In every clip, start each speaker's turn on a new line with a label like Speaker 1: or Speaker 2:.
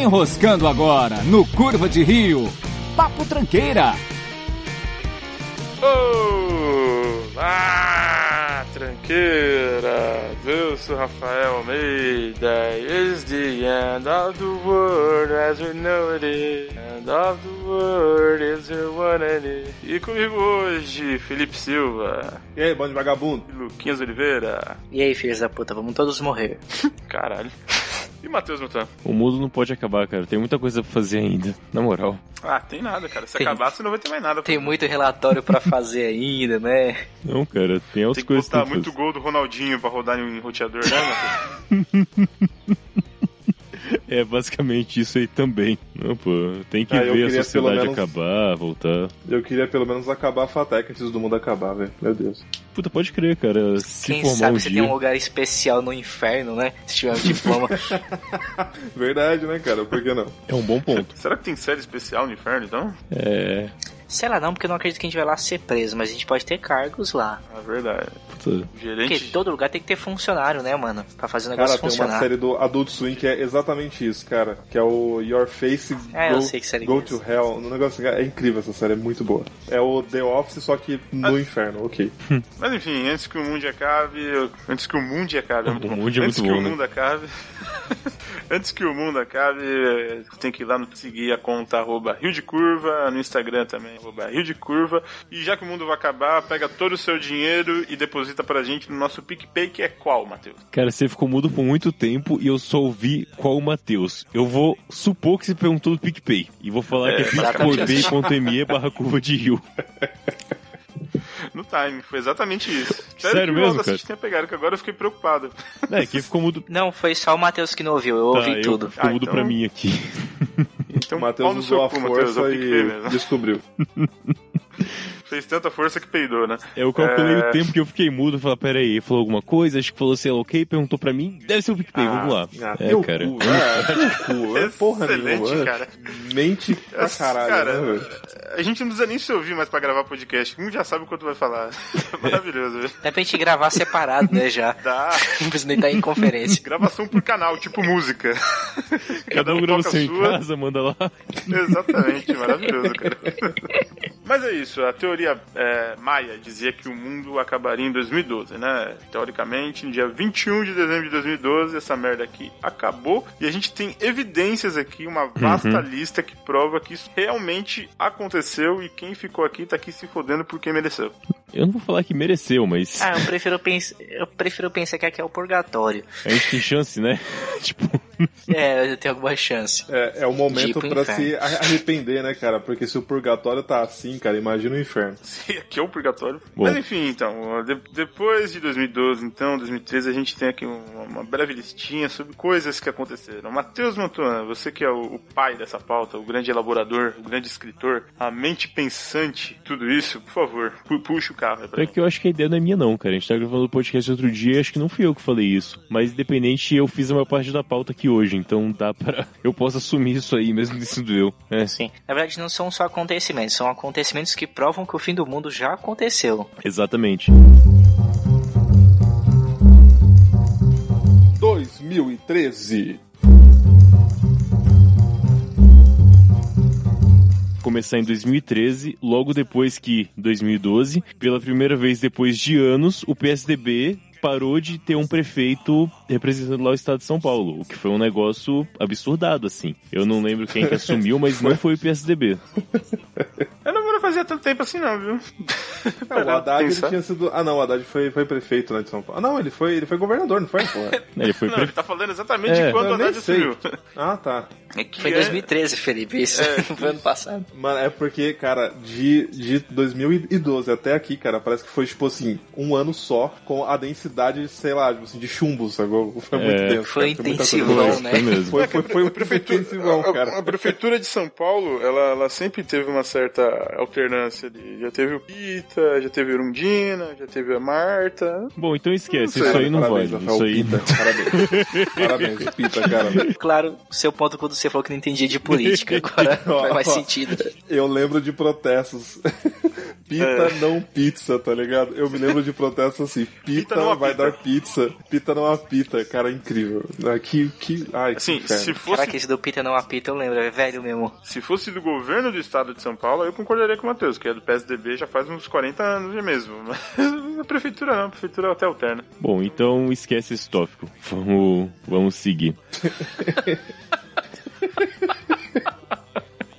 Speaker 1: Enroscando agora no Curva de Rio. Papo Tranqueira.
Speaker 2: Olá, tranqueira! Eu sou Rafael Almeida. It's the end of the world as we know it is. End of the world is your one and it. E comigo hoje, Felipe Silva
Speaker 3: E aí, bando de vagabundo?
Speaker 2: e Luquinhas Oliveira.
Speaker 4: E aí, filhos da puta, vamos todos morrer.
Speaker 2: Caralho. E Matheus Mutan?
Speaker 5: O mundo não pode acabar, cara. Tem muita coisa pra fazer ainda. Na moral.
Speaker 2: Ah, tem nada, cara. Se
Speaker 4: Tem.
Speaker 2: acabar, você não vai ter mais nada.
Speaker 4: Tem muito relatório pra fazer ainda, né?
Speaker 5: Não, cara. Tem
Speaker 2: Tem
Speaker 5: outras
Speaker 2: que
Speaker 5: coisas que
Speaker 2: botar
Speaker 5: tem que
Speaker 2: muito
Speaker 5: fazer.
Speaker 2: gol do Ronaldinho pra rodar em roteador, né, Matheus?
Speaker 5: É basicamente isso aí também. Não, pô. Tem que
Speaker 3: Ah, eu
Speaker 5: ver a
Speaker 3: queria
Speaker 5: sociedade
Speaker 3: pelo menos-
Speaker 5: acabar, voltar.
Speaker 3: Eu queria pelo menos acabar a Fatec antes do mundo acabar, velho. Meu Deus.
Speaker 5: Puta, pode crer, cara. Se
Speaker 4: Quem
Speaker 5: formar
Speaker 4: sabe
Speaker 5: um
Speaker 4: você
Speaker 5: dia.
Speaker 4: tem um lugar especial no inferno, né? Se tiver um diploma.
Speaker 3: Verdade, né, cara? Por que não?
Speaker 5: É um bom ponto.
Speaker 2: Será que tem série especial no inferno, então?
Speaker 5: É.
Speaker 4: Sei lá não, porque eu não acredito que a gente vai lá ser preso, mas a gente pode ter cargos lá.
Speaker 2: É verdade.
Speaker 5: Puta.
Speaker 2: Gerente.
Speaker 4: Porque
Speaker 2: de-
Speaker 4: todo lugar tem que ter funcionário, né, mano? Pra fazer o negócio
Speaker 3: Cara, tem uma
Speaker 4: funcionar.
Speaker 3: série do Adult Swim que é exatamente isso, cara. Que é o Your Face
Speaker 4: É,
Speaker 3: Go,
Speaker 4: eu sei que série
Speaker 3: Go
Speaker 4: que é
Speaker 3: to Hell. Um negócio é incrível essa série, é muito boa. É o The Office, só que no inferno, ok.
Speaker 2: Mas enfim, antes que o mundo acabe. eu- Antes que o mundo acabe. é muito
Speaker 5: O
Speaker 2: bom.
Speaker 5: mundo é
Speaker 2: antes
Speaker 5: muito
Speaker 2: que
Speaker 5: bom,
Speaker 2: o
Speaker 5: né?
Speaker 2: mundo acabe. antes que o mundo acabe, eh, tem que ir lá no seguir a conta arroba Rio de Curva, no Instagram também, arroba Rio de Curva. E já que o mundo vai acabar, pega todo o seu dinheiro e deposita pra gente no nosso PicPay, que é qual, Matheus?
Speaker 5: Cara, você ficou mudo por muito tempo e eu só ouvi qual o Matheus. Eu vou supor que você perguntou do PicPay. E vou falar que é
Speaker 4: exatamente.
Speaker 5: picpay.me barra curva de rio.
Speaker 2: No time, foi exatamente isso.
Speaker 5: Sério
Speaker 2: que
Speaker 5: mesmo,
Speaker 2: o Audacity tenha pegado, que agora eu fiquei preocupado.
Speaker 5: É, quem ficou mudo.
Speaker 4: Não, foi só o Matheus que não ouviu, eu
Speaker 5: Tá,
Speaker 4: ouvi
Speaker 5: eu-
Speaker 4: tudo.
Speaker 5: Ficou
Speaker 2: Ah,
Speaker 5: mudo
Speaker 2: então-
Speaker 5: pra mim aqui.
Speaker 2: Então,
Speaker 3: O Matheus
Speaker 2: pau no seu
Speaker 3: usou a
Speaker 2: cu, Matheus, é o
Speaker 3: força
Speaker 2: PicPay mesmo.
Speaker 3: e descobriu.
Speaker 2: Fez tanta força que peidou, né?
Speaker 5: Eu calculei
Speaker 2: É.
Speaker 5: o tempo que eu fiquei mudo e falei, peraí, ele falou alguma coisa, acho que falou, sei lá, ok, perguntou pra mim, deve ser o PicPay,
Speaker 2: Ah,
Speaker 5: vamos lá.
Speaker 3: Ah,
Speaker 5: é,
Speaker 3: teu
Speaker 5: cara.
Speaker 3: cu, velho. Ah, teu cu, ah, porra
Speaker 2: Excelente,
Speaker 3: nenhuma.
Speaker 2: cara.
Speaker 3: Mente pra caralho,
Speaker 2: Cara,
Speaker 3: né, velho?
Speaker 2: A gente não precisa nem se ouvir mais pra gravar podcast. Um já sabe o quanto vai falar. Maravilhoso. velho.
Speaker 4: Dá pra gente gravar separado, né, já.
Speaker 2: Dá.
Speaker 4: Não precisa nem estar em conferência.
Speaker 2: Gravação por canal, tipo música.
Speaker 3: É
Speaker 5: Cada um grava
Speaker 2: toca
Speaker 3: assim,
Speaker 5: seu em casa, manda lá.
Speaker 2: Exatamente, maravilhoso, cara. Mas é isso, a teoria é, maia dizia que o mundo acabaria em 2012, né? Teoricamente, no dia 21 de dezembro de 2012, essa merda aqui acabou. E a gente tem evidências aqui, uma vasta lista que prova que isso realmente aconteceu e quem ficou aqui tá aqui se fodendo porque mereceu.
Speaker 5: Eu não vou falar que mereceu, mas
Speaker 3: É.
Speaker 4: Ah, eu prefiro, pens... eu prefiro pensar que aqui é o purgatório.
Speaker 5: a gente tem chance, né? tipo,
Speaker 4: É, eu tenho alguma chance.
Speaker 3: É, é o momento
Speaker 4: Tipo
Speaker 3: pra
Speaker 4: inferno.
Speaker 3: se ar- arrepender, né, cara? Porque se o purgatório tá assim, cara, imagina o inferno.
Speaker 2: Sim, aqui é o purgatório.
Speaker 5: Bom.
Speaker 2: Mas enfim, então, de- depois de 2012, então, 2013, a gente tem aqui uma, uma breve listinha sobre coisas que aconteceram. Matheus Mantuan, você que é o, o pai dessa pauta, o grande elaborador, o grande escritor, a mente pensante, tudo isso, por favor, pu- puxa o carro. aí pra
Speaker 5: é
Speaker 2: mim.
Speaker 5: que eu acho que a ideia não é minha não, cara. A gente tá gravando o podcast outro dia e acho que não fui eu que falei isso. Mas independente, eu fiz a maior parte da pauta aqui hoje, então dá pra... Eu posso assumir isso aí, mesmo que isso doeu. É,
Speaker 4: Sim. Na verdade, não são só acontecimentos, são acontecimentos que provam que o fim do mundo já aconteceu.
Speaker 5: exatamente.
Speaker 3: 2013.
Speaker 5: começar em 2013, logo depois que 2012, pela primeira vez depois de anos, o PSDB parou de ter um prefeito representando lá o estado de São Paulo, o que foi um negócio absurdado assim. Eu não lembro quem que assumiu, mas não foi o PSDB.
Speaker 2: Eu não vou fazer tanto tempo assim, não, viu?
Speaker 3: É, o Haddad ele
Speaker 2: Pensar.
Speaker 3: tinha sido. Ah, não, o Haddad foi, foi prefeito né, de São Paulo. Ah, não, ele foi, ele foi governador, não foi? Porra.
Speaker 5: Ele foi
Speaker 2: Não, ele
Speaker 5: prefeito.
Speaker 2: tá falando exatamente
Speaker 5: É.
Speaker 2: quando o
Speaker 3: Eu nem
Speaker 2: Haddad
Speaker 3: sei.
Speaker 2: assumiu.
Speaker 3: Ah, tá.
Speaker 2: É que
Speaker 4: Foi em
Speaker 2: é-
Speaker 4: 2013, Felipe, isso. Foi ano passado.
Speaker 3: Mano, é porque, cara, de, de 2012 até aqui, cara, parece que foi, tipo assim, um ano só com a densidade, sei lá, tipo assim, de chumbo, sacou? Foi muito
Speaker 5: É.
Speaker 3: denso.
Speaker 4: Foi
Speaker 3: cara, muita coisa
Speaker 4: intensivão,
Speaker 3: acontecendo.
Speaker 4: né?
Speaker 5: Foi mesmo.
Speaker 3: Foi, foi, foi um
Speaker 2: prefeitura-
Speaker 3: intensivão,
Speaker 2: a- a-
Speaker 3: cara.
Speaker 2: A, prefeitura de São Paulo, ela, ela sempre teve uma certa alternância ali. Já teve o Pita, já teve a Irundina, já teve a Marta.
Speaker 5: Bom, então esquece,
Speaker 2: Não sei,
Speaker 5: isso aí não
Speaker 3: Parabéns,
Speaker 5: vale.
Speaker 3: Rafael
Speaker 5: Isso aí.
Speaker 3: Pita, Parabéns. Parabéns, Pita, cara.
Speaker 4: Claro, seu ponto quando você falou que não entendia de política, agora
Speaker 3: Ó,
Speaker 4: faz mais
Speaker 3: ó.
Speaker 4: sentido.
Speaker 3: Eu lembro de protestos Pita
Speaker 2: É.
Speaker 3: não pizza, tá ligado? Eu me lembro de protestos assim, pita,
Speaker 2: Pita não a
Speaker 3: vai
Speaker 2: pita.
Speaker 3: dar pizza, pita não a pita, cara, é incrível. Ah, Que, que, ai, que
Speaker 2: Assim,
Speaker 3: inferno.
Speaker 2: se fosse,
Speaker 4: Caraca, esse do Pita não apita, eu lembro, é velho mesmo.
Speaker 2: se fosse do governo do estado de São Paulo, eu concordaria com o Matheus, que é do PSDB já faz uns 40 anos já mesmo. Mas a prefeitura não, a prefeitura até alterna.
Speaker 5: Bom, então esquece esse tópico. Vamos, vamos seguir.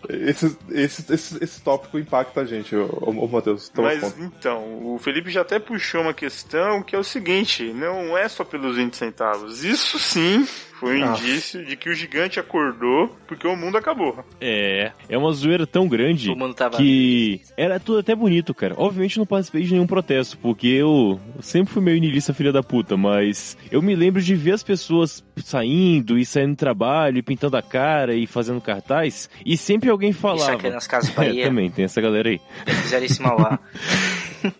Speaker 3: Esse, esse, esse, esse tópico impacta a gente, ô, ô, ô Matheus. Toma
Speaker 2: Mas
Speaker 3: conta.
Speaker 2: então, o Felipe já até puxou uma questão que é o seguinte: não é só pelos 20 centavos. Isso sim foi um
Speaker 3: Ah.
Speaker 2: indício de que o gigante acordou porque o mundo acabou.
Speaker 5: É, é uma zoeira tão grande
Speaker 4: Todo mundo tava.
Speaker 5: que era tudo até bonito, cara. Obviamente eu não participei de nenhum protesto, porque eu sempre fui meio niilista filha da puta, mas eu me lembro de ver as pessoas saindo e saindo do trabalho, e pintando a cara e fazendo cartaz, e sempre alguém
Speaker 4: Isso aqui é
Speaker 5: falava.
Speaker 4: nas Casas
Speaker 5: É,
Speaker 4: Bahia,
Speaker 5: também, tem essa galera aí.
Speaker 4: fizeram isso em Mauá.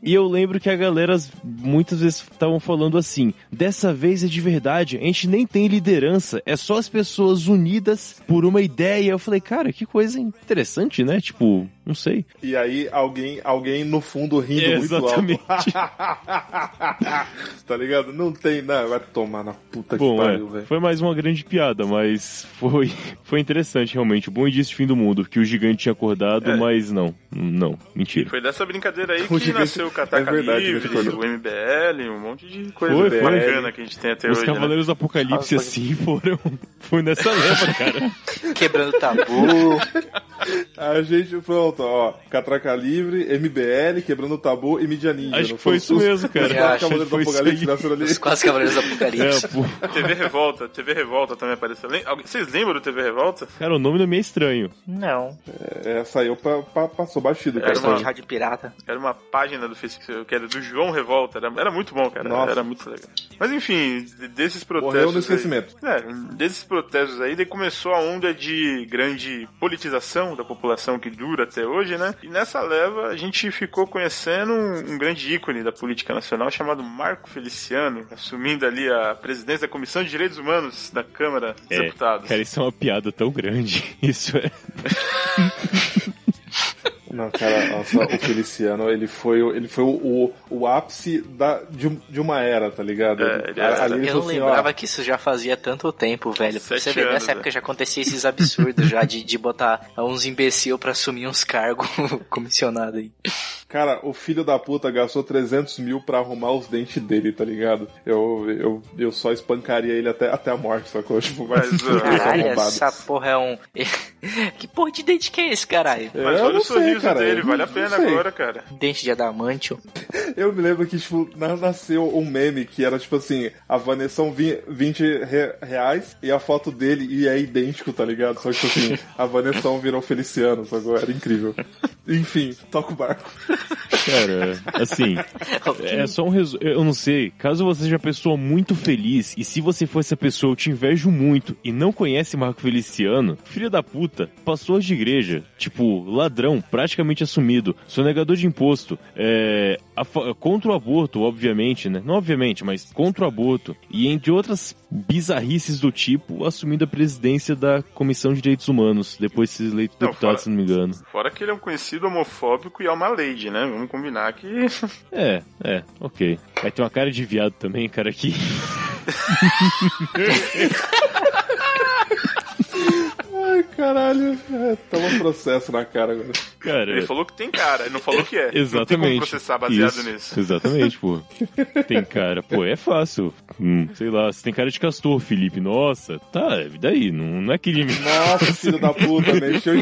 Speaker 5: E eu lembro que a galera muitas vezes estavam falando assim: dessa vez é de verdade, a gente nem tem liderança, é só as pessoas unidas por uma ideia. Eu falei, cara, que coisa interessante, né? Tipo, não sei.
Speaker 3: E aí alguém, alguém no fundo rindo muito
Speaker 5: Exatamente.
Speaker 3: alto. tá ligado? Não tem, não. Vai tomar na puta que
Speaker 5: Bom,
Speaker 3: pariu,
Speaker 5: é,
Speaker 3: velho.
Speaker 5: foi mais uma grande piada, mas foi, foi interessante realmente. Bom indício de fim do mundo, que o gigante tinha acordado,
Speaker 2: É.
Speaker 5: mas não, não, mentira.
Speaker 2: Foi dessa brincadeira aí
Speaker 3: O
Speaker 2: que
Speaker 3: gigante-
Speaker 2: nasceu o Cataca
Speaker 3: é verdade,
Speaker 2: Livre,
Speaker 3: o gigante
Speaker 2: o MBL, um monte de coisa
Speaker 5: Foi, foi.
Speaker 2: bacana que a gente tem até
Speaker 5: Os
Speaker 2: hoje. né?
Speaker 5: Cavaleiros do Apocalipse,
Speaker 4: Ah, foi-
Speaker 5: assim, foram. Foi nessa leva, cara.
Speaker 4: Quebrando tabu.
Speaker 3: A gente, pronto, ó. Catraca Livre, MBL, Quebrando o Tabu e Mídia Ninja.
Speaker 5: Acho
Speaker 3: não
Speaker 5: que foi isso
Speaker 3: Os-
Speaker 5: mesmo, cara.
Speaker 3: Os
Speaker 4: Eu acho
Speaker 3: quatro Cavaleiros é do
Speaker 5: que foi isso
Speaker 3: Apocalipse
Speaker 5: aí.
Speaker 3: nasceram ali.
Speaker 4: Os quase Cavaleiros do Apocalipse.
Speaker 5: É, pô.
Speaker 2: TV Revolta, TV Revolta também apareceu. Lem- alguém- Vocês lembram do TV Revolta?
Speaker 5: Cara, o nome não é meio estranho.
Speaker 4: Não,
Speaker 3: É, saiu pra, pra- passou batido, cara.
Speaker 2: Era
Speaker 4: questão
Speaker 2: uma-
Speaker 4: de rádio pirata.
Speaker 2: Era uma página do Facebook que era do João Revolta. Era, era muito bom, cara.
Speaker 3: Nossa.
Speaker 2: Era muito legal. Mas enfim, de- desses protestos.
Speaker 3: Morreu no
Speaker 2: aí-
Speaker 3: esquecimento.
Speaker 2: É, desses protestos aí, daí começou a onda de grande politização da população que dura até hoje, né? E nessa leva a gente ficou conhecendo um, um grande ícone da política nacional chamado Marco Feliciano, assumindo ali a presidência da Comissão de Direitos Humanos da Câmara dos
Speaker 5: É,
Speaker 2: Deputados.
Speaker 5: Cara, isso é uma piada tão grande. Isso é.
Speaker 3: Não, cara, nossa, o Feliciano, ele foi, o- ele foi o, o, o ápice da, de, um- de uma era, tá ligado?
Speaker 2: É, ele
Speaker 3: A-
Speaker 2: era-
Speaker 3: ali ele
Speaker 4: Eu não
Speaker 3: falou assim, ó,
Speaker 4: lembrava que isso já fazia tanto tempo, velho. Pra
Speaker 2: Sete
Speaker 4: você ver,
Speaker 2: anos, né?
Speaker 4: nessa
Speaker 2: velho.
Speaker 4: época já acontecia esses absurdos já de, de botar uns imbecil pra assumir uns cargos comissionados aí.
Speaker 3: Cara, o filho da puta gastou 300 mil pra arrumar os dentes dele, tá ligado? Eu, eu, eu só espancaria ele até, até a morte, sacou? Tipo, vai
Speaker 2: Mas,
Speaker 3: se fuder, seu
Speaker 4: Caralho,
Speaker 3: arrombado.
Speaker 4: essa porra é um. que porra de dente que é esse, caralho?
Speaker 3: É,
Speaker 2: Mas
Speaker 3: eu
Speaker 2: olha
Speaker 3: não
Speaker 2: o
Speaker 3: sei,
Speaker 2: sorriso
Speaker 3: cara,
Speaker 2: dele,
Speaker 3: eu
Speaker 2: vale a
Speaker 3: não
Speaker 2: pena
Speaker 3: sei.
Speaker 2: agora, cara.
Speaker 4: Dente de adamantio.
Speaker 3: Eu me lembro que, tipo, na- nasceu um meme que era, tipo assim, a Vanessão vi- 20 re- reais e a foto dele e é idêntico, tá ligado? Só que, tipo assim, a Vanessão virou Feliciano, sacou? Era incrível. Enfim, toca o barco.
Speaker 5: Cara, assim. É só um resumo. Eu não sei. Caso você seja uma pessoa muito feliz, e se você for essa pessoa, eu te invejo muito, e não conhece Marco Feliciano, filho da puta, pastor de igreja, tipo, ladrão, praticamente assumido, sonegador de imposto, é, a fa- contra o aborto, obviamente, né? Não obviamente, mas contra o aborto, e entre outras bizarrices do tipo, assumindo a presidência da Comissão de Direitos Humanos, depois de ser eleito
Speaker 2: Não,
Speaker 5: deputado,
Speaker 2: fora-
Speaker 5: se não me engano.
Speaker 2: Fora que ele é um conhecido homofóbico e é uma lady, né? Vamos combinar que.
Speaker 5: É, é, ok. Vai ter uma cara de viado também, cara, que.
Speaker 3: Ai, caralho. É, toma um processo na cara agora.
Speaker 5: Cara,
Speaker 2: Ele falou que tem cara, ele não falou que é. Não tem como
Speaker 5: Exatamente.
Speaker 2: processar baseado
Speaker 5: Isso,
Speaker 2: nisso.
Speaker 5: Exatamente, pô. Tem cara, pô, é fácil. Hum, sei lá, você tem cara de castor, Felipe. Nossa, tá, e daí, não, não é crime.
Speaker 3: Nossa, filho da puta, mexeu em,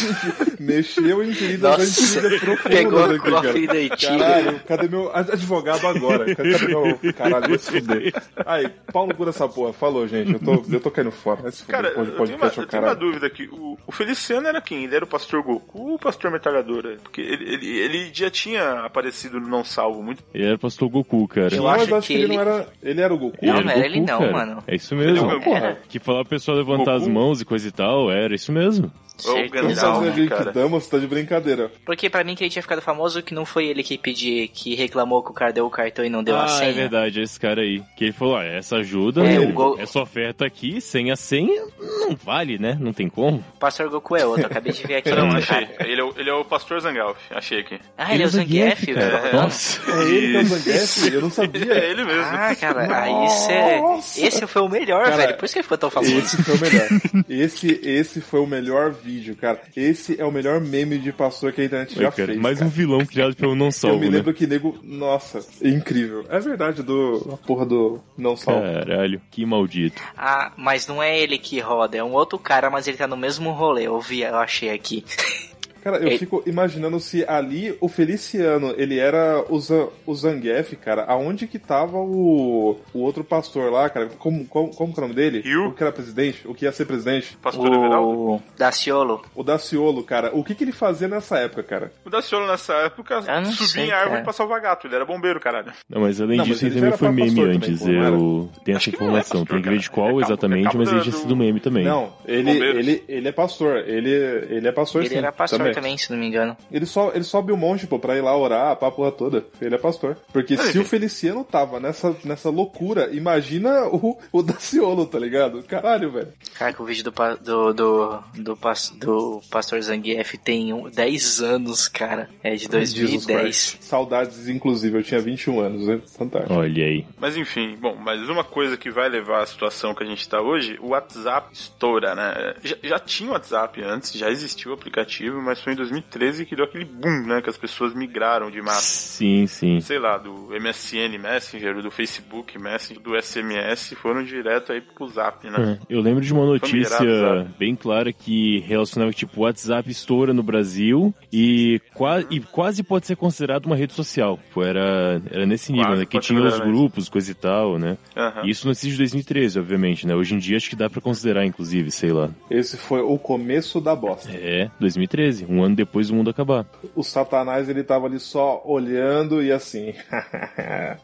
Speaker 3: mexeu em feridas
Speaker 4: Nossa,
Speaker 3: antigas profundas
Speaker 4: pegou
Speaker 3: aqui,
Speaker 4: a
Speaker 3: cara.
Speaker 4: copa e deitinho.
Speaker 3: Caralho, cadê meu advogado agora? Cadê meu. Caralho, vai se fuder. Aí, pau no cu dessa porra. Falou, gente. Eu tô, eu tô caindo fora. Vai se fuder.
Speaker 2: Cara,
Speaker 3: pô, de
Speaker 2: eu tenho, uma,
Speaker 3: podcast,
Speaker 2: eu
Speaker 3: ô
Speaker 2: tenho uma
Speaker 3: caralho.
Speaker 2: dúvida aqui. O, o Feliciano era quem? Ele era o pastor Goku ou o pastor Metralhadora? Porque ele, ele, ele já tinha aparecido no Não Salvo muito.
Speaker 5: Ele era pastor Goku, cara.
Speaker 3: Não,
Speaker 4: Eu
Speaker 3: mas
Speaker 4: acho
Speaker 3: acho que,
Speaker 4: que
Speaker 3: ele não
Speaker 4: ele-
Speaker 3: era. Ele era o Goku?
Speaker 4: Não, não
Speaker 5: o
Speaker 4: era ele não,
Speaker 5: cara.
Speaker 4: mano.
Speaker 5: É isso
Speaker 2: Ele é
Speaker 5: mesmo.
Speaker 2: o Goku.
Speaker 4: Era.
Speaker 5: Que falava o pessoal levantar as
Speaker 2: Goku?
Speaker 5: mãos e coisa e tal, era isso mesmo.
Speaker 2: Ou o
Speaker 4: Certeza.
Speaker 2: Gandalf,
Speaker 3: Não,
Speaker 2: né, cara?
Speaker 3: Dama, você tá de brincadeira.
Speaker 4: Porque pra mim quem tinha ficado famoso que não foi ele que pediu, que reclamou que o cara deu o cartão e não deu a
Speaker 5: ah,
Speaker 4: senha.
Speaker 5: é verdade, é esse cara aí. Que ele falou, ah, essa ajuda,
Speaker 4: né? É,
Speaker 5: né,
Speaker 4: o Go-
Speaker 5: essa oferta aqui, sem a senha, Não vale, né? Não tem como.
Speaker 4: Pastor Goku é outro, acabei de ver aqui.
Speaker 2: Não,
Speaker 4: cara.
Speaker 2: achei. Ele é, o- ele é o pastor Zangalf. Achei aqui.
Speaker 4: Ah, ele é o Zangief?
Speaker 5: cara.
Speaker 4: É.
Speaker 5: Nossa.
Speaker 3: É ele que é o
Speaker 2: Isso.
Speaker 3: Zangief? Eu não
Speaker 2: É
Speaker 3: sabia.
Speaker 2: ele mesmo.
Speaker 4: Ah, cara, aí você.
Speaker 3: Nossa.
Speaker 4: Esse foi o melhor,
Speaker 3: Cara,
Speaker 4: velho. Por isso que ele ficou tão famoso.
Speaker 3: Esse foi o melhor. Esse, esse foi o melhor vídeo, cara. Esse é o melhor meme de pastor que a internet já
Speaker 5: Oi, cara,
Speaker 3: fez.
Speaker 5: mais
Speaker 3: cara.
Speaker 5: um vilão criado pelo Não
Speaker 3: Eu
Speaker 5: Salvo,
Speaker 3: me
Speaker 5: né?
Speaker 3: lembro que nego. Nossa, é incrível. É verdade do. A porra do. Não
Speaker 5: É.
Speaker 3: salvo.
Speaker 5: Caralho, que maldito.
Speaker 4: Ah, mas não é ele que roda, é um outro cara, mas ele tá no mesmo rolê. Eu vi, eu achei aqui.
Speaker 3: Cara, eu
Speaker 4: Ei.
Speaker 3: fico imaginando se ali o Feliciano, ele era o, Zan, o Zangief, cara. Aonde que tava o, o outro pastor lá, cara? Como, como, como que é o nome dele?
Speaker 2: Ryu?
Speaker 3: O que era presidente? O que ia ser presidente?
Speaker 2: Pastor Everaldo.
Speaker 4: O Daciolo.
Speaker 3: O Daciolo, cara. O que que ele fazia nessa época, cara?
Speaker 2: O Daciolo nessa época
Speaker 4: Eu não
Speaker 2: subia
Speaker 4: sei,
Speaker 2: em árvore
Speaker 4: cara.
Speaker 2: pra salvar gato. Ele era bombeiro, caralho.
Speaker 5: Não, mas além
Speaker 3: Não, mas
Speaker 5: disso,
Speaker 3: ele
Speaker 5: ele também
Speaker 3: já
Speaker 5: foi
Speaker 3: era
Speaker 5: meme
Speaker 3: pastor
Speaker 5: antes.
Speaker 3: também, não
Speaker 5: eu tenho
Speaker 2: Acho
Speaker 5: essa
Speaker 2: que não é
Speaker 5: informação.
Speaker 2: pastor,
Speaker 5: Tenho que ver
Speaker 2: cara.
Speaker 5: de qual
Speaker 2: É cabo- é
Speaker 5: exatamente,
Speaker 2: cabo
Speaker 5: mas ele
Speaker 2: do-
Speaker 5: tinha sido meme também.
Speaker 3: Não, ele,
Speaker 2: Bombeiros.
Speaker 3: ele, ele é pastor. Ele, ele é pastor
Speaker 4: Ele
Speaker 3: sim,
Speaker 4: era pastor também, se não me engano.
Speaker 3: Ele, só, ele sobe o monte, pô, pra ir lá orar, pá, a porra toda. Ele é pastor. Porque se o Feliciano tava nessa, nessa loucura, imagina o, o Daciolo, tá ligado? Caralho, velho.
Speaker 4: Cara, que o vídeo do, pa- do, do, do, pas- do pastor Zangief tem um- 10 anos, cara. É de
Speaker 3: Oh, Jesus
Speaker 4: 2010.
Speaker 3: Christ. Saudades, inclusive. Eu tinha 21 anos, né? Fantástico.
Speaker 5: Olha aí.
Speaker 2: Mas enfim, bom, mas uma coisa que vai levar à situação que a gente tá hoje, o WhatsApp estoura, né? Já, já tinha o WhatsApp antes, já existia o aplicativo, mas foi em 2013 que deu aquele boom, né? Que as pessoas migraram de massa.
Speaker 5: Sim, sim.
Speaker 2: Sei lá, do MSN Messenger, do Facebook Messenger, do SMS, foram direto aí pro Zap, né?
Speaker 5: É, Eu lembro de uma notícia
Speaker 2: Familiarizado,
Speaker 5: bem clara que relacionava que, tipo, o WhatsApp estoura no Brasil e, qua- e quase pode ser considerado uma rede social. Pô, era, era nesse nível,
Speaker 2: Quase
Speaker 5: né? Que
Speaker 2: pode
Speaker 5: tinha
Speaker 2: ser
Speaker 5: os
Speaker 2: verdade. Ah.
Speaker 5: grupos, coisa e tal, né?
Speaker 2: Aham.
Speaker 5: E Isso no existe de 2013, obviamente, né? Hoje em dia acho que dá pra considerar, inclusive, sei lá.
Speaker 3: Esse foi o começo da bosta.
Speaker 5: Ah. É, 2013, um ano depois do mundo acabar.
Speaker 3: O Satanás, ele tava ali só olhando e assim.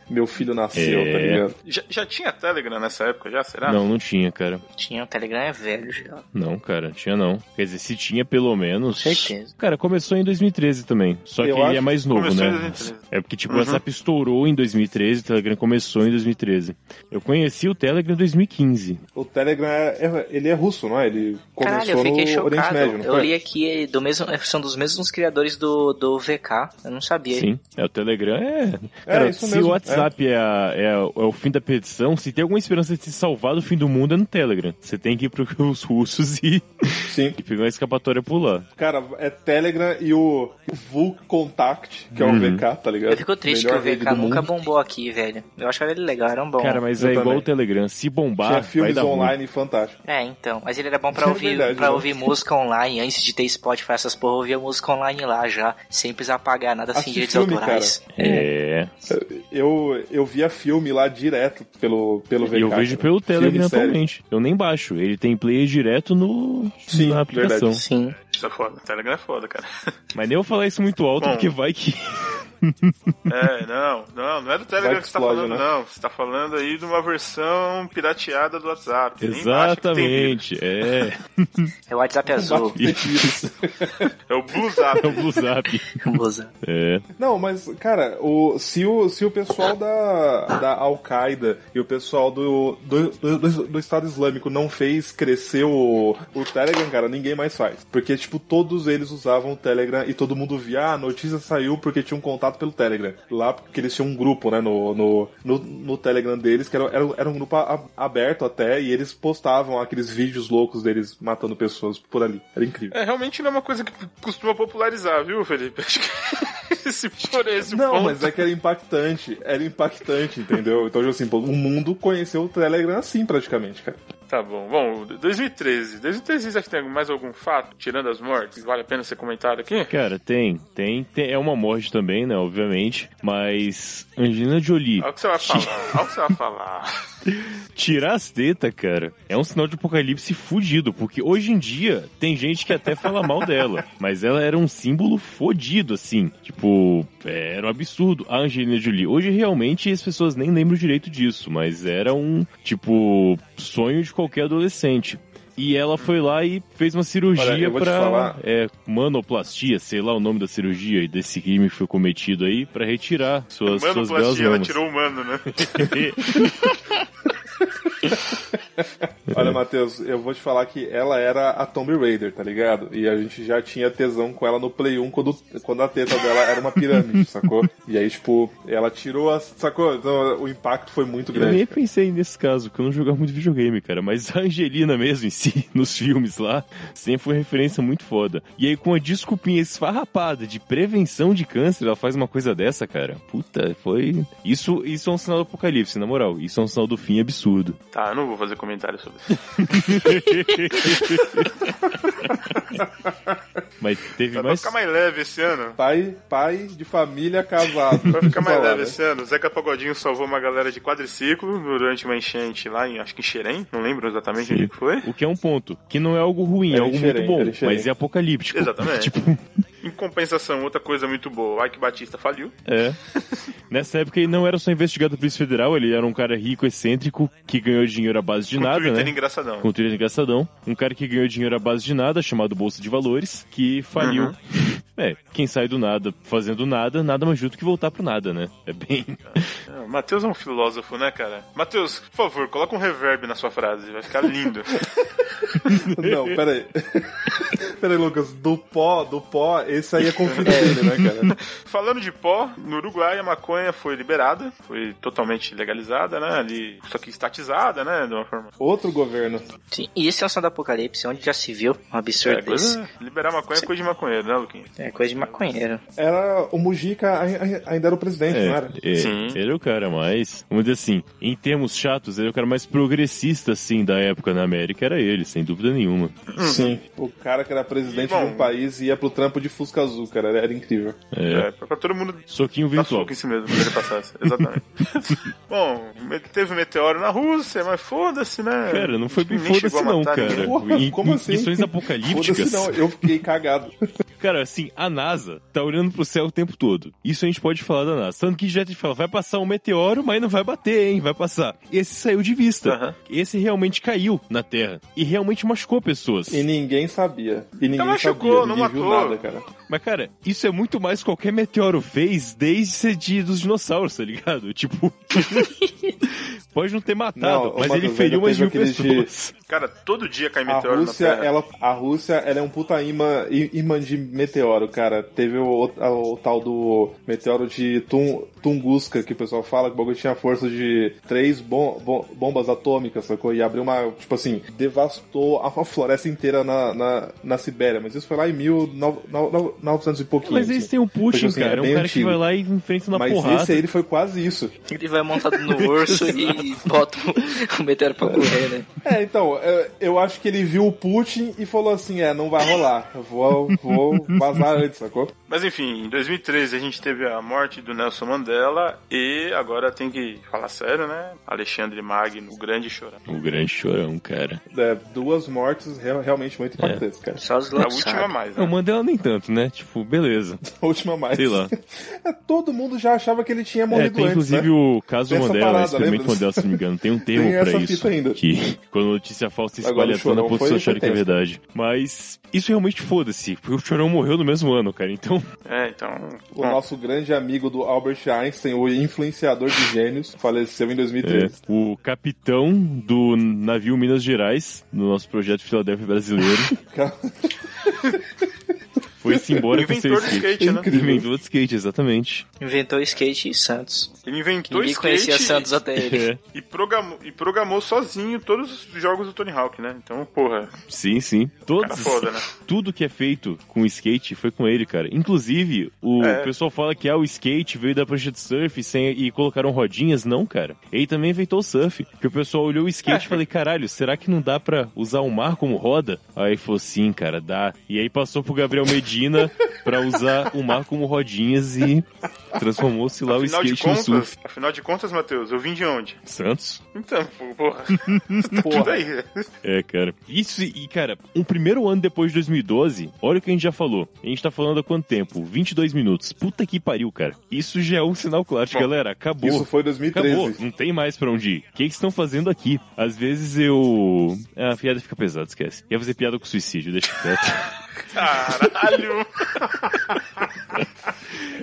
Speaker 3: Meu filho nasceu,
Speaker 5: É.
Speaker 3: tá ligado?
Speaker 2: Já, já tinha Telegram nessa época, já,
Speaker 3: Tá.
Speaker 2: será?
Speaker 5: Não, não tinha, cara.
Speaker 4: Tinha, o Telegram é velho já.
Speaker 5: Não, cara, tinha não. Quer dizer, se tinha pelo menos.
Speaker 4: Certeza.
Speaker 5: Cara, começou em 2013 também. Só que
Speaker 3: Eu
Speaker 5: ele
Speaker 3: acho
Speaker 5: é mais novo,
Speaker 2: começou em
Speaker 5: né?
Speaker 2: 2013.
Speaker 5: É porque, tipo,
Speaker 2: Uhum.
Speaker 5: o WhatsApp estourou em 2013, o Telegram começou em 2013. Eu conheci o Telegram em 2015.
Speaker 3: O Telegram, é, é- ele é russo, não é? Ele começou
Speaker 4: Caralho, eu fiquei
Speaker 3: no Oriente
Speaker 4: chocado.
Speaker 3: Médio, não
Speaker 4: eu
Speaker 3: foi?
Speaker 4: li aqui, do mesmo, são dos mesmos criadores do, do VK. Eu não sabia.
Speaker 5: Sim. É, o Telegram é. Cara,
Speaker 3: isso
Speaker 5: se
Speaker 3: mesmo,
Speaker 5: o WhatsApp é. a- é a- é o fim da petição, se tem alguma esperança de se salvar do fim do mundo, é no Telegram. Você tem que ir pros russos e,
Speaker 3: Sim.
Speaker 5: e pegar uma escapatória por lá.
Speaker 3: Cara, é Telegram e o Vulk Contact, que é o
Speaker 5: Uhum.
Speaker 3: VK, tá ligado?
Speaker 4: Eu fico triste
Speaker 3: Melhor
Speaker 4: que o
Speaker 3: rede
Speaker 4: VK
Speaker 3: do
Speaker 4: nunca
Speaker 3: mundo.
Speaker 4: bombou aqui, velho. Eu achava ele legal, era um bom.
Speaker 5: Cara, mas
Speaker 3: eu
Speaker 5: é igual
Speaker 3: também.
Speaker 5: o Telegram. Se
Speaker 3: Tinha
Speaker 5: bombar, vai
Speaker 3: filmes
Speaker 5: dar ruim.
Speaker 3: online fantásticos.
Speaker 4: É, então. Mas ele era bom pra
Speaker 3: É
Speaker 4: ouvir,
Speaker 3: verdade,
Speaker 4: pra
Speaker 3: né?
Speaker 4: ouvir música online. Antes de ter Spotify, essas porra, eu ouvia música online lá já. Sem precisar pagar nada, sem
Speaker 3: Assiste
Speaker 4: direitos
Speaker 3: filme,
Speaker 4: autorais.
Speaker 5: É.
Speaker 3: Eu, eu via filme lá direto pelo, pelo VK.
Speaker 5: E eu vejo pelo
Speaker 3: né? Filme,
Speaker 5: Telegram
Speaker 3: série.
Speaker 5: atualmente. Eu nem baixo. Ele tem player direto no
Speaker 3: Sim,
Speaker 5: na aplicação.
Speaker 3: verdade.
Speaker 4: Sim.
Speaker 2: Isso é foda. Telegram é foda, cara.
Speaker 5: Mas nem eu falar isso muito alto,
Speaker 2: Bom.
Speaker 5: porque vai que.
Speaker 2: É, não, não, não é do Telegram
Speaker 3: Vai
Speaker 2: que você tá
Speaker 3: explode,
Speaker 2: falando,
Speaker 3: né?
Speaker 2: não. Você tá falando aí de uma versão pirateada do WhatsApp. que nem baixa, que tem vírus.
Speaker 5: Exatamente. É.
Speaker 4: É o WhatsApp azul.
Speaker 3: Bate pedidos.
Speaker 2: É o Blue Zap.
Speaker 5: É o Blue Zap.
Speaker 4: Usa.
Speaker 5: É.
Speaker 3: Não, mas, cara, o, se, o, se o pessoal da, da Al-Qaeda e o pessoal do, do, do, do Estado Islâmico não fez crescer o, o Telegram, cara, ninguém mais faz. Porque, tipo, todos eles usavam o Telegram e todo mundo via, ah, a notícia saiu porque tinha um contato pelo Telegram. Lá, porque eles tinham um grupo, né, no, no, no, no Telegram deles, que era, era, um- era um grupo a- aberto até, e eles postavam aqueles vídeos loucos deles matando pessoas por ali. Era incrível.
Speaker 2: É, realmente não é uma coisa que costuma popularizar, viu, Felipe? Acho que se for esse o
Speaker 3: Não,
Speaker 2: ponto.
Speaker 3: mas é que era impactante. Era impactante, entendeu? Então, assim, pô, o mundo conheceu o Telegram assim, praticamente, cara.
Speaker 5: é-
Speaker 2: Tá bom. Bom, 2013. 2013 já que tem mais algum fato, tirando as mortes, que vale a pena ser comentado aqui?
Speaker 5: Cara, tem, tem, tem. É uma morte também, né? Obviamente. Mas. Angelina Jolie,
Speaker 2: Olha o que você vai falar. Olha o que você vai falar.
Speaker 5: tirar as tetas, cara, é um sinal de apocalipse fudido. Porque hoje em dia tem gente que até fala mal dela. Mas ela era um símbolo fodido, assim. Tipo, é, era um absurdo. A Angelina Jolie. Hoje realmente as pessoas nem lembram direito disso. Mas era um, tipo, sonho de qualquer adolescente. E ela foi lá e fez uma cirurgia
Speaker 3: Olha, eu vou te
Speaker 5: pra
Speaker 3: falar.
Speaker 5: é, manoplastia, sei lá o nome da cirurgia e desse crime que foi cometido aí, pra retirar suas, suas belas
Speaker 2: né? Manoplastia, ela
Speaker 5: mamas.
Speaker 2: tirou o mano, né?
Speaker 5: Uhum.
Speaker 3: Olha, Matheus, eu vou te falar que ela era a Tomb Raider, tá ligado? E a gente já tinha tesão com ela no Play 1 quando, quando a teta dela era uma pirâmide, sacou? E aí, tipo, ela tirou a. Sacou? Então o impacto foi muito
Speaker 5: Eu nem
Speaker 3: grande.
Speaker 5: pensei nesse caso, porque eu não jogava muito videogame, cara. Mas a Angelina mesmo, em si, nos filmes lá, sempre foi referência muito foda. E aí, com a desculpinha esfarrapada de prevenção de câncer, ela faz uma coisa dessa, cara. Puta, foi. Isso, isso é um sinal do apocalipse, na moral. Isso é um sinal do fim absurdo.
Speaker 2: Tá, eu não vou fazer comentário sobre isso.
Speaker 5: Mas teve
Speaker 2: Vai
Speaker 5: mais.
Speaker 2: ficar mais leve esse ano?
Speaker 3: Pai, pai de família casado.
Speaker 2: Vai ficar mais
Speaker 3: Falar,
Speaker 2: leve assim.
Speaker 3: né?
Speaker 2: esse ano. O Zeca Pagodinho salvou uma galera de quadriciclo durante uma enchente lá em, acho que em Xerém, não lembro exatamente
Speaker 5: Sim.
Speaker 2: onde que foi.
Speaker 5: O que é um ponto. Que não é algo ruim, é,
Speaker 3: É
Speaker 5: algo muito
Speaker 3: diferente,
Speaker 5: bom.
Speaker 3: é diferente.
Speaker 5: mas é apocalíptico.
Speaker 2: Exatamente.
Speaker 5: tipo,
Speaker 2: Em compensação, outra coisa muito boa, o Ike Batista faliu.
Speaker 5: É. Nessa época ele não era só investigado da Polícia Federal, ele era um cara rico, excêntrico, que ganhou dinheiro à base de
Speaker 2: com
Speaker 5: nada,
Speaker 2: Twitter
Speaker 5: né?
Speaker 2: engraçadão.
Speaker 5: Com o Twitter engraçadão. Um cara que ganhou dinheiro à base de nada, chamado Bolsa de Valores, que faliu.
Speaker 2: Uhum.
Speaker 5: É, quem sai do nada fazendo nada, nada mais justo que voltar pro nada, né? É bem.
Speaker 2: É, o Matheus é um filósofo, né, cara? Matheus, por favor, coloca um reverb na sua frase, vai ficar lindo.
Speaker 3: Não, peraí. peraí, Lucas. Do pó, do pó, esse aí é conflito dele, né, cara?
Speaker 2: Falando de pó, no Uruguai a maconha foi liberada, foi totalmente legalizada, né? Ali, só que estatizada, né? De uma forma.
Speaker 3: Outro governo.
Speaker 4: Sim, e isso é o sinal do apocalipse, onde já se viu um absurdo
Speaker 2: É,
Speaker 4: desse.
Speaker 2: coisa, liberar maconha é coisa de maconheiro, né, Luquinha?
Speaker 4: É coisa de maconheiro.
Speaker 3: Era o Mujica, ai- ai- ainda era o presidente, não era?
Speaker 5: É, é,
Speaker 2: Sim.
Speaker 5: Ele é o cara mais, vamos dizer assim, em termos chatos, ele é o cara mais progressista, assim, da época na América, era ele, sem dúvida nenhuma.
Speaker 3: Sim. O cara que era presidente
Speaker 2: Bom.
Speaker 3: de um país e ia pro trampo de Fusca Azul, cara. Era, era incrível.
Speaker 5: É.
Speaker 2: É, pra, pra todo mundo
Speaker 5: Soquinho
Speaker 2: dar
Speaker 5: virtual.
Speaker 2: soco em si mesmo quando ele passasse. Exatamente. Bom, teve um meteoro na Rússia, mas foda-se, né?
Speaker 5: Cara, não foi
Speaker 2: Acho que
Speaker 5: bem
Speaker 2: nem chegou
Speaker 5: foda-se
Speaker 2: a
Speaker 5: não,
Speaker 2: matar
Speaker 5: cara.
Speaker 2: ninguém.
Speaker 3: Porra,
Speaker 5: Em-
Speaker 3: como
Speaker 5: em
Speaker 3: assim?
Speaker 5: Questões
Speaker 3: Foda-se
Speaker 5: apocalípticas.
Speaker 3: não, eu fiquei cagado.
Speaker 5: Cara, assim, a NASA tá olhando pro céu o tempo todo. Isso a gente pode falar da NASA. Tanto que já te fala, vai passar um meteoro, mas não vai bater, hein? Vai passar. Esse saiu de vista.
Speaker 2: Aham.
Speaker 5: Esse realmente caiu na Terra. E realmente machucou pessoas.
Speaker 3: E ninguém sabia. E ninguém
Speaker 2: mas
Speaker 3: sabia,
Speaker 2: chocou, Então não
Speaker 3: ninguém viu
Speaker 2: matou.
Speaker 3: nada, cara.
Speaker 5: Mas, cara, isso é muito mais que qualquer meteoro fez desde ser dia dos dinossauros, tá ligado? Tipo. pode não ter matado,
Speaker 3: Não, ô,
Speaker 5: mas ele
Speaker 3: Matheus,
Speaker 5: feriu
Speaker 3: ainda
Speaker 5: mais mil
Speaker 3: teve aquele de-
Speaker 5: pessoas.
Speaker 2: Cara, todo dia cai
Speaker 3: A
Speaker 2: meteoro
Speaker 3: Rússia,
Speaker 2: na Terra.
Speaker 3: ela, a Rússia, ela é um puta imã, i- imã de meteoro, cara. Teve o, o- o tal do meteoro de Tung- Tunguska, que o pessoal fala, que o bagulho tinha força de três bom- bom- bombas atômicas, sacou? E abriu uma, tipo assim, devastou a, a floresta inteira na, na, na Sibéria. Mas isso foi lá em 1900 e pouquinho.
Speaker 5: É, Mas eles
Speaker 3: assim.
Speaker 5: têm o Putin,
Speaker 3: Porque, assim,
Speaker 5: cara.
Speaker 3: é
Speaker 5: É um
Speaker 3: bem
Speaker 5: cara que
Speaker 3: antigo.
Speaker 5: vai lá e enfrenta na
Speaker 3: Mas
Speaker 5: porrada.
Speaker 3: esse aí ele foi quase isso.
Speaker 4: Ele vai montado no urso e bota o- o meteoro pra correr, né?
Speaker 3: É, então, é, eu acho que ele viu o Putin e falou assim: é, não vai rolar. Eu vou, vou vazar antes, sacou?
Speaker 2: Mas enfim, em 2013 a gente teve a morte do Nelson Mandela e agora tem que falar sério, né? Alexandre Magno, o grande chorão.
Speaker 5: O grande chorão, cara.
Speaker 3: É, duas mortes real- realmente muito
Speaker 5: É.
Speaker 3: impactantes, cara.
Speaker 4: Só os
Speaker 2: A
Speaker 4: loucos.
Speaker 2: última
Speaker 4: sabem.
Speaker 2: mais,
Speaker 5: Eu
Speaker 2: né?
Speaker 5: mandei ela nem tanto, né? Tipo, beleza.
Speaker 3: A última mais.
Speaker 5: Sei lá.
Speaker 3: É, Todo mundo já achava que ele tinha
Speaker 5: É,
Speaker 3: morrido
Speaker 5: tem
Speaker 3: antes,
Speaker 5: inclusive
Speaker 3: né?
Speaker 5: o caso
Speaker 3: Tem essa
Speaker 5: Mandela,
Speaker 3: parada,
Speaker 5: experimento
Speaker 3: lembra?
Speaker 5: Mandela, se não me engano, tem um termo
Speaker 3: Tem essa
Speaker 5: pra
Speaker 3: fita
Speaker 5: isso.
Speaker 3: ainda.
Speaker 5: Que quando a notícia falsa se
Speaker 3: Agora, o
Speaker 5: espalha tanto, a
Speaker 3: Chorão
Speaker 5: pessoa
Speaker 3: foi
Speaker 5: achar que é
Speaker 3: tenso.
Speaker 5: verdade. Mas isso realmente foda-se, porque o Chorão morreu no mesmo ano, cara. Então,
Speaker 2: É, então.
Speaker 3: O
Speaker 2: bom,
Speaker 3: nosso grande amigo do Albert Einstein, o influenciador de gênios, faleceu em
Speaker 5: é,
Speaker 3: 2013.
Speaker 5: o capitão do navio Minas Gerais, do nosso projeto Filadélfia Brasileiro,
Speaker 3: Cara,
Speaker 5: foi-se
Speaker 2: o
Speaker 5: embora com seu
Speaker 2: inventor do
Speaker 5: skate.
Speaker 2: skate, né?
Speaker 3: Incrível.
Speaker 5: Inventou outro skate, exatamente.
Speaker 4: Inventou skate e Santos.
Speaker 2: Ele inventou
Speaker 4: Ninguém
Speaker 2: skate
Speaker 4: conhecia Santos até ele.
Speaker 5: É,
Speaker 2: e, programou, e programou sozinho todos os jogos do Tony Hawk, né? Então, porra,
Speaker 5: sim, sim.
Speaker 2: cara
Speaker 5: Todos,
Speaker 2: foda, né?
Speaker 5: tudo que é feito com skate foi com ele, cara. Inclusive, o
Speaker 2: É.
Speaker 5: pessoal fala que ah, o skate veio da prancha de surf sem- e colocaram rodinhas. Não, cara. Ele também inventou o surf. Porque o pessoal olhou o skate e falei, caralho, será que não dá pra usar o mar como roda? Aí falou, sim, cara, dá. E aí passou pro Gabriel Medina pra usar o mar como rodinhas e transformou-se lá o
Speaker 2: Afinal de
Speaker 5: skate no surf.
Speaker 2: contas, afinal de contas, Matheus, eu vim de onde?
Speaker 5: Santos?
Speaker 2: Então, pô, porra, tudo
Speaker 3: porra.
Speaker 2: aí.
Speaker 5: É, cara. Isso, e, cara, um primeiro ano depois de 2012, olha o que a gente já falou. A gente tá falando há quanto tempo? 22 minutos. Puta que pariu, cara. Isso já é um sinal claro, de,
Speaker 2: Bom,
Speaker 5: galera. Acabou.
Speaker 3: Isso foi em
Speaker 5: Acabou,
Speaker 3: 2013.
Speaker 5: não tem mais pra onde ir. O que que vocês estão fazendo aqui? é, Às vezes eu. Ah, a piada fica pesada, esquece. Ia fazer piada com suicídio, deixa quieto.
Speaker 2: Caralho!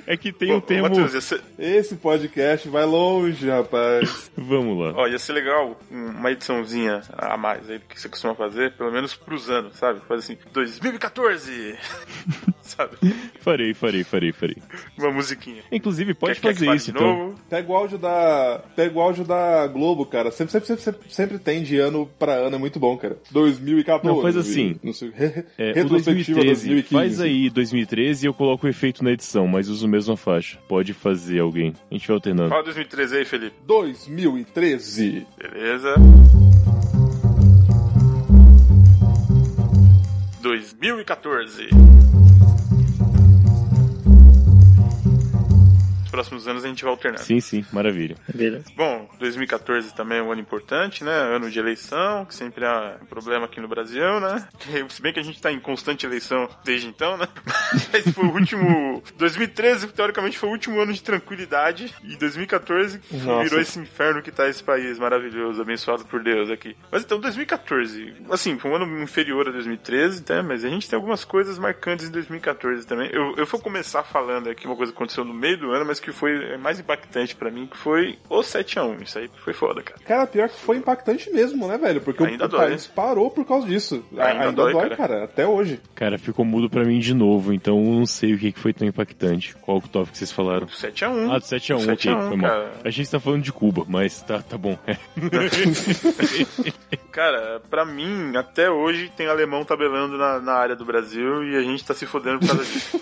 Speaker 5: É que tem
Speaker 2: Ô,
Speaker 5: um termo.
Speaker 2: Matheus, ia ser,
Speaker 3: Esse podcast vai longe, rapaz.
Speaker 5: Vamos lá.
Speaker 2: ó, ia ser legal um- uma ediçãozinha a mais aí do que você costuma fazer, pelo menos pros anos, sabe? Faz assim, 2014! sabe?
Speaker 5: Farei, farei, farei, farei.
Speaker 2: Uma musiquinha.
Speaker 5: Inclusive, pode
Speaker 2: Quer- quer que
Speaker 5: fazer
Speaker 2: fale
Speaker 5: isso,
Speaker 2: de
Speaker 5: então.
Speaker 2: novo?
Speaker 3: Pega o áudio da. Pega o áudio da Globo, cara. Sempre, sempre, sempre, sempre, sempre tem de ano pra ano, é muito bom, cara. 2014.
Speaker 5: Não, faz assim.
Speaker 3: Não sei, re,
Speaker 5: É, o
Speaker 3: retrospectiva
Speaker 5: 2013.
Speaker 3: 2015.
Speaker 5: Faz aí 2013 e eu coloco o efeito na edição, mas uso a mesma faixa. Pode fazer alguém. A gente vai alternando.
Speaker 2: Fala 2013 aí, Felipe.
Speaker 3: 2013.
Speaker 2: Beleza. 2014. Nos próximos anos a gente vai alternando.
Speaker 5: Sim, sim, maravilha.
Speaker 4: Beleza.
Speaker 2: Bom, 2014 também é um ano importante, né? Ano de eleição, que sempre é um problema aqui no Brasil, né? Que, Se bem que a gente tá em constante eleição desde então, né? Mas foi o último. 2013, teoricamente, foi o último ano de tranquilidade. E 2014
Speaker 3: Nossa.
Speaker 2: virou esse inferno que tá esse país maravilhoso, abençoado por Deus aqui. Mas então, 2014, assim, foi um ano inferior a 2013, né? Mas a gente tem algumas coisas marcantes em 2014 também. Eu, eu vou começar falando aqui uma coisa que aconteceu no meio do ano, mas que foi mais impactante pra mim, que foi o 7x1. Isso aí foi foda, cara.
Speaker 3: Cara, pior que foi impactante mesmo, né, velho? Porque
Speaker 2: Ainda
Speaker 3: o, o
Speaker 2: dói.
Speaker 3: país parou por causa disso. A-
Speaker 2: Ainda dói,
Speaker 3: dói,
Speaker 2: cara.
Speaker 3: cara, até hoje.
Speaker 5: Cara, ficou mudo pra mim de novo, então eu não sei o que que foi tão impactante. Qual que o tópico que vocês falaram?
Speaker 2: 7x1.
Speaker 5: Ah, do 7x1, ok,
Speaker 2: 7 um. Hum? a 1,
Speaker 5: foi mal.
Speaker 2: cara.
Speaker 5: A gente tá falando de Cuba, mas tá, tá bom.
Speaker 2: Cara, pra mim, até hoje tem alemão tabelando na, na área do Brasil e a gente tá se fodendo por causa disso.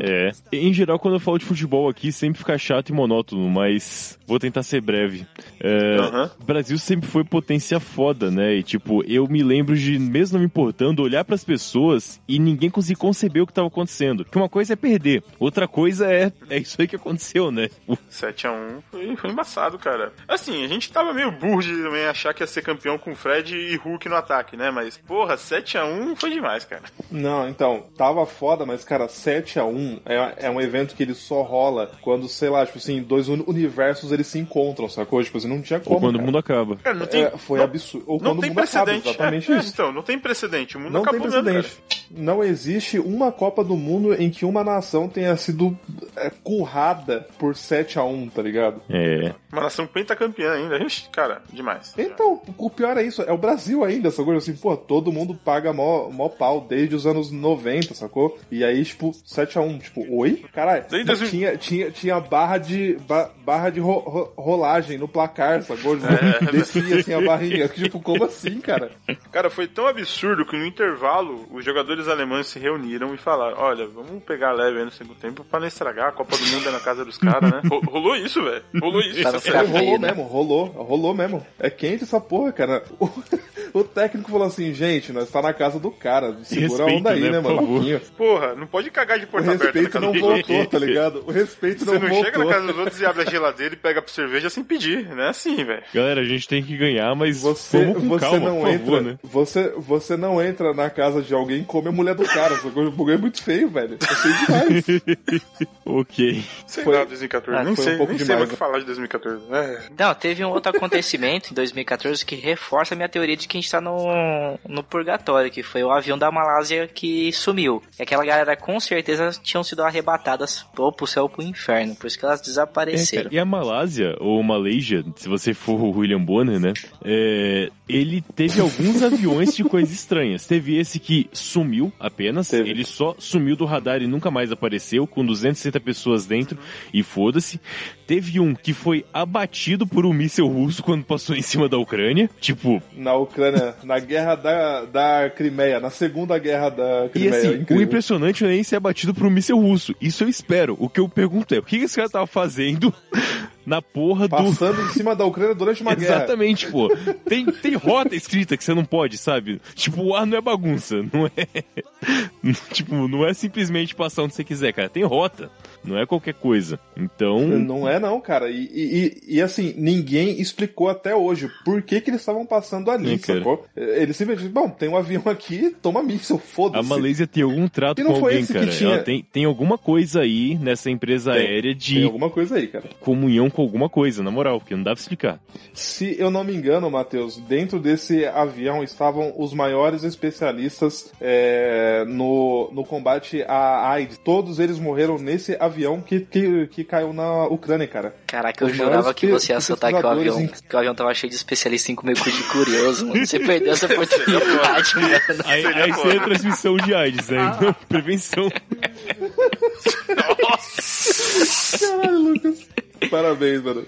Speaker 5: É. Em geral, quando eu falo de futebol aqui, sempre fica chato e monótono, mas vou tentar ser breve. É,
Speaker 2: Aham.
Speaker 5: Brasil sempre foi potência foda, né? E tipo, eu me lembro de, mesmo não me importando, olhar pras pessoas e ninguém conseguir conceber o que tava acontecendo. Que uma coisa é perder, outra coisa é é isso aí que aconteceu, né?
Speaker 2: 7x1 foi, foi embaçado, cara. Assim, a gente tava meio burro de também achar que ia ser campeão com Fred e Hulk no ataque, né? Mas, porra, 7x1 foi demais, cara.
Speaker 3: Não, então, tava foda, mas, cara, 7x1 é, é um evento que ele só rola quando, sei lá, tipo assim, dois uni- universos eles se encontram, sacou? Tipo assim, não tinha como.
Speaker 5: Ou quando o
Speaker 3: cara.
Speaker 5: mundo acaba.
Speaker 2: Cara, não tem,
Speaker 3: É, foi
Speaker 2: não,
Speaker 3: absurdo. Ou
Speaker 2: não
Speaker 3: quando o
Speaker 2: tem
Speaker 3: mundo acaba,
Speaker 2: precedente.
Speaker 3: exatamente
Speaker 2: É, é,
Speaker 3: isso.
Speaker 2: então, não tem precedente. O mundo
Speaker 3: Não tem
Speaker 2: acabou mesmo, cara.
Speaker 3: precedente. Não existe uma Copa do Mundo em que uma nação tenha sido é, currada por 7 a 1 tá ligado?
Speaker 5: É.
Speaker 2: Uma nação pentacampeã ainda. Ixi, cara, demais.
Speaker 3: Então, o pior é isso, é o Brasil ainda, sacou? Assim, pô, todo mundo paga mó, mó pau desde os anos 90, sacou? E aí, tipo, 7x1, tipo, oi? Caralho,
Speaker 2: Desde
Speaker 3: não,
Speaker 2: 2000.
Speaker 3: tinha, tinha, tinha barra de, ba- barra de ro- ro- rolagem no placar, sacou?
Speaker 2: É.
Speaker 3: Descia, assim, a barrinha. Tipo, como assim, cara?
Speaker 2: Cara, foi tão absurdo que no intervalo os jogadores alemães se reuniram e falaram: Olha, vamos pegar leve aí no segundo tempo pra não estragar a Copa do Mundo é na casa dos caras, né? Ro- rolou isso, velho. Rolou isso.
Speaker 4: Tá no
Speaker 2: sério.
Speaker 4: Tá
Speaker 3: Cara, rolou
Speaker 4: feio, né?
Speaker 3: mesmo, rolou, rolou mesmo. É quente essa porra, cara. O, o técnico falou assim, gente, nós tá na casa do cara, segura a
Speaker 5: Respeito,
Speaker 3: onda aí,
Speaker 5: né,
Speaker 3: né,
Speaker 5: por
Speaker 3: mano?
Speaker 5: favor.
Speaker 3: Marquinho.
Speaker 2: Porra, não pode cagar de
Speaker 3: O
Speaker 2: porta aberta.
Speaker 3: respeito
Speaker 2: na
Speaker 3: não
Speaker 2: casa dos outros.
Speaker 3: voltou, tá ligado? O respeito
Speaker 2: Você
Speaker 3: não
Speaker 2: não chega na
Speaker 3: voltou.
Speaker 2: casa dos outros e abre a geladeira e pega pra cerveja sem pedir. Não é assim, velho.
Speaker 5: Galera, a gente tem que ganhar, mas
Speaker 3: Você,
Speaker 5: vamos com
Speaker 3: você
Speaker 5: calma,
Speaker 3: não
Speaker 5: por
Speaker 3: entra,
Speaker 5: favor, né?
Speaker 3: você, você não entra na casa de alguém e come a mulher do cara. Essa coisa o bagulho é muito feio, velho. É feio demais.
Speaker 5: Ok.
Speaker 2: Sei
Speaker 3: Foi-
Speaker 2: lá, 2014.
Speaker 4: Ah,
Speaker 2: nem
Speaker 3: foi um
Speaker 2: sei,
Speaker 3: pouco
Speaker 2: nem sei
Speaker 3: demais,
Speaker 2: mais o que
Speaker 3: né?
Speaker 2: falar de 2014. né?
Speaker 4: Não, teve um outro acontecimento em 2014 que reforça a minha teoria de que a gente tá no, no purgatório, que foi o avião da Malásia que sumiu. E aquela galera com certeza tinham sido arrebatadas ou pro céu ou pro inferno, por isso que elas
Speaker 5: É,
Speaker 4: desapareceram.
Speaker 5: cara, e a Malásia, ou Malaysia, se você for o William Bonner, né? é, ele teve alguns aviões de coisas estranhas. Teve esse que sumiu apenas,
Speaker 3: Teve.
Speaker 5: ele só sumiu do radar e nunca mais apareceu, com 260 pessoas dentro,
Speaker 3: Uhum.
Speaker 5: e foda-se. Teve um que foi abatido por um míssil russo quando passou em cima da Ucrânia. Tipo,
Speaker 3: Na Ucrânia, na guerra da, da Crimeia, na segunda guerra da
Speaker 5: e
Speaker 3: Crimeia.
Speaker 5: assim, o
Speaker 3: incrível.
Speaker 5: impressionante não é nem ser abatido por um míssil russo. Isso eu espero. O que eu pergunto é, o que que esse cara tava fazendo na porra do...
Speaker 3: Passando em cima da Ucrânia durante uma guerra.
Speaker 5: Exatamente, pô. Tem, tem rota escrita que você não pode, sabe? Tipo, o ar não é bagunça, não é. Tipo, não é simplesmente passar onde você quiser, cara. Tem rota, não é qualquer coisa. Então,
Speaker 3: Não é não, cara. E, e- e- e, assim, ninguém explicou até hoje por que que eles estavam passando ali,
Speaker 5: É, cara.
Speaker 3: sacou? Eles simplesmente, bom, tem um avião aqui, toma míssil,
Speaker 5: a
Speaker 3: foda-se.
Speaker 5: Malaysia tem algum trato
Speaker 3: E não
Speaker 5: com
Speaker 3: foi
Speaker 5: alguém,
Speaker 3: esse que
Speaker 5: cara.
Speaker 3: tinha.
Speaker 5: Ela tem, tem alguma coisa aí nessa empresa
Speaker 3: Tem.
Speaker 5: aérea de
Speaker 3: Tem alguma coisa aí, cara.
Speaker 5: comunhão com alguma coisa, na moral, porque não dá pra explicar.
Speaker 3: Se eu não me engano, Matheus, dentro desse avião estavam os maiores especialistas é, no, no combate à AIDS. Todos eles morreram nesse avião que, que, que caiu na Ucrânia, cara.
Speaker 4: Caraca, eu
Speaker 3: Os
Speaker 4: jurava
Speaker 3: maiores
Speaker 4: que você ia
Speaker 3: pe-
Speaker 4: soltar que o avião,
Speaker 3: pesquisadores
Speaker 4: que o avião tava cheio de especialista em comer cu de curioso, mano. Você perdeu essa oportunidade, mano.
Speaker 5: Aí,
Speaker 2: Seria
Speaker 5: aí
Speaker 2: bom.
Speaker 5: seria transmissão de AIDS, né? Então, prevenção.
Speaker 3: Caralho, Lucas. Parabéns, mano.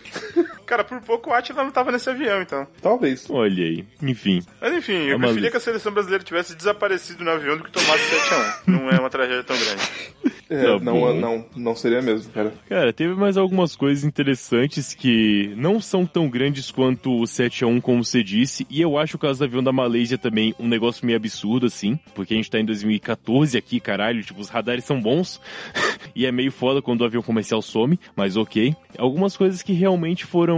Speaker 2: Cara, por pouco o Atila não tava nesse avião, então.
Speaker 3: Talvez.
Speaker 5: Olha aí. Enfim.
Speaker 2: Mas enfim,
Speaker 5: É
Speaker 2: eu
Speaker 5: uma
Speaker 2: preferia
Speaker 5: luz.
Speaker 2: que a seleção brasileira tivesse desaparecido no avião do que tomasse 7x1. Não é uma tragédia tão grande.
Speaker 3: É,
Speaker 5: Tá
Speaker 3: não,
Speaker 5: bom.
Speaker 3: não, não seria mesmo, cara.
Speaker 5: Cara, teve mais algumas coisas interessantes que não são tão grandes quanto o 7x1, como você disse, e eu acho o caso do avião da Malásia também um negócio meio absurdo, assim, porque a gente tá em 2014 aqui, caralho, tipo, os radares são bons, e é meio foda quando o avião comercial some, mas ok. Algumas coisas que realmente foram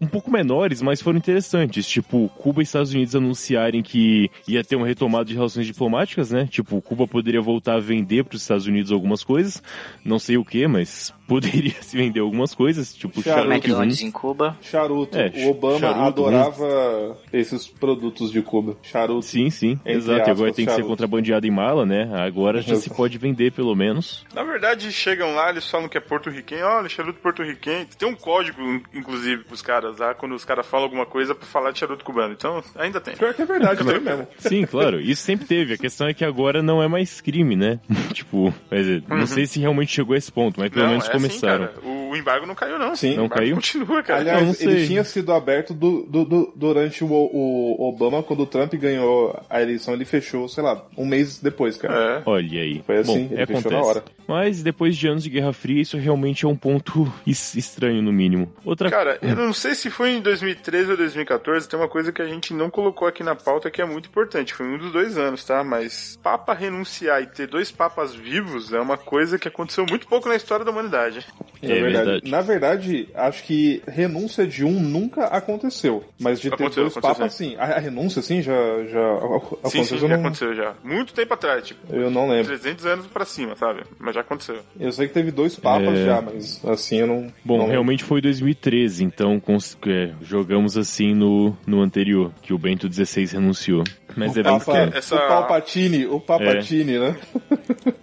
Speaker 5: um pouco menores, mas foram interessantes, tipo, Cuba e Estados Unidos anunciarem que ia ter um retomado de relações diplomáticas, né? Tipo, Cuba poderia voltar a vender para os Estados Unidos algumas coisas, não sei o que, mas poderia se vender algumas coisas, tipo
Speaker 3: Cara,
Speaker 5: charuto e
Speaker 4: McDonald's
Speaker 5: vinho.
Speaker 4: em Cuba.
Speaker 3: Charuto.
Speaker 5: É,
Speaker 3: o Obama
Speaker 5: charuto, né?
Speaker 3: adorava esses produtos de Cuba. Charuto.
Speaker 5: Sim, sim,
Speaker 3: Entre
Speaker 5: exato. E agora
Speaker 3: aspas,
Speaker 5: tem que ser
Speaker 3: charuto.
Speaker 5: contrabandeado em mala, né? Agora já se
Speaker 3: Exato.
Speaker 5: pode vender, pelo menos.
Speaker 2: Na verdade, chegam lá, eles falam que é porto-riquenho. Olha, charuto porto-riquenho. Tem um código, in- inclusive, pros caras lá, quando os caras falam alguma coisa pra falar de charuto cubano. Então, ainda tem.
Speaker 3: Pior que é verdade, tem mesmo.
Speaker 5: Sim, claro, isso sempre teve. A questão é que agora não é mais crime, né? tipo, quer dizer,
Speaker 3: Uhum.
Speaker 5: não sei se realmente chegou a esse ponto, mas pelo
Speaker 2: não,
Speaker 5: menos
Speaker 2: é
Speaker 5: começaram.
Speaker 2: Assim, cara. O embargo não caiu, não.
Speaker 3: Sim.
Speaker 2: o
Speaker 5: Não
Speaker 2: embargo
Speaker 5: caiu?
Speaker 2: Continua, cara.
Speaker 5: Eu não
Speaker 3: Aliás,
Speaker 5: sei.
Speaker 3: ele tinha sido aberto do- do- do- durante o, o Obama, quando o Trump ganhou a eleição, ele fechou, sei lá, um mês depois, cara.
Speaker 2: É.
Speaker 5: Olha aí.
Speaker 3: Foi assim,
Speaker 5: Bom,
Speaker 3: ele fechou
Speaker 5: acontece.
Speaker 3: na hora.
Speaker 5: Mas depois de anos de Guerra Fria, isso realmente é um ponto es- estranho, no mínimo. Outra
Speaker 2: Cara, eu não sei se foi em 2013 ou 2014, tem uma coisa que a gente não colocou aqui na pauta que é muito importante. Foi um dos dois anos, tá? Mas Papa renunciar e ter dois papas vivos é uma coisa que aconteceu muito pouco na história da humanidade.
Speaker 5: É
Speaker 3: Na verdade.
Speaker 5: verdade.
Speaker 3: Na verdade, acho que renúncia de um nunca aconteceu. Mas de ter
Speaker 2: Aconteceu,
Speaker 3: dois
Speaker 2: aconteceu
Speaker 3: papas, sim. A, a renúncia, sim, já, já aconteceu.
Speaker 2: Sim, sim,
Speaker 3: eu
Speaker 2: já
Speaker 3: não-
Speaker 2: aconteceu já. Muito tempo atrás, tipo,
Speaker 3: Eu não
Speaker 5: É.
Speaker 3: lembro.
Speaker 2: 300 anos pra cima, sabe? Mas já aconteceu.
Speaker 3: Eu sei que teve dois papas
Speaker 5: É.
Speaker 3: já, mas assim eu não.
Speaker 5: Bom,
Speaker 3: não lembro.
Speaker 5: realmente foi 2013, então cons- é, jogamos assim no, no anterior, que o Bento XVI renunciou. Mas é
Speaker 3: O
Speaker 5: bem
Speaker 3: Papa,
Speaker 5: pequeno.
Speaker 2: Essa-
Speaker 3: o Palpatine, o Palpatine, né?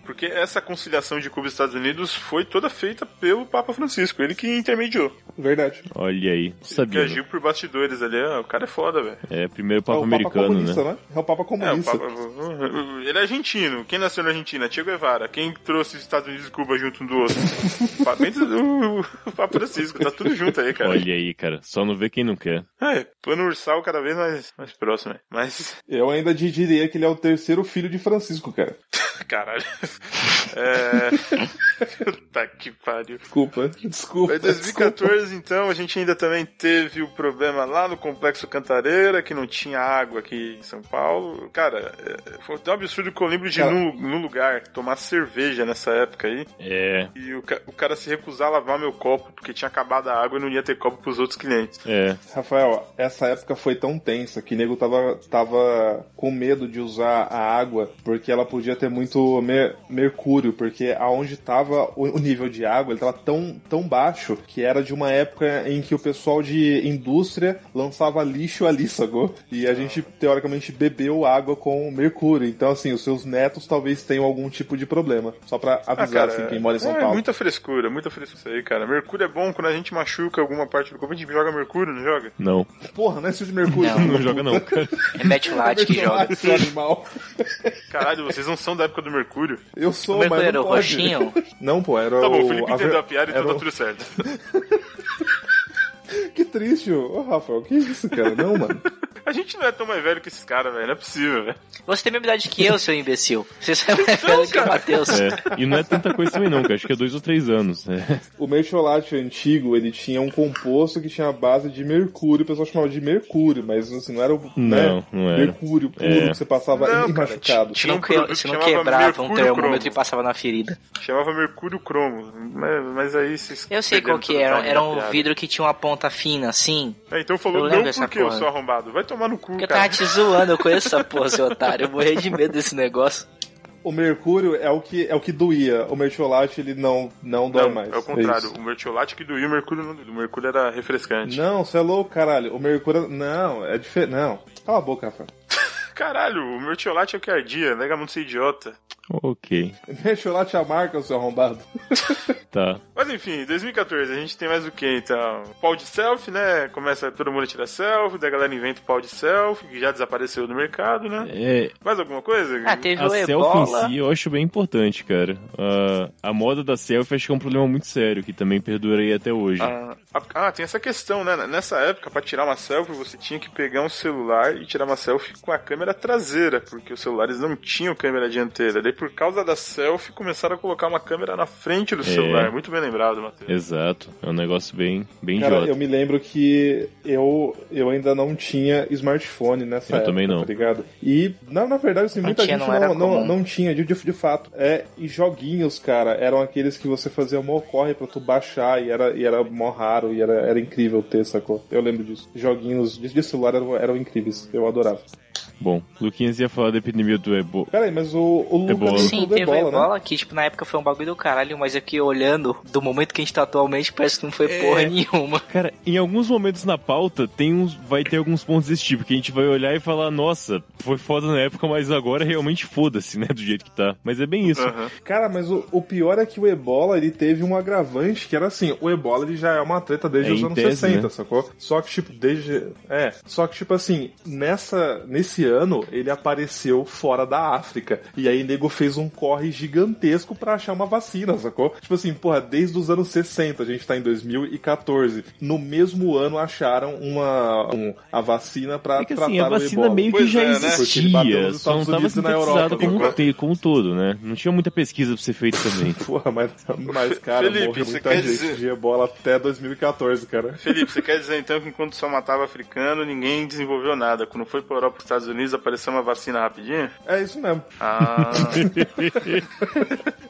Speaker 2: Porque essa conciliação de Cuba e Estados Unidos foi toda feita pelo Papa Francisco, ele que intermediou.
Speaker 3: Verdade.
Speaker 5: Olha aí,
Speaker 2: Que
Speaker 5: sabia. né?
Speaker 2: agiu por bastidores ali, ó, o cara é foda, velho.
Speaker 5: É, primeiro
Speaker 3: é
Speaker 5: Papa
Speaker 3: o Papa
Speaker 5: americano,
Speaker 3: comunista,
Speaker 5: né?
Speaker 3: né? É o Papa
Speaker 2: É, o
Speaker 3: comunista.
Speaker 2: Papa, ele é argentino. Quem nasceu na Argentina? Che Guevara. Quem trouxe os Estados Unidos e Cuba junto um do outro? O Papa- o, o Papa Francisco. Tá tudo junto aí,
Speaker 3: né?
Speaker 2: cara.
Speaker 5: Olha aí, cara, só não vê quem não quer.
Speaker 2: É, plano ursal cada vez mais, mais próximo. né? Mas,
Speaker 3: Eu ainda di- diria que ele é o terceiro filho de Francisco, cara.
Speaker 2: caralho. É... Puta que pariu.
Speaker 3: Desculpa. Desculpa.
Speaker 2: Em 2014, então, a gente ainda também teve o problema lá no Complexo Cantareira, que não tinha água aqui em São Paulo. Cara, é, foi tão absurdo que eu lembro de ir
Speaker 3: Cara.
Speaker 2: num, num lugar tomar cerveja nessa época aí.
Speaker 5: É,
Speaker 2: E o, ca- o cara se recusar a lavar meu copo porque tinha acabado a água e não ia ter copo pros outros clientes.
Speaker 5: é.
Speaker 3: Rafael, essa época foi tão tensa que nego tava, tava com medo de usar a água porque ela podia ter muito mer- mercúrio, porque aonde tava o, o nível de água, ele tava tão, tão baixo que era de uma época em que o pessoal de indústria lançava lixo ali, sacou? E a gente, teoricamente, bebeu água com mercúrio. Então, assim, os seus netos talvez tenham algum tipo de problema. Só pra avisar, assim, quem mora em São
Speaker 2: Ah, é
Speaker 3: Paulo.
Speaker 2: muita frescura, muita frescura isso aí, cara. Mercúrio é bom quando a gente machuca alguma parte do corpo, a gente joga mercúrio, não joga?
Speaker 5: Não,
Speaker 3: Porra, não é isso de mercúrio.
Speaker 4: Não,
Speaker 5: não joga não, cara.
Speaker 4: É Matt Light que joga.
Speaker 3: Esse animal.
Speaker 2: Caralho, vocês não são da época do mercúrio.
Speaker 3: Eu
Speaker 4: O
Speaker 3: sou, mas
Speaker 4: Mercúrio
Speaker 3: não
Speaker 4: era o
Speaker 3: pode.
Speaker 4: roxinho?
Speaker 3: Não, pô, era
Speaker 2: Tá
Speaker 3: o...
Speaker 2: bom, o Felipe
Speaker 3: a ver-
Speaker 2: entendeu a piada, então
Speaker 3: era
Speaker 2: tá
Speaker 3: o-
Speaker 2: tudo certo.
Speaker 3: Que triste, ô ô, Rafael, que é isso, cara? Não, mano.
Speaker 2: A gente não é tão mais velho que esses caras, velho. Não é possível, velho.
Speaker 4: Você tem a mesma idade que eu, seu imbecil. Você sabe mais velho que o
Speaker 2: cara.
Speaker 4: Matheus.
Speaker 5: É. E não é tanta coisa também não, cara, acho que é dois ou três anos. né?
Speaker 3: O mercholate antigo, ele tinha um composto que tinha a base de mercúrio, o pessoal chamava de mercúrio, mas assim, não era o...
Speaker 5: Não,
Speaker 3: né,
Speaker 5: não era.
Speaker 3: Mercúrio puro
Speaker 5: É.
Speaker 3: que você passava
Speaker 2: Não,
Speaker 3: em-
Speaker 2: cara,
Speaker 3: machucado.
Speaker 2: ti-
Speaker 4: Se
Speaker 2: Tinha
Speaker 4: não,
Speaker 2: um
Speaker 4: que-
Speaker 2: produto
Speaker 4: se não
Speaker 2: que chamava
Speaker 4: quebrava um
Speaker 2: mercúrio
Speaker 4: termômetro
Speaker 2: cromo.
Speaker 4: e passava na ferida.
Speaker 2: Chamava mercúrio cromo. Mas, mas aí vocês.
Speaker 4: Eu sei qual
Speaker 2: perderam toda a
Speaker 4: que era.
Speaker 2: vibe
Speaker 4: Era
Speaker 2: da
Speaker 4: um
Speaker 2: piada.
Speaker 4: vidro que tinha uma ponta fina, assim.
Speaker 2: É, então
Speaker 4: Eu
Speaker 2: falou,
Speaker 4: lembro
Speaker 2: não
Speaker 4: dessa
Speaker 2: porque eu
Speaker 4: porra.
Speaker 2: sou arrombado. Vai tomar no cu,
Speaker 4: Porque tá eu
Speaker 2: cara.
Speaker 4: tava te zoando, eu conheço essa porra, seu otário. Eu morri de medo desse negócio.
Speaker 3: o Mercúrio é o que, é o que doía. O Mertiolate, ele não, não dói
Speaker 2: Não,
Speaker 3: mais.
Speaker 2: é o
Speaker 3: isso.
Speaker 2: contrário. o mertiolate que doía, o mercúrio não doía. O mercúrio era refrescante.
Speaker 3: Não, você é louco, caralho. O Mercúrio. Não, é diferente. Não. Cala a boca, Rafa.
Speaker 2: Caralho, o mertiolate é o que ardia. Nega muito ser idiota.
Speaker 5: Ok,
Speaker 3: Mertiolate é a marca, seu arrombado.
Speaker 5: tá.
Speaker 2: Mas enfim, 2014, a gente tem mais o que então? Pau de selfie, né? Começa todo mundo a tirar selfie, daí a galera inventa o pau de selfie, que já desapareceu do mercado, né?
Speaker 5: É,
Speaker 2: Mais alguma coisa?
Speaker 4: Ah, teve
Speaker 5: a
Speaker 4: o
Speaker 5: selfie
Speaker 4: Ebola.
Speaker 5: em si é um eu acho bem importante, cara. Ah, a moda da selfie acho que é um problema muito sério, que também perdura aí até hoje.
Speaker 2: Ah, ah, tem essa questão, né? Nessa época, pra tirar uma selfie, você tinha que pegar um celular e tirar uma selfie com a câmera traseira, porque os celulares não tinham câmera dianteira. Daí, por causa da selfie, começaram a colocar uma câmera na frente do celular. Muito bem lembrado, Matheus.
Speaker 5: Exato, é um negócio bem, bem
Speaker 3: Cara,
Speaker 5: idiota.
Speaker 3: eu me lembro que eu, eu ainda não tinha smartphone nessa
Speaker 5: Eu
Speaker 3: época,
Speaker 5: também não.
Speaker 3: tá ligado? E, na, na verdade, assim,
Speaker 4: Não
Speaker 3: muita
Speaker 4: tinha,
Speaker 3: gente
Speaker 4: não era
Speaker 3: não, não,
Speaker 4: comum.
Speaker 3: não tinha, de, de, de fato. É, e joguinhos, cara, eram aqueles que você fazia mó corre pra tu baixar e era, e era mó raro e era, era incrível ter, sacou? Eu lembro disso. Joguinhos de, de celular eram, eram incríveis, eu adorava.
Speaker 5: Bom, Luquinhas ia falar da epidemia do Ebola.
Speaker 3: Peraí, mas o, o Lucas
Speaker 5: Ebola.
Speaker 3: falou
Speaker 4: Sim,
Speaker 3: do
Speaker 4: teve o
Speaker 3: Ebola, né?
Speaker 4: Ebola, que tipo, na época foi um bagulho do caralho, mas aqui olhando, do momento que a gente tá atualmente, parece que não
Speaker 2: É.
Speaker 4: foi porra nenhuma.
Speaker 5: Cara, em alguns momentos na pauta tem uns, vai ter alguns pontos desse tipo, que a gente vai olhar e falar, nossa, foi foda na época, mas agora realmente foda-se, né, do jeito que tá. Mas é bem isso.
Speaker 2: Aham.
Speaker 3: Cara, mas o, o pior é que o Ebola, ele teve um agravante, que era assim, o Ebola ele já é uma treta desde
Speaker 5: É,
Speaker 3: os
Speaker 5: em
Speaker 3: anos
Speaker 5: tese,
Speaker 3: 60,
Speaker 5: né?
Speaker 3: sacou? Só que tipo, desde é, só que tipo assim, nessa nesse ano ele apareceu fora da África. E aí nego fez um corre gigantesco pra achar uma vacina, sacou? Tipo assim, porra, desde os anos 60, a gente tá em 2014. No mesmo ano acharam uma um- a vacina pra
Speaker 5: É que
Speaker 3: tratar
Speaker 5: assim, a
Speaker 3: o
Speaker 5: vacina
Speaker 3: Ebola.
Speaker 5: meio que
Speaker 2: Pois
Speaker 5: já
Speaker 2: é, né?
Speaker 3: Porque ele bateu
Speaker 5: existia,
Speaker 3: nos
Speaker 5: só não
Speaker 3: Estados
Speaker 5: tava
Speaker 3: Unidos e na
Speaker 5: sintetizada
Speaker 3: Europa,
Speaker 5: como,
Speaker 3: né?
Speaker 5: te- como um todo, né? Não tinha muita pesquisa pra ser feita também.
Speaker 3: Porra, mas, mas cara,
Speaker 2: Felipe,
Speaker 3: morreu
Speaker 2: você
Speaker 3: muita
Speaker 2: quer
Speaker 3: gente
Speaker 2: dizer-
Speaker 3: de ebola até 2014, cara.
Speaker 2: Felipe, você quer dizer então que enquanto só matava africano, ninguém desenvolveu nada? Quando foi pra Europa e Estados Unidos, apareceu uma vacina rapidinho?
Speaker 3: É isso mesmo.
Speaker 2: Ah,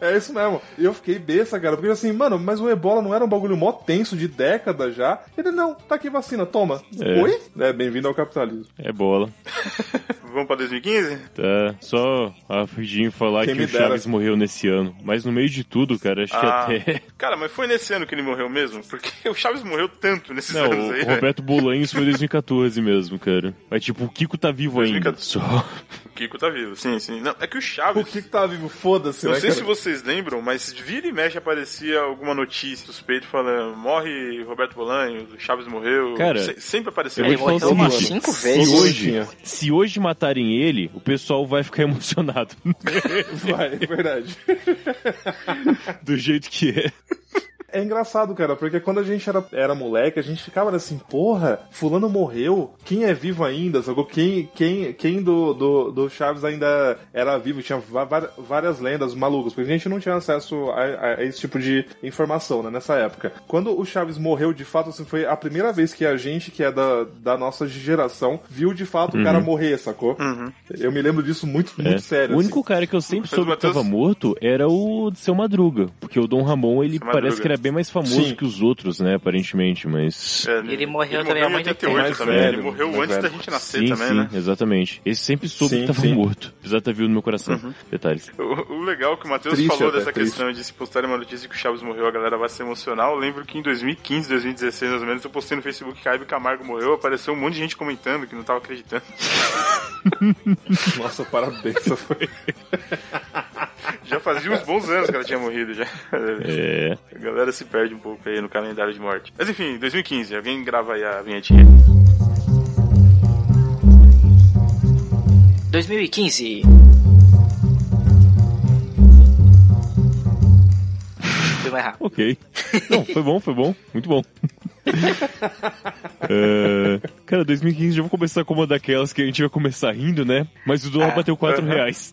Speaker 3: É isso mesmo. E eu fiquei besta, cara. Porque assim, mano, mas o ebola não era um bagulho mó tenso de década já. Ele, não, tá aqui vacina, toma.
Speaker 5: É.
Speaker 3: Oi? É, bem-vindo ao capitalismo.
Speaker 5: É bola.
Speaker 2: vamos pra 2015?
Speaker 5: Tá, só rapidinho falar
Speaker 3: Quem
Speaker 5: que
Speaker 3: me
Speaker 5: o
Speaker 3: dera.
Speaker 5: Chaves morreu nesse ano. Mas no meio de tudo, cara, acho
Speaker 2: Ah.
Speaker 5: que até.
Speaker 2: Cara, mas foi nesse ano que ele morreu mesmo? Porque o Chaves morreu tanto nesses
Speaker 5: Não,
Speaker 2: anos aí,
Speaker 5: o
Speaker 2: né?
Speaker 5: Roberto Bolanhos foi em 2014 mesmo, cara. Mas tipo, o Kiko tá vivo ainda.
Speaker 2: 2014.
Speaker 5: Só.
Speaker 2: O Kiko tá vivo, sim, sim. Não, é que o
Speaker 3: O
Speaker 2: Chaves.
Speaker 3: que que tá vivo? Foda-se,
Speaker 2: Não
Speaker 3: né,
Speaker 2: sei
Speaker 3: cara?
Speaker 2: se vocês lembram, mas vira e mexe aparecia alguma notícia suspeita falando morre Roberto Bolanho, o Chaves morreu.
Speaker 5: Cara,
Speaker 2: Se- sempre apareceu.
Speaker 5: eu vou
Speaker 4: Ele
Speaker 5: te falar o
Speaker 4: morreu umas
Speaker 5: seguinte,
Speaker 4: cinco
Speaker 5: E
Speaker 3: Sim,
Speaker 4: vezes. né?
Speaker 5: hoje,
Speaker 3: tinha.
Speaker 5: se hoje matarem ele, o pessoal vai ficar emocionado.
Speaker 3: Vai, é verdade.
Speaker 5: Do jeito que é.
Speaker 3: É engraçado, cara, porque quando a gente era, era moleque, a gente ficava assim, porra, fulano morreu, quem é vivo ainda, sacou? Quem, quem, quem do, do, do Chaves ainda era vivo? Tinha va- va- várias lendas malucas, porque a gente não tinha acesso a, a- a esse tipo de informação, né, nessa época. Quando o Chaves morreu, de fato, assim, foi a primeira vez que a gente, que é da, da nossa geração, viu de fato o cara morrer, sacou? Eu me lembro disso muito, muito sério.
Speaker 5: Uhum. É. o único
Speaker 3: assim.
Speaker 5: cara que eu sempre
Speaker 2: Mas,
Speaker 5: soube que
Speaker 2: Matheus-
Speaker 5: tava morto era o Seu Madruga. Porque o Dom Ramon, ele
Speaker 2: Seu Madruga.
Speaker 5: parece que era bem mais famoso
Speaker 3: Sim.
Speaker 5: que os outros, né, aparentemente, mas.
Speaker 2: É,
Speaker 4: Ele morreu também há
Speaker 2: em
Speaker 4: muito
Speaker 2: 88
Speaker 3: tempo.
Speaker 2: também. né?
Speaker 3: Mais
Speaker 2: ele
Speaker 3: velho,
Speaker 2: morreu
Speaker 3: mais
Speaker 2: antes
Speaker 3: velho.
Speaker 2: da gente nascer
Speaker 5: sim,
Speaker 2: também,
Speaker 5: sim,
Speaker 2: né?
Speaker 5: exatamente. Ele sempre soube
Speaker 3: Sim,
Speaker 5: que tava
Speaker 3: sim.
Speaker 5: morto. Apesar de estar vivo no meu coração. Detalhes.
Speaker 2: O, o legal é que o Matheus
Speaker 3: Triste
Speaker 2: falou
Speaker 3: até,
Speaker 2: dessa
Speaker 3: triste.
Speaker 2: questão de se postarem uma notícia que o Chaves morreu, a galera vai se emocionar. Eu lembro que em 2015, 2016, mais ou menos, eu postei no Facebook que Caio Camargo morreu, apareceu um monte de gente comentando que não tava acreditando.
Speaker 3: assim. Nossa, parabéns, essa foi.
Speaker 2: Já fazia uns bons anos que ela tinha morrido já.
Speaker 5: É.
Speaker 2: A galera se perde um pouco aí no calendário de morte. Mas enfim, 2015, alguém grava aí a vinhetinha.
Speaker 4: 2015. Foi mais rápido.
Speaker 5: Ok. Não, foi bom, foi bom. Muito bom. É, cara, 2015 já vou começar com uma daquelas que a gente vai começar rindo, né? Mas o dólar bateu 4 reais.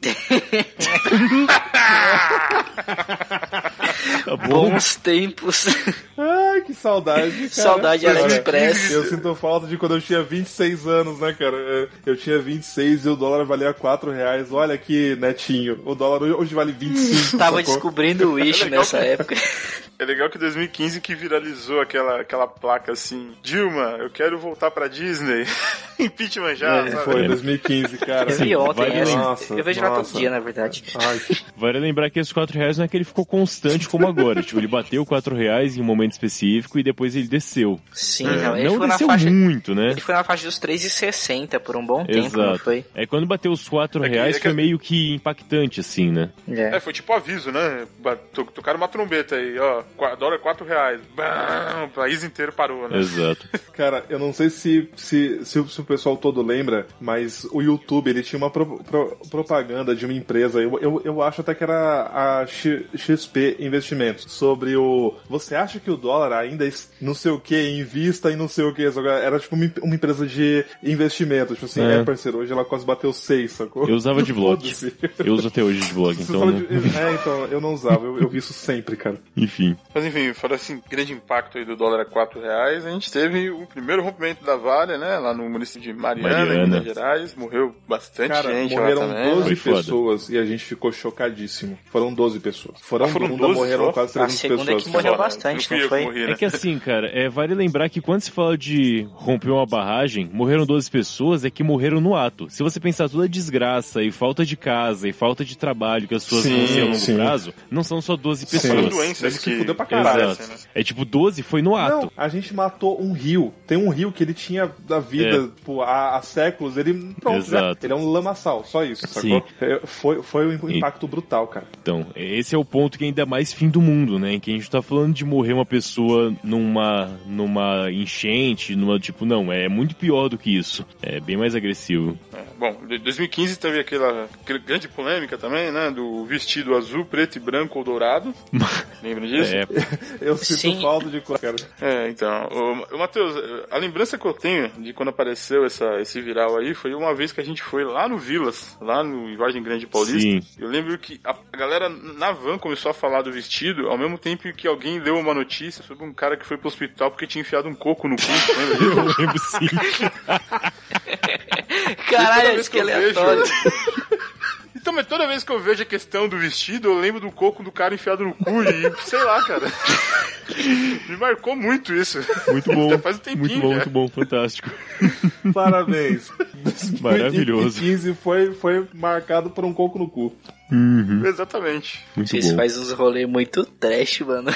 Speaker 5: tá bom?
Speaker 4: Bons tempos.
Speaker 3: Ai, que saudade, cara.
Speaker 4: Saudade era
Speaker 3: Cara,
Speaker 4: express.
Speaker 3: Eu sinto falta de quando eu tinha 26 anos, né, cara? É, Eu tinha 26 e o dólar valia 4 reais. Olha aqui, netinho. O dólar hoje vale 25.
Speaker 4: Tava
Speaker 3: sacou?
Speaker 4: descobrindo o Wish
Speaker 2: É legal
Speaker 4: nessa
Speaker 2: que-
Speaker 4: época.
Speaker 2: É legal que 2015 que viralizou aquela, aquela placa assim, Dilma, eu quero voltar pra Disney. Impeachment já,
Speaker 3: É,
Speaker 2: sabe?
Speaker 3: foi em 2015, cara.
Speaker 4: Eu vi ontem
Speaker 5: Assim, vai
Speaker 4: essa.
Speaker 5: lembrar.
Speaker 3: Nossa,
Speaker 4: é eu vejo lá todo
Speaker 3: nossa.
Speaker 4: dia, né? na verdade.
Speaker 3: Ai,
Speaker 5: Vale lembrar que esses 4 reais não é que ele ficou constante como agora. tipo, ele bateu 4 reais em um momento específico e depois ele desceu. É,
Speaker 4: Sim, não, Uhum. ele
Speaker 5: Uhum. não
Speaker 4: foi na
Speaker 5: desceu
Speaker 4: faixa.
Speaker 5: muito, né?
Speaker 4: Ele foi na faixa dos 3,60 por um bom tempo, não foi?
Speaker 5: É quando bateu os 4
Speaker 2: É que-
Speaker 5: reais
Speaker 2: é que-
Speaker 5: foi meio que impactante, assim, né?
Speaker 4: É.
Speaker 2: É, foi tipo aviso, né? Ba- to- Tocaram uma trombeta aí, ó. qu- Dólar 4 reais. Bam, o país inteiro parou,
Speaker 5: É.
Speaker 2: né?
Speaker 5: Exato.
Speaker 3: Cara, eu não sei se, se, se, o- se o pessoal todo lembra, mas o YouTube ele tinha uma pro- pro- propaganda de uma empresa, eu, eu, eu acho até que era a X- XP Investimentos, sobre o. Você acha que o dólar ainda é es- não sei o que, invista e não sei o que? Era tipo uma, em- uma empresa de investimento, tipo assim,
Speaker 5: É.
Speaker 3: é, parceiro, hoje ela quase bateu 6, sacou?
Speaker 5: Eu usava de vlog.
Speaker 3: Foda-se.
Speaker 5: Eu uso até hoje de vlog,
Speaker 3: Você
Speaker 5: então.
Speaker 3: fala
Speaker 5: né?
Speaker 3: de- É, então, eu não usava, eu, eu vi isso sempre, cara.
Speaker 5: Enfim.
Speaker 2: Mas enfim, fora esse grande impacto aí do dólar a 4 reais, a gente teve o primeiro rompimento da Vale, né? Lá no município de Mariana,
Speaker 5: Mariana.
Speaker 2: em Minas Gerais. Morreu bastante
Speaker 3: Cara,
Speaker 2: gente lá
Speaker 3: morreram
Speaker 2: também.
Speaker 3: 12
Speaker 5: Foi foda.
Speaker 3: pessoas e a gente ficou chocadíssimo. Foram 12 pessoas. Foram,
Speaker 2: Ah, foram
Speaker 3: bunda,
Speaker 2: 12
Speaker 3: morreram
Speaker 2: só?
Speaker 3: quase
Speaker 4: A
Speaker 3: 300
Speaker 4: segunda é
Speaker 3: pessoas.
Speaker 4: que morreu
Speaker 2: Foda.
Speaker 4: bastante,
Speaker 2: fui
Speaker 4: não
Speaker 2: eu que
Speaker 4: foi?
Speaker 2: morri, né?
Speaker 5: É que assim, cara, é, vale lembrar que quando se fala de romper uma barragem, morreram 12 pessoas, é que morreram no ato. Se você pensar toda a desgraça e falta de casa e falta de trabalho que as pessoas
Speaker 3: Sim,
Speaker 5: vão ser a longo
Speaker 3: sim.
Speaker 5: prazo, não são só 12
Speaker 2: Foram
Speaker 5: pessoas.
Speaker 2: doenças
Speaker 3: Ele se
Speaker 2: que
Speaker 3: fudeu pra caralho.
Speaker 2: aparecem,
Speaker 5: Exato.
Speaker 2: né?
Speaker 5: É tipo, 12 foi no ato.
Speaker 3: Não, a gente matou um rio. Tem um rio que ele tinha da vida tipo, há, há séculos. Ele, pronto, já-
Speaker 5: É. Exato.
Speaker 3: ele é um lamaçal, só isso,
Speaker 5: Sim.
Speaker 3: sacou? É, Foi, foi um impacto brutal, cara.
Speaker 5: Então, esse é o ponto que ainda mais fim do mundo, né? Em que a gente tá falando de morrer uma pessoa numa, numa enchente, numa, tipo, não, é muito pior do que isso. É bem mais agressivo.
Speaker 2: É, Bom, em 2015 teve aquela aquela grande polêmica também, né? Do vestido azul, preto e branco ou dourado. Lembra disso?
Speaker 5: É,
Speaker 3: Eu sinto
Speaker 4: Sim.
Speaker 3: falta de coisa, cara.
Speaker 2: É, então, o, Matheus, eh, a lembrança que eu tenho de quando apareceu essa, esse viral aí foi uma vez que a gente foi lá no Vilas, lá no em Vargem Grande Paulista.
Speaker 5: Sim.
Speaker 2: Eu lembro que a galera na van começou a falar do vestido, ao mesmo tempo que alguém deu uma notícia sobre um cara que foi pro hospital porque tinha enfiado um coco no cu, lembra disso?
Speaker 5: eu lembro sim.
Speaker 4: Caralho,
Speaker 2: vez que eu
Speaker 4: esqueletório.
Speaker 2: Então, mas toda vez que eu vejo a questão do vestido, eu lembro do coco do cara enfiado no cu e sei lá, cara. Me marcou muito isso.
Speaker 5: Muito bom.
Speaker 2: Já faz um tempinho
Speaker 5: muito bom,
Speaker 2: já.
Speaker 5: muito bom, fantástico.
Speaker 3: Parabéns.
Speaker 5: Maravilhoso.
Speaker 3: 2015 foi, foi marcado por um coco no cu.
Speaker 2: Exatamente.
Speaker 5: Muito
Speaker 4: Isso
Speaker 5: bom.
Speaker 4: faz uns rolês muito trash, mano.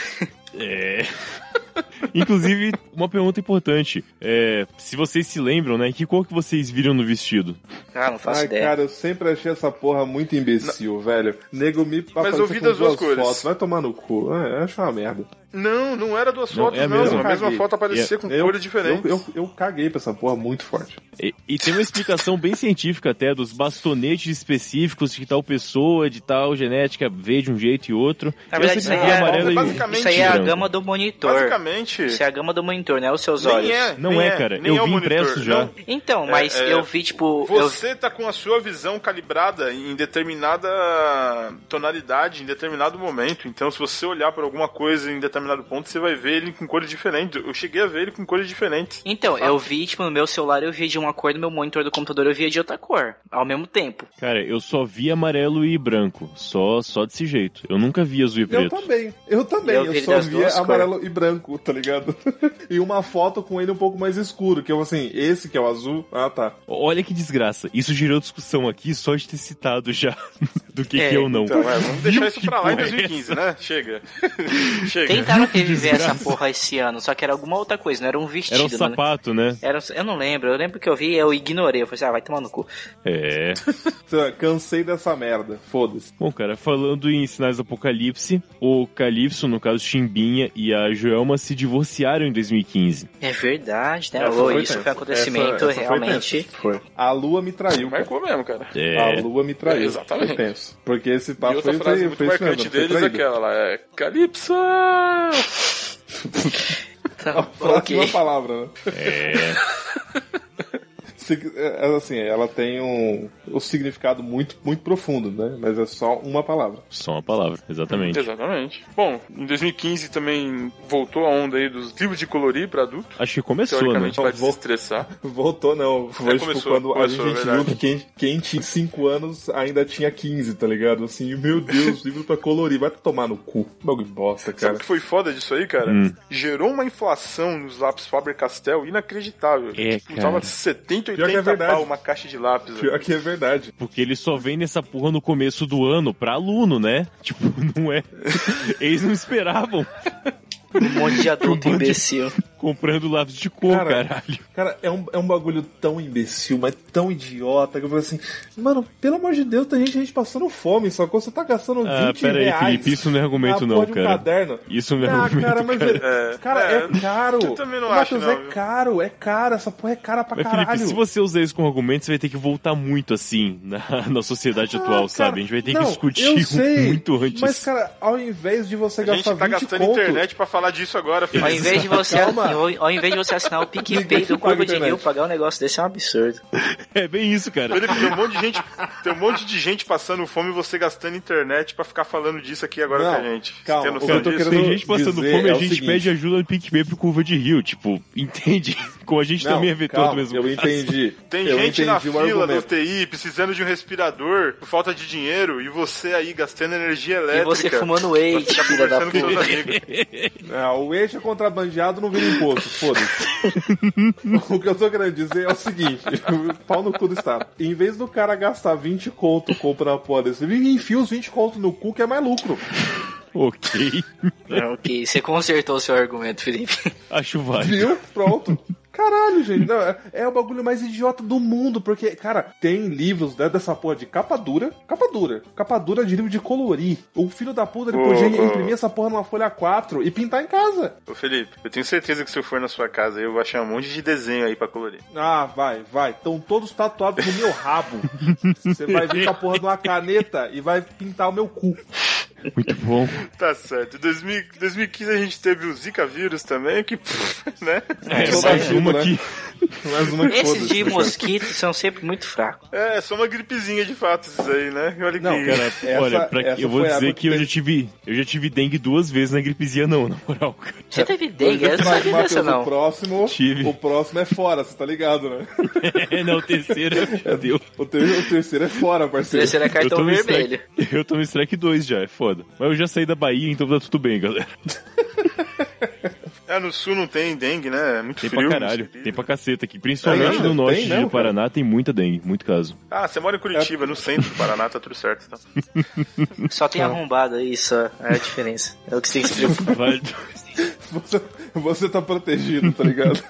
Speaker 5: É. Inclusive, uma pergunta importante. É, se vocês se lembram, né? Que cor que vocês viram no vestido?
Speaker 4: Ah, não faço
Speaker 3: Ai,
Speaker 4: ideia.
Speaker 3: cara, eu sempre achei essa porra muito imbecil, velho. Nego me apareceu
Speaker 2: eu vi
Speaker 3: com
Speaker 2: das duas
Speaker 3: duas
Speaker 2: cores.
Speaker 3: fotos. Vai tomar no cu. É, eu acho uma merda.
Speaker 2: Não, não era duas
Speaker 5: Não,
Speaker 2: fotos,
Speaker 5: é a
Speaker 2: não.
Speaker 5: mesma.
Speaker 2: A mesma
Speaker 3: Caguei.
Speaker 2: foto aparecia com
Speaker 3: Eu-
Speaker 2: cores diferentes.
Speaker 3: Eu, eu, eu caguei pra essa porra muito forte.
Speaker 5: E, e tem uma explicação bem científica até dos bastonetes específicos de tal pessoa, de tal genética, vê de um jeito e outro.
Speaker 4: Na
Speaker 5: Eu
Speaker 4: verdade,
Speaker 5: sempre
Speaker 4: isso
Speaker 5: vi
Speaker 4: aí é-
Speaker 5: amarelo e-
Speaker 2: basicamente-
Speaker 4: Isso aí é a
Speaker 5: branco.
Speaker 4: gama do monitor.
Speaker 2: Basicamente,
Speaker 4: Isso é a gama do monitor, né? Os seus olhos.
Speaker 2: nem é.
Speaker 5: Não
Speaker 2: nem
Speaker 5: é, cara.
Speaker 2: nem
Speaker 5: Eu
Speaker 2: o
Speaker 5: vi
Speaker 2: monitor.
Speaker 5: impresso já.
Speaker 2: Não,
Speaker 4: Então, mas
Speaker 2: É, é,
Speaker 4: eu vi, tipo. eu-
Speaker 2: Você tá com a sua visão calibrada em determinada tonalidade, em determinado momento. Então, se você olhar para alguma coisa em determinado ponto, você vai ver ele com cores diferentes. Eu cheguei a ver ele com cores diferentes.
Speaker 4: Então, eu vi, tipo, no meu celular eu via de uma cor, no meu monitor do computador eu via de outra cor, ao mesmo tempo.
Speaker 5: Cara, eu só vi amarelo e branco. Só, só desse jeito. Eu nunca vi azul e
Speaker 3: Eu
Speaker 5: preto.
Speaker 3: também, eu também.
Speaker 4: Eu
Speaker 3: Eu,
Speaker 4: vi
Speaker 3: só
Speaker 4: das duas
Speaker 3: via amarelo e branco, tá ligado? e uma foto com ele um pouco mais escuro, que eu assim, esse que é o azul, ah tá.
Speaker 5: Olha que desgraça. Isso gerou discussão aqui só de ter citado já do que,
Speaker 4: É,
Speaker 5: que eu não.
Speaker 2: Então, é, vamos deixar isso
Speaker 5: Que
Speaker 2: pra lá em
Speaker 5: porra é
Speaker 2: 2015, né? Chega. Chega.
Speaker 4: Tentaram reviver essa porra esse ano, só que era alguma outra coisa, não era um
Speaker 5: Era
Speaker 4: vestido, mano.
Speaker 5: um sapato, né?
Speaker 4: Era um- eu não lembro, eu lembro que eu vi, eu ignorei, eu falei assim, ah, vai tomar no cu.
Speaker 5: É.
Speaker 3: Sei lá, Cansei dessa merda, foda-se.
Speaker 5: Bom, cara, falando em sinais do apocalipse, o Calypso, no caso Chimbinha e a Joelma se divorciaram em 2015.
Speaker 4: É verdade, né?
Speaker 3: Essa
Speaker 4: Ô,
Speaker 3: foi
Speaker 4: isso
Speaker 3: tensa.
Speaker 4: foi um acontecimento
Speaker 3: Essa- essa foi
Speaker 4: realmente.
Speaker 3: tensa. Foi. A lua me traiu. cara.
Speaker 2: Marcou mesmo, cara.
Speaker 5: É.
Speaker 3: A lua me traiu.
Speaker 2: É, exatamente.
Speaker 3: Eu penso. Porque esse
Speaker 2: e
Speaker 3: papo
Speaker 2: outra
Speaker 3: foi,
Speaker 2: frase
Speaker 3: foi,
Speaker 2: muito
Speaker 3: foi isso
Speaker 2: marcante
Speaker 3: mesmo. foi
Speaker 2: deles é
Speaker 3: traído.
Speaker 2: aquela lá, é Calypso!
Speaker 4: Tá,
Speaker 3: Próxima
Speaker 4: ok.
Speaker 3: palavra, né?
Speaker 5: é.
Speaker 3: Sig- é, Assim, ela tem um, um significado muito, muito profundo, né? Mas é só uma palavra.
Speaker 5: Só uma palavra, exatamente.
Speaker 2: Exatamente. Bom, em 2015 também voltou a onda aí dos livros de colorir pra adulto.
Speaker 5: Acho que começou, né?
Speaker 2: Teoricamente pra
Speaker 3: Vou-
Speaker 2: desestressar.
Speaker 3: Voltou, não. Foi tipo,
Speaker 2: É, começou,
Speaker 3: quando
Speaker 2: começou, é
Speaker 3: a gente
Speaker 2: verdade.
Speaker 3: viu que quem, quem tinha 5 anos ainda tinha 15, tá ligado? Assim, meu Deus, livro pra colorir. Vai tomar no cu. Bagulho bosta,
Speaker 2: Sabe
Speaker 3: cara.
Speaker 2: o que foi foda disso aí, cara?
Speaker 5: Hum.
Speaker 2: Gerou uma inflação nos lápis Faber-Castell inacreditável.
Speaker 5: É,
Speaker 2: tipo, tava
Speaker 5: cara.
Speaker 2: 70,
Speaker 3: Pior que é
Speaker 2: 80
Speaker 3: verdade.
Speaker 2: pau uma caixa de lápis. velho.
Speaker 3: Pior que é verdade.
Speaker 5: Porque ele só vende essa porra no começo do ano pra aluno, né? Tipo, não é. Eles não esperavam
Speaker 4: Um monte de adulto
Speaker 5: Um monte de-
Speaker 4: imbecil.
Speaker 5: comprando lápis de cor,
Speaker 3: Cara.
Speaker 5: caralho.
Speaker 3: Cara, é um, é um bagulho tão imbecil, mas tão idiota, que eu falei assim, mano, pelo amor de Deus, tem gente, gente passando fome, só que você tá gastando 20
Speaker 5: Ah, pera aí,
Speaker 3: reais.
Speaker 5: Felipe, isso não é argumento
Speaker 3: na
Speaker 5: não,
Speaker 3: porra de um
Speaker 5: cara.
Speaker 3: caderno.
Speaker 5: Isso não é
Speaker 3: ah,
Speaker 5: argumento,
Speaker 3: cara, mas
Speaker 2: cara.
Speaker 3: velho, cara,
Speaker 2: É,
Speaker 3: é,
Speaker 2: é,
Speaker 3: caro.
Speaker 2: eu também não
Speaker 3: Ô,
Speaker 2: acho,
Speaker 3: Matheus,
Speaker 2: não,
Speaker 3: é
Speaker 2: viu?
Speaker 3: caro, é caro, essa porra é cara pra
Speaker 5: Mas,
Speaker 3: caralho.
Speaker 5: Felipe, se você usar isso como argumento, você vai ter que voltar muito assim na, na sociedade
Speaker 3: Ah,
Speaker 5: atual,
Speaker 3: cara,
Speaker 5: sabe? A gente vai ter
Speaker 3: não,
Speaker 5: que
Speaker 3: eu
Speaker 5: discutir
Speaker 3: sei,
Speaker 5: muito antes.
Speaker 3: Mas, cara, ao invés de você
Speaker 2: A gente
Speaker 3: é gastar
Speaker 2: tá
Speaker 3: 20
Speaker 2: gastando
Speaker 3: conto,
Speaker 2: internet pra falar disso agora, filho.
Speaker 4: Ao invés, de você,
Speaker 3: Calma.
Speaker 4: ao, ao invés de você assinar o PicPay
Speaker 3: Ninguém paga
Speaker 4: do Curva de
Speaker 3: internet.
Speaker 4: Rio, pagar um negócio desse é um absurdo.
Speaker 5: É bem isso, cara.
Speaker 2: Felipe, tem um monte de gente, tem um monte de gente passando fome e você gastando internet pra ficar falando disso aqui agora
Speaker 3: Não,
Speaker 2: com a gente.
Speaker 3: calma,
Speaker 2: Tem noção
Speaker 3: eu tô
Speaker 2: disso?
Speaker 3: querendo
Speaker 5: Tem gente passando
Speaker 3: dizer
Speaker 5: fome e
Speaker 3: é
Speaker 5: a
Speaker 3: o
Speaker 5: gente
Speaker 3: seguinte.
Speaker 5: pede ajuda no PicPay pro Curva de Rio. Tipo, entende? Com a gente
Speaker 3: Não,
Speaker 5: também é vetor
Speaker 3: calma,
Speaker 5: do mesmo
Speaker 3: Eu
Speaker 5: caso.
Speaker 3: entendi.
Speaker 2: Tem
Speaker 3: eu
Speaker 2: gente na
Speaker 3: entendi o
Speaker 2: fila do
Speaker 3: argumento.
Speaker 2: TI precisando de um respirador por falta de dinheiro e você aí gastando energia
Speaker 4: E
Speaker 2: elétrica.
Speaker 4: você fumando whey,
Speaker 2: É, Tá
Speaker 4: filha da
Speaker 2: conversando com
Speaker 4: puta.
Speaker 2: seus amigos.
Speaker 3: Ah, o eixo é contrabandeado, não vira imposto, foda-se. o que eu tô querendo dizer é o seguinte: pau no cu do Estado. Em vez do cara gastar 20 conto comprando a porra desse, ele enfia os 20 conto no cu que é mais lucro.
Speaker 5: Ok.
Speaker 4: Ok, você consertou o seu argumento, Felipe.
Speaker 5: Acho válido.
Speaker 3: Viu? Pronto. Caralho, gente, não, é, é o bagulho mais idiota do mundo, porque, cara, tem livros né, dessa porra de capa dura, capa dura, capa dura de livro de colorir. O filho da puta, ele
Speaker 2: Ô,
Speaker 3: podia
Speaker 2: ô.
Speaker 3: imprimir essa porra numa folha 4 e pintar em casa.
Speaker 2: Ô Felipe, eu tenho certeza que se eu for na sua casa eu vou achar um monte de desenho aí pra colorir.
Speaker 3: Ah, vai, vai. Estão todos tatuados no meu rabo. Você vai vir com a porra de uma caneta e vai pintar o meu cu.
Speaker 5: Muito bom.
Speaker 2: Tá certo. Em 2000 2015 a gente teve o Zika vírus também, que, pff, né?
Speaker 5: É,
Speaker 3: Só
Speaker 5: mais
Speaker 3: ajuda,
Speaker 5: uma
Speaker 3: né?
Speaker 5: aqui.
Speaker 3: Mais uma que
Speaker 4: Esses
Speaker 3: foda-se.
Speaker 4: de mosquito são sempre muito fracos.
Speaker 2: É, só uma gripezinha de fato isso aí, né? Olha
Speaker 3: Não,
Speaker 2: que...
Speaker 5: Cara,
Speaker 3: Essa-
Speaker 5: olha, pra-
Speaker 3: essa
Speaker 5: eu vou
Speaker 3: foi a água
Speaker 5: dizer
Speaker 3: que
Speaker 5: que eu
Speaker 3: teve.
Speaker 5: já tive, eu já tive dengue duas vezes na gripezinha não, na moral, cara.
Speaker 3: É.
Speaker 4: Você teve dengue, eu não
Speaker 3: Mas,
Speaker 4: sabia dessa
Speaker 3: Matheus, o
Speaker 4: não.
Speaker 3: próximo,
Speaker 5: Tive.
Speaker 3: o próximo é fora, você tá ligado, né?
Speaker 5: É, não, terceira, meu Deus.
Speaker 3: O, ter- o terceiro é fora, parceiro.
Speaker 4: Terceiro é cartão
Speaker 5: no
Speaker 4: vermelho.
Speaker 5: Strike, eu tô no Strike 2 já, é foda. Mas eu já saí da Bahia, então tá tudo bem, galera.
Speaker 2: É, no sul não tem dengue, né? É muito
Speaker 5: Tem
Speaker 2: frio.
Speaker 5: pra caralho,
Speaker 2: muito frio.
Speaker 5: tem pra caceta aqui. Principalmente
Speaker 3: Tem,
Speaker 5: no norte
Speaker 3: tem
Speaker 5: de
Speaker 3: mesmo, cara?
Speaker 5: Paraná tem muita dengue, muito caso.
Speaker 2: Ah, você mora em Curitiba, no centro do Paraná, tá tudo certo. Então.
Speaker 4: Só tem arrombado aí, só. É a diferença. É o que você tem que se preocupar.
Speaker 5: Válido.
Speaker 3: Você, você tá protegido, tá ligado?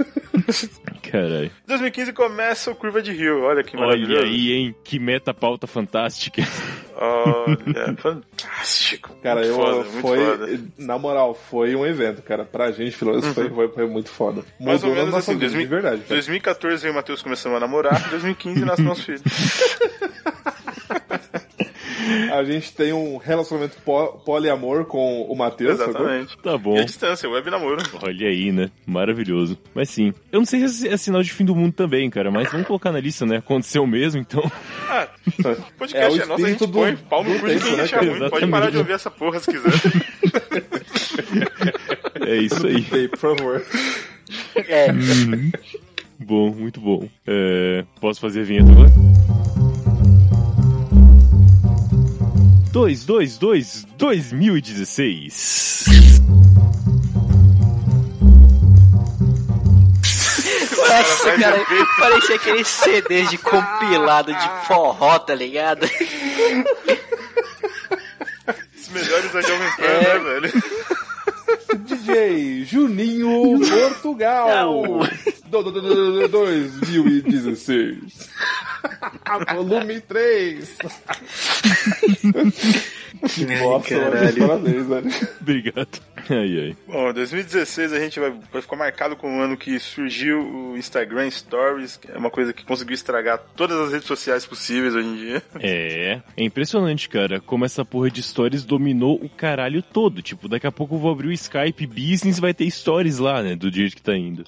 Speaker 5: Caralho.
Speaker 2: 2015 começa o Curva de Rio, olha que
Speaker 5: Olha
Speaker 2: maravilhoso.
Speaker 5: aí, hein? Que meta pauta fantástica.
Speaker 2: Olha, fantástico.
Speaker 3: Cara,
Speaker 2: muito
Speaker 3: eu
Speaker 2: foda, muito
Speaker 3: foi.
Speaker 2: foda. Uhum.
Speaker 3: Na moral, foi um evento, cara. Pra gente, pelo menos, foi, foi, foi muito foda.
Speaker 2: Mais ou
Speaker 3: Mudou
Speaker 2: menos
Speaker 3: na nossa
Speaker 2: assim,
Speaker 3: vida,
Speaker 2: 2000
Speaker 3: de verdade. cara.
Speaker 2: 2014 eu e o Matheus começamos a namorar, em 2015 nasce nosso filho.
Speaker 3: A gente tem um relacionamento po- poliamor com o Matheus, sacou?
Speaker 2: Exatamente.
Speaker 5: Tá bom.
Speaker 2: E a distância, web namoro.
Speaker 5: Olha aí, né? Maravilhoso. Mas sim. Eu não sei se é sinal de fim do mundo também, cara, mas vamos colocar na lista, né? Aconteceu mesmo, então.
Speaker 2: Ah,
Speaker 3: É, o
Speaker 2: podcast é, nosso, a gente
Speaker 3: espírito do-
Speaker 2: põe pau no
Speaker 3: do
Speaker 2: cu de
Speaker 3: tempo,
Speaker 2: quem
Speaker 3: né,
Speaker 2: achar
Speaker 5: cara?
Speaker 2: ruim. Pode parar de
Speaker 5: Exatamente.
Speaker 2: ouvir essa porra se quiser.
Speaker 5: É isso aí.
Speaker 3: Ei, por favor.
Speaker 4: É,
Speaker 5: Bom, muito bom. É, posso fazer a vinheta agora? 2, 2, 2, 2016.
Speaker 4: nossa, cara, parecia aquele CD de compilado de forró, tá ligado?
Speaker 2: Os melhores da Jovem Pan, né,
Speaker 3: É.
Speaker 2: velho?
Speaker 3: DJ Juninho Portugal. Do- do- do- do- do- 2016. Volume 3. Nossa, mano, parabéns, velho.
Speaker 5: Obrigado. Ai, ai.
Speaker 2: Bom, 2016 a gente vai, vai ficar marcado com um ano que surgiu o Instagram Stories, que é uma coisa que conseguiu estragar todas as redes sociais possíveis hoje em dia.
Speaker 5: É, é impressionante, cara, como essa porra de stories dominou o caralho todo. Tipo, daqui a pouco eu vou abrir o Skype Business vai ter stories lá, né? Do jeito que tá indo.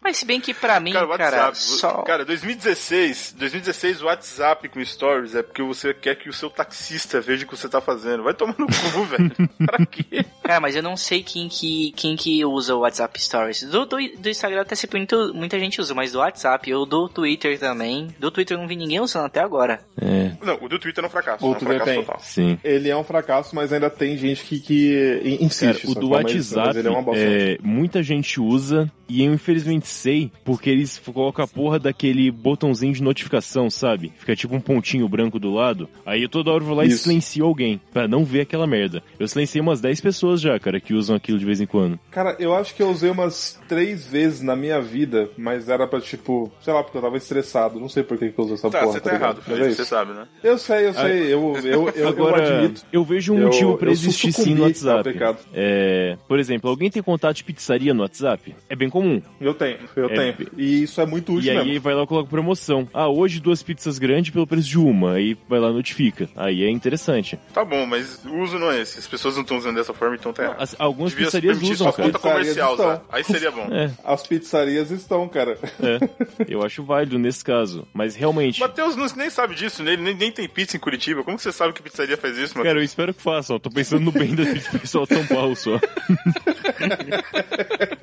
Speaker 4: Mas se bem que pra mim,
Speaker 2: Cara,
Speaker 4: cara,
Speaker 2: o WhatsApp.
Speaker 4: só...
Speaker 2: Cara, 2016, 2016 o WhatsApp com Stories é porque você quer que o seu taxista veja o que você tá fazendo. Vai tomar no cu, velho. Pra quê?
Speaker 4: Cara, Ah, mas eu não sei quem que, quem que usa o WhatsApp Stories. Do, do, do Instagram até sempre muito, muita gente usa, mas do WhatsApp ou do Twitter também. Do Twitter eu não vi ninguém usando até agora.
Speaker 5: É,
Speaker 2: Não, o do Twitter é um fracasso.
Speaker 3: O
Speaker 2: é um
Speaker 3: Twitter
Speaker 2: fracasso
Speaker 3: tem.
Speaker 2: total.
Speaker 5: sim.
Speaker 3: Ele é um fracasso, mas ainda tem gente que, que in- insiste.
Speaker 5: Cara,
Speaker 3: sacou?
Speaker 5: o do
Speaker 3: Mas-
Speaker 5: WhatsApp,
Speaker 3: mas ele é uma bosta.
Speaker 5: é, muita gente usa e eu infelizmente cansei porque eles colocam a porra daquele botãozinho de notificação, sabe? Fica tipo um pontinho branco do lado. Aí eu toda hora vou lá e
Speaker 3: Isso.
Speaker 5: silencio alguém pra não ver aquela merda. Eu silenciei umas 10 pessoas já, cara, que usam aquilo de vez em quando.
Speaker 3: Cara, eu acho que eu usei umas três vezes na minha vida, mas era pra tipo, sei lá, porque eu tava estressado, não sei por que, que eu usei essa
Speaker 2: Tá,
Speaker 3: porra.
Speaker 2: você tá
Speaker 3: ligado?
Speaker 2: errado,
Speaker 3: Mas
Speaker 2: Felipe,
Speaker 3: é
Speaker 2: você
Speaker 3: isso.
Speaker 2: sabe, né?
Speaker 3: Eu sei, eu sei, eu, eu, eu,
Speaker 5: Agora,
Speaker 3: eu admito.
Speaker 5: eu vejo um
Speaker 3: Eu-
Speaker 5: motivo pra
Speaker 3: eu
Speaker 5: existir sim
Speaker 3: sucumbi
Speaker 5: no
Speaker 3: ao
Speaker 5: WhatsApp.
Speaker 3: pecado.
Speaker 5: É, por exemplo, alguém tem contato de pizzaria no WhatsApp? É bem comum.
Speaker 3: Eu tenho, eu
Speaker 5: É,
Speaker 3: tenho. E isso é muito
Speaker 5: E
Speaker 3: útil
Speaker 5: aí
Speaker 3: mesmo.
Speaker 5: vai lá e coloca promoção. Ah, hoje duas pizzas grandes pelo preço de uma. Aí vai lá e notifica. Aí é interessante.
Speaker 2: Tá bom, mas o uso não é esse. As pessoas não estão usando dessa forma, então tá errado.
Speaker 5: As- algumas
Speaker 2: Devia se
Speaker 5: pizzarias
Speaker 2: permitir
Speaker 5: usam,
Speaker 2: só
Speaker 5: cara.
Speaker 2: conta comercial,
Speaker 3: Pizzarias
Speaker 2: tá? Aí seria bom.
Speaker 5: É,
Speaker 3: As pizzarias estão, cara.
Speaker 5: é. Eu acho válido nesse caso. Mas realmente.
Speaker 2: Matheus não- nem sabe disso, né? Ele nem, nem tem pizza em Curitiba. Como que você sabe que pizzaria faz isso, Matheus?
Speaker 5: Cara, eu espero que façam. Eu Tô pensando no bem do pessoal de São Paulo só.
Speaker 3: Tá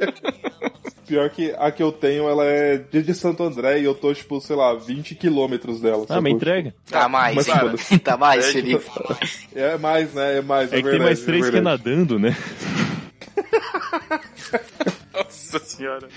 Speaker 3: Pior que a que eu tenho, ela é de de Santo André e eu tô, tipo, sei lá, 20 quilômetros dela.
Speaker 5: Ah,
Speaker 3: sacou?
Speaker 5: me entrega.
Speaker 4: Tá mais.
Speaker 3: Mas
Speaker 2: cara,
Speaker 4: tá mais,
Speaker 2: é,
Speaker 4: Felipe.
Speaker 3: É mais, né? É mais, é,
Speaker 5: É que
Speaker 3: verdade.
Speaker 5: tem mais três
Speaker 3: é
Speaker 5: que é
Speaker 3: verdade.
Speaker 5: nadando, né?
Speaker 2: Nossa senhora.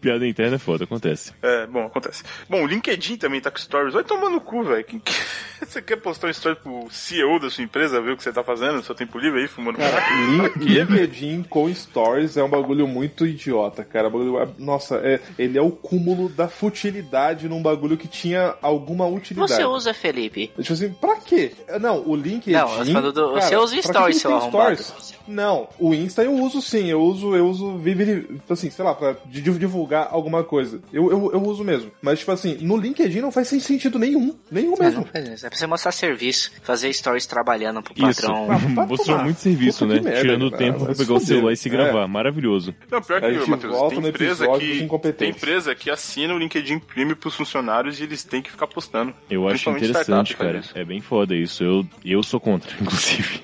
Speaker 5: Piada interna é foda, acontece.
Speaker 2: É, bom, acontece. Bom, o LinkedIn também tá com stories. Vai tomar no cu, velho. Quem que- Você quer postar um story pro CEO da sua empresa, ver o que você tá fazendo no seu tempo livre aí, fumando
Speaker 3: Cara,
Speaker 2: maconha?
Speaker 3: Lin- LinkedIn com stories é um bagulho muito idiota, cara. um Bagulho- Nossa, é- ele é o cúmulo da futilidade num bagulho que tinha alguma utilidade.
Speaker 4: Você usa, Felipe?
Speaker 3: Tipo assim, pra quê? Não, o LinkedIn.
Speaker 4: Não, eu tô falando do- você usa
Speaker 3: pra que
Speaker 4: stories,
Speaker 3: que
Speaker 4: seu
Speaker 3: tem
Speaker 4: arrombado.
Speaker 3: Não, o Insta eu uso sim, eu uso, eu uso, vive- vive- assim, sei lá, pra di- divulgar alguma coisa. Eu, eu, eu uso mesmo. Mas, tipo assim, no LinkedIn não faz sem sentido nenhum. Nenhum
Speaker 4: Ah, não
Speaker 3: mesmo.
Speaker 4: faz isso. É pra você mostrar serviço, fazer stories trabalhando pro
Speaker 5: Isso.
Speaker 4: patrão.
Speaker 3: Ah, vai
Speaker 5: Mostrou
Speaker 3: tomar.
Speaker 5: muito serviço,
Speaker 3: Puta
Speaker 5: né?
Speaker 3: que merda,
Speaker 5: Tirando o
Speaker 3: cara.
Speaker 5: tempo
Speaker 3: Vai
Speaker 5: pra
Speaker 3: se
Speaker 5: pegar o
Speaker 3: fuder.
Speaker 5: celular e se
Speaker 3: É.
Speaker 5: gravar. Maravilhoso.
Speaker 2: Não, pior
Speaker 3: A
Speaker 2: que,
Speaker 3: gente
Speaker 2: Matheus,
Speaker 3: volta
Speaker 2: tem
Speaker 3: no
Speaker 2: empresa
Speaker 3: episódio dos
Speaker 2: que
Speaker 3: incompetentes.
Speaker 2: tem empresa que assina o LinkedIn Premium pros funcionários e eles têm que ficar postando.
Speaker 5: Eu acho
Speaker 2: Principalmente
Speaker 5: interessante,
Speaker 2: um startup faz
Speaker 5: cara.
Speaker 2: isso.
Speaker 5: É bem foda isso. Eu, eu sou contra, inclusive.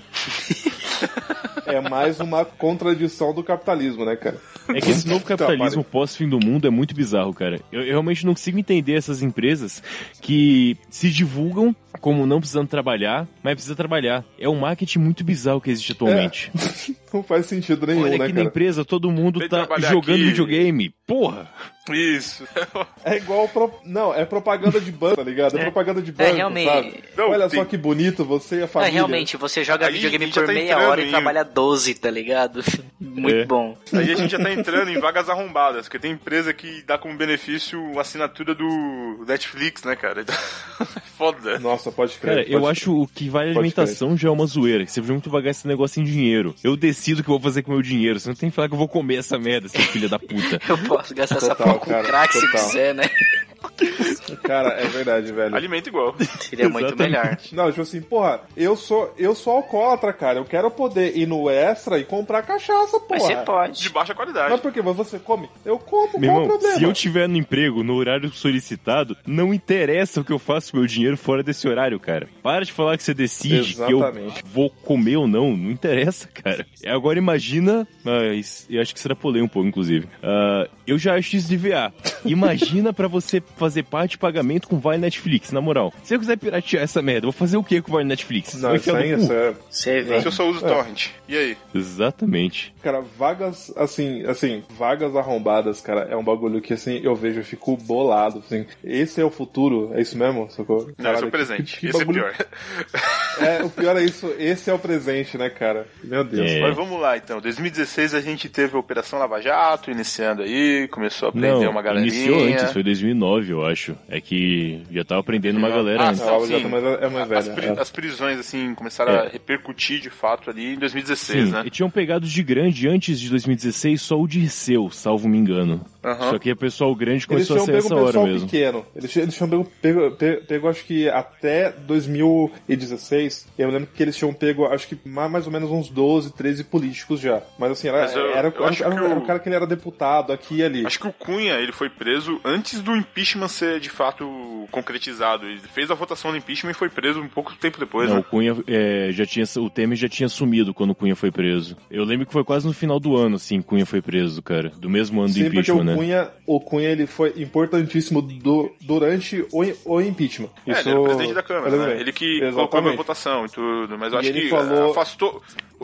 Speaker 3: É mais uma contradição do capitalismo, né, cara?
Speaker 5: É que esse novo capitalismo pós-fim do mundo é muito bizarro, cara. Eu, eu realmente não consigo entender essas empresas que se divulgam como não precisando trabalhar, mas precisa trabalhar. É um marketing muito bizarro que existe atualmente.
Speaker 3: Não faz sentido nenhum,
Speaker 5: Olha
Speaker 3: É, né,
Speaker 5: aqui na
Speaker 3: cara?
Speaker 5: empresa, todo mundo
Speaker 2: Vem
Speaker 5: tá
Speaker 2: trabalhar
Speaker 5: jogando
Speaker 2: aqui.
Speaker 5: videogame. Porra!
Speaker 2: Isso.
Speaker 3: É igual. Pro... Não, é propaganda de banco, tá ligado? É, propaganda de banco.
Speaker 4: realmente.
Speaker 3: Sabe?
Speaker 2: Não,
Speaker 3: Olha
Speaker 2: tem-
Speaker 3: só que bonito você e a
Speaker 4: É,
Speaker 3: família.
Speaker 4: realmente, você joga
Speaker 2: Aí a
Speaker 4: videogame
Speaker 2: gente já
Speaker 4: por
Speaker 2: tá
Speaker 4: meia
Speaker 2: entrando
Speaker 4: hora
Speaker 2: em-
Speaker 4: e trabalha 12, tá ligado? Muito
Speaker 5: É.
Speaker 4: bom.
Speaker 2: Aí a gente já tá entrando em vagas arrombadas, porque tem empresa que dá como benefício a assinatura do Netflix, né, cara? Então, Foda.
Speaker 3: Nossa, pode crer.
Speaker 5: Cara, eu
Speaker 3: pode
Speaker 5: acho o que vale
Speaker 3: Pode
Speaker 5: alimentação já é uma zoeira. que Você precisa muito pagar esse negócio em dinheiro. Eu decido o que eu vou fazer com o meu dinheiro. Você não tem que falar que eu vou comer essa merda, seu filho da puta.
Speaker 4: Eu posso gastar essa
Speaker 3: Total,
Speaker 4: porra com
Speaker 3: cara,
Speaker 4: crack se
Speaker 3: total.
Speaker 4: quiser, né?
Speaker 3: Cara, é verdade, velho.
Speaker 2: Alimenta igual.
Speaker 4: Seria muito
Speaker 5: Exatamente.
Speaker 4: melhor.
Speaker 3: Não, tipo assim, porra, eu sou, eu sou alcoólatra, cara. Eu quero poder ir no extra e comprar cachaça, porra.
Speaker 4: Mas você
Speaker 2: De
Speaker 4: pode.
Speaker 2: baixa qualidade.
Speaker 3: Mas por quê? Mas você come? Eu como, qual
Speaker 5: Meu
Speaker 3: o
Speaker 5: irmão,
Speaker 3: problema?
Speaker 5: se eu tiver no emprego no horário solicitado, não interessa o que eu faço com o meu dinheiro fora desse horário, cara. Para de falar que você decide
Speaker 3: Exatamente.
Speaker 5: que eu vou comer ou não, não interessa, cara. É, Agora imagina, mas eu acho que extrapolei um pouco, inclusive. Ah, eu já acho isso de VA. Imagina pra você fazer parte de pagamento com Vale Netflix, na moral. Se eu quiser piratear essa merda, eu vou fazer o que com o Vale Netflix?
Speaker 3: Não,
Speaker 5: Vou
Speaker 3: isso
Speaker 5: enfiar
Speaker 3: aí,
Speaker 5: no cu?
Speaker 3: isso é...
Speaker 4: Você vê.
Speaker 2: Se eu só uso torrent. E aí?
Speaker 5: Exatamente.
Speaker 3: Cara, vagas, assim, assim, vagas arrombadas, cara, é um bagulho que, assim, eu vejo e fico bolado, assim. Esse é o futuro? É isso mesmo? Socorro?
Speaker 2: Não, esse é
Speaker 3: Caralho,
Speaker 2: o
Speaker 3: que-
Speaker 2: presente.
Speaker 3: que
Speaker 2: esse
Speaker 3: bagulho-
Speaker 2: é pior.
Speaker 3: É, o pior é isso. Esse é o presente, né, cara? Meu Deus.
Speaker 5: É.
Speaker 2: Mas vamos lá, então. 2016 a gente teve a Operação Lava Jato iniciando aí, começou a prender
Speaker 5: não,
Speaker 2: uma galerinha.
Speaker 5: iniciou antes, foi 2009, eu acho. É que já tava aprendendo uma galera
Speaker 2: Ah,
Speaker 5: antes.
Speaker 3: A Lava
Speaker 2: sim.
Speaker 3: Jato é mais, é mais
Speaker 2: As,
Speaker 3: velha.
Speaker 2: pri-
Speaker 3: é.
Speaker 2: as prisões, assim, começaram
Speaker 5: É.
Speaker 2: a repercutir de fato ali em 2016,
Speaker 5: Sim,
Speaker 2: né?
Speaker 5: e tinham pegado de grande antes de 2016 só o Dirceu, salvo me engano.
Speaker 2: Aham.
Speaker 5: Só que o pessoal grande
Speaker 3: Eles
Speaker 5: começou a
Speaker 3: tinham
Speaker 5: ser
Speaker 3: pego
Speaker 5: essa
Speaker 3: um
Speaker 5: hora
Speaker 3: pessoal
Speaker 5: mesmo.
Speaker 3: pequeno. Eles, tinham- eles tinham pego, pego, pe- pego, acho que até 2016. Eu lembro que eles tinham pego, acho que ma- mais ou menos uns 12, 13 políticos já. Mas assim, era,
Speaker 2: Mas eu-
Speaker 3: era,
Speaker 2: eu acho
Speaker 3: era- era
Speaker 2: que
Speaker 3: um- era
Speaker 2: o-
Speaker 3: um cara que ele era deputado aqui e ali.
Speaker 2: Acho que o Cunha, ele foi preso antes do impeachment ser de fato concretizado. Ele fez a votação do impeachment e foi preso um pouco tempo depois,
Speaker 5: Não, o
Speaker 2: né?
Speaker 5: Cunha é, já tinha. O Temer já tinha sumido quando o Cunha foi preso. Eu lembro que foi quase no final do ano, assim, Cunha foi preso, cara. Do mesmo ano do
Speaker 3: Sim, porque
Speaker 5: impeachment,
Speaker 3: o
Speaker 5: né? né?
Speaker 3: Cunha, o Cunha ele foi importantíssimo du- durante o, o impeachment.
Speaker 2: É, ele era o presidente da Câmara, né? Ele que colocou a votação e tudo, mas eu
Speaker 3: E
Speaker 2: acho
Speaker 3: ele
Speaker 2: que
Speaker 3: falou-
Speaker 2: afastou.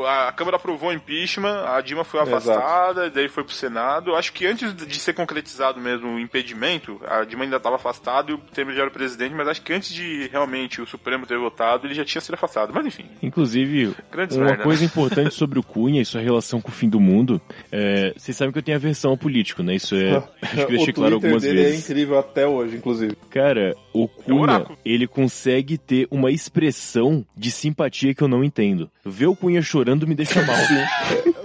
Speaker 2: A Câmara aprovou o impeachment, a Dilma foi
Speaker 3: Exato.
Speaker 2: afastada, daí foi pro Senado. Eu Acho que antes de ser concretizado mesmo o impedimento, a Dilma ainda estava afastada e o Temer já era o presidente, mas acho que antes de realmente o Supremo ter votado, ele já tinha sido afastado. Mas enfim,
Speaker 5: Inclusive,
Speaker 2: Grandes né?
Speaker 5: uma
Speaker 2: merda.
Speaker 5: coisa importante sobre o Cunha e sua relação com o fim do mundo, é, vocês sabem que eu tenho aversão ao político, né? Isso é. Acho que
Speaker 3: o
Speaker 5: deixei
Speaker 3: Twitter
Speaker 5: claro algumas
Speaker 3: dele é
Speaker 5: vezes.
Speaker 3: incrível até hoje, inclusive.
Speaker 5: Cara,
Speaker 3: É um
Speaker 5: o Cunha,
Speaker 2: oráculo.
Speaker 5: ele consegue ter uma expressão de simpatia que eu não entendo. Ver o Cunha chorando me deixa mal.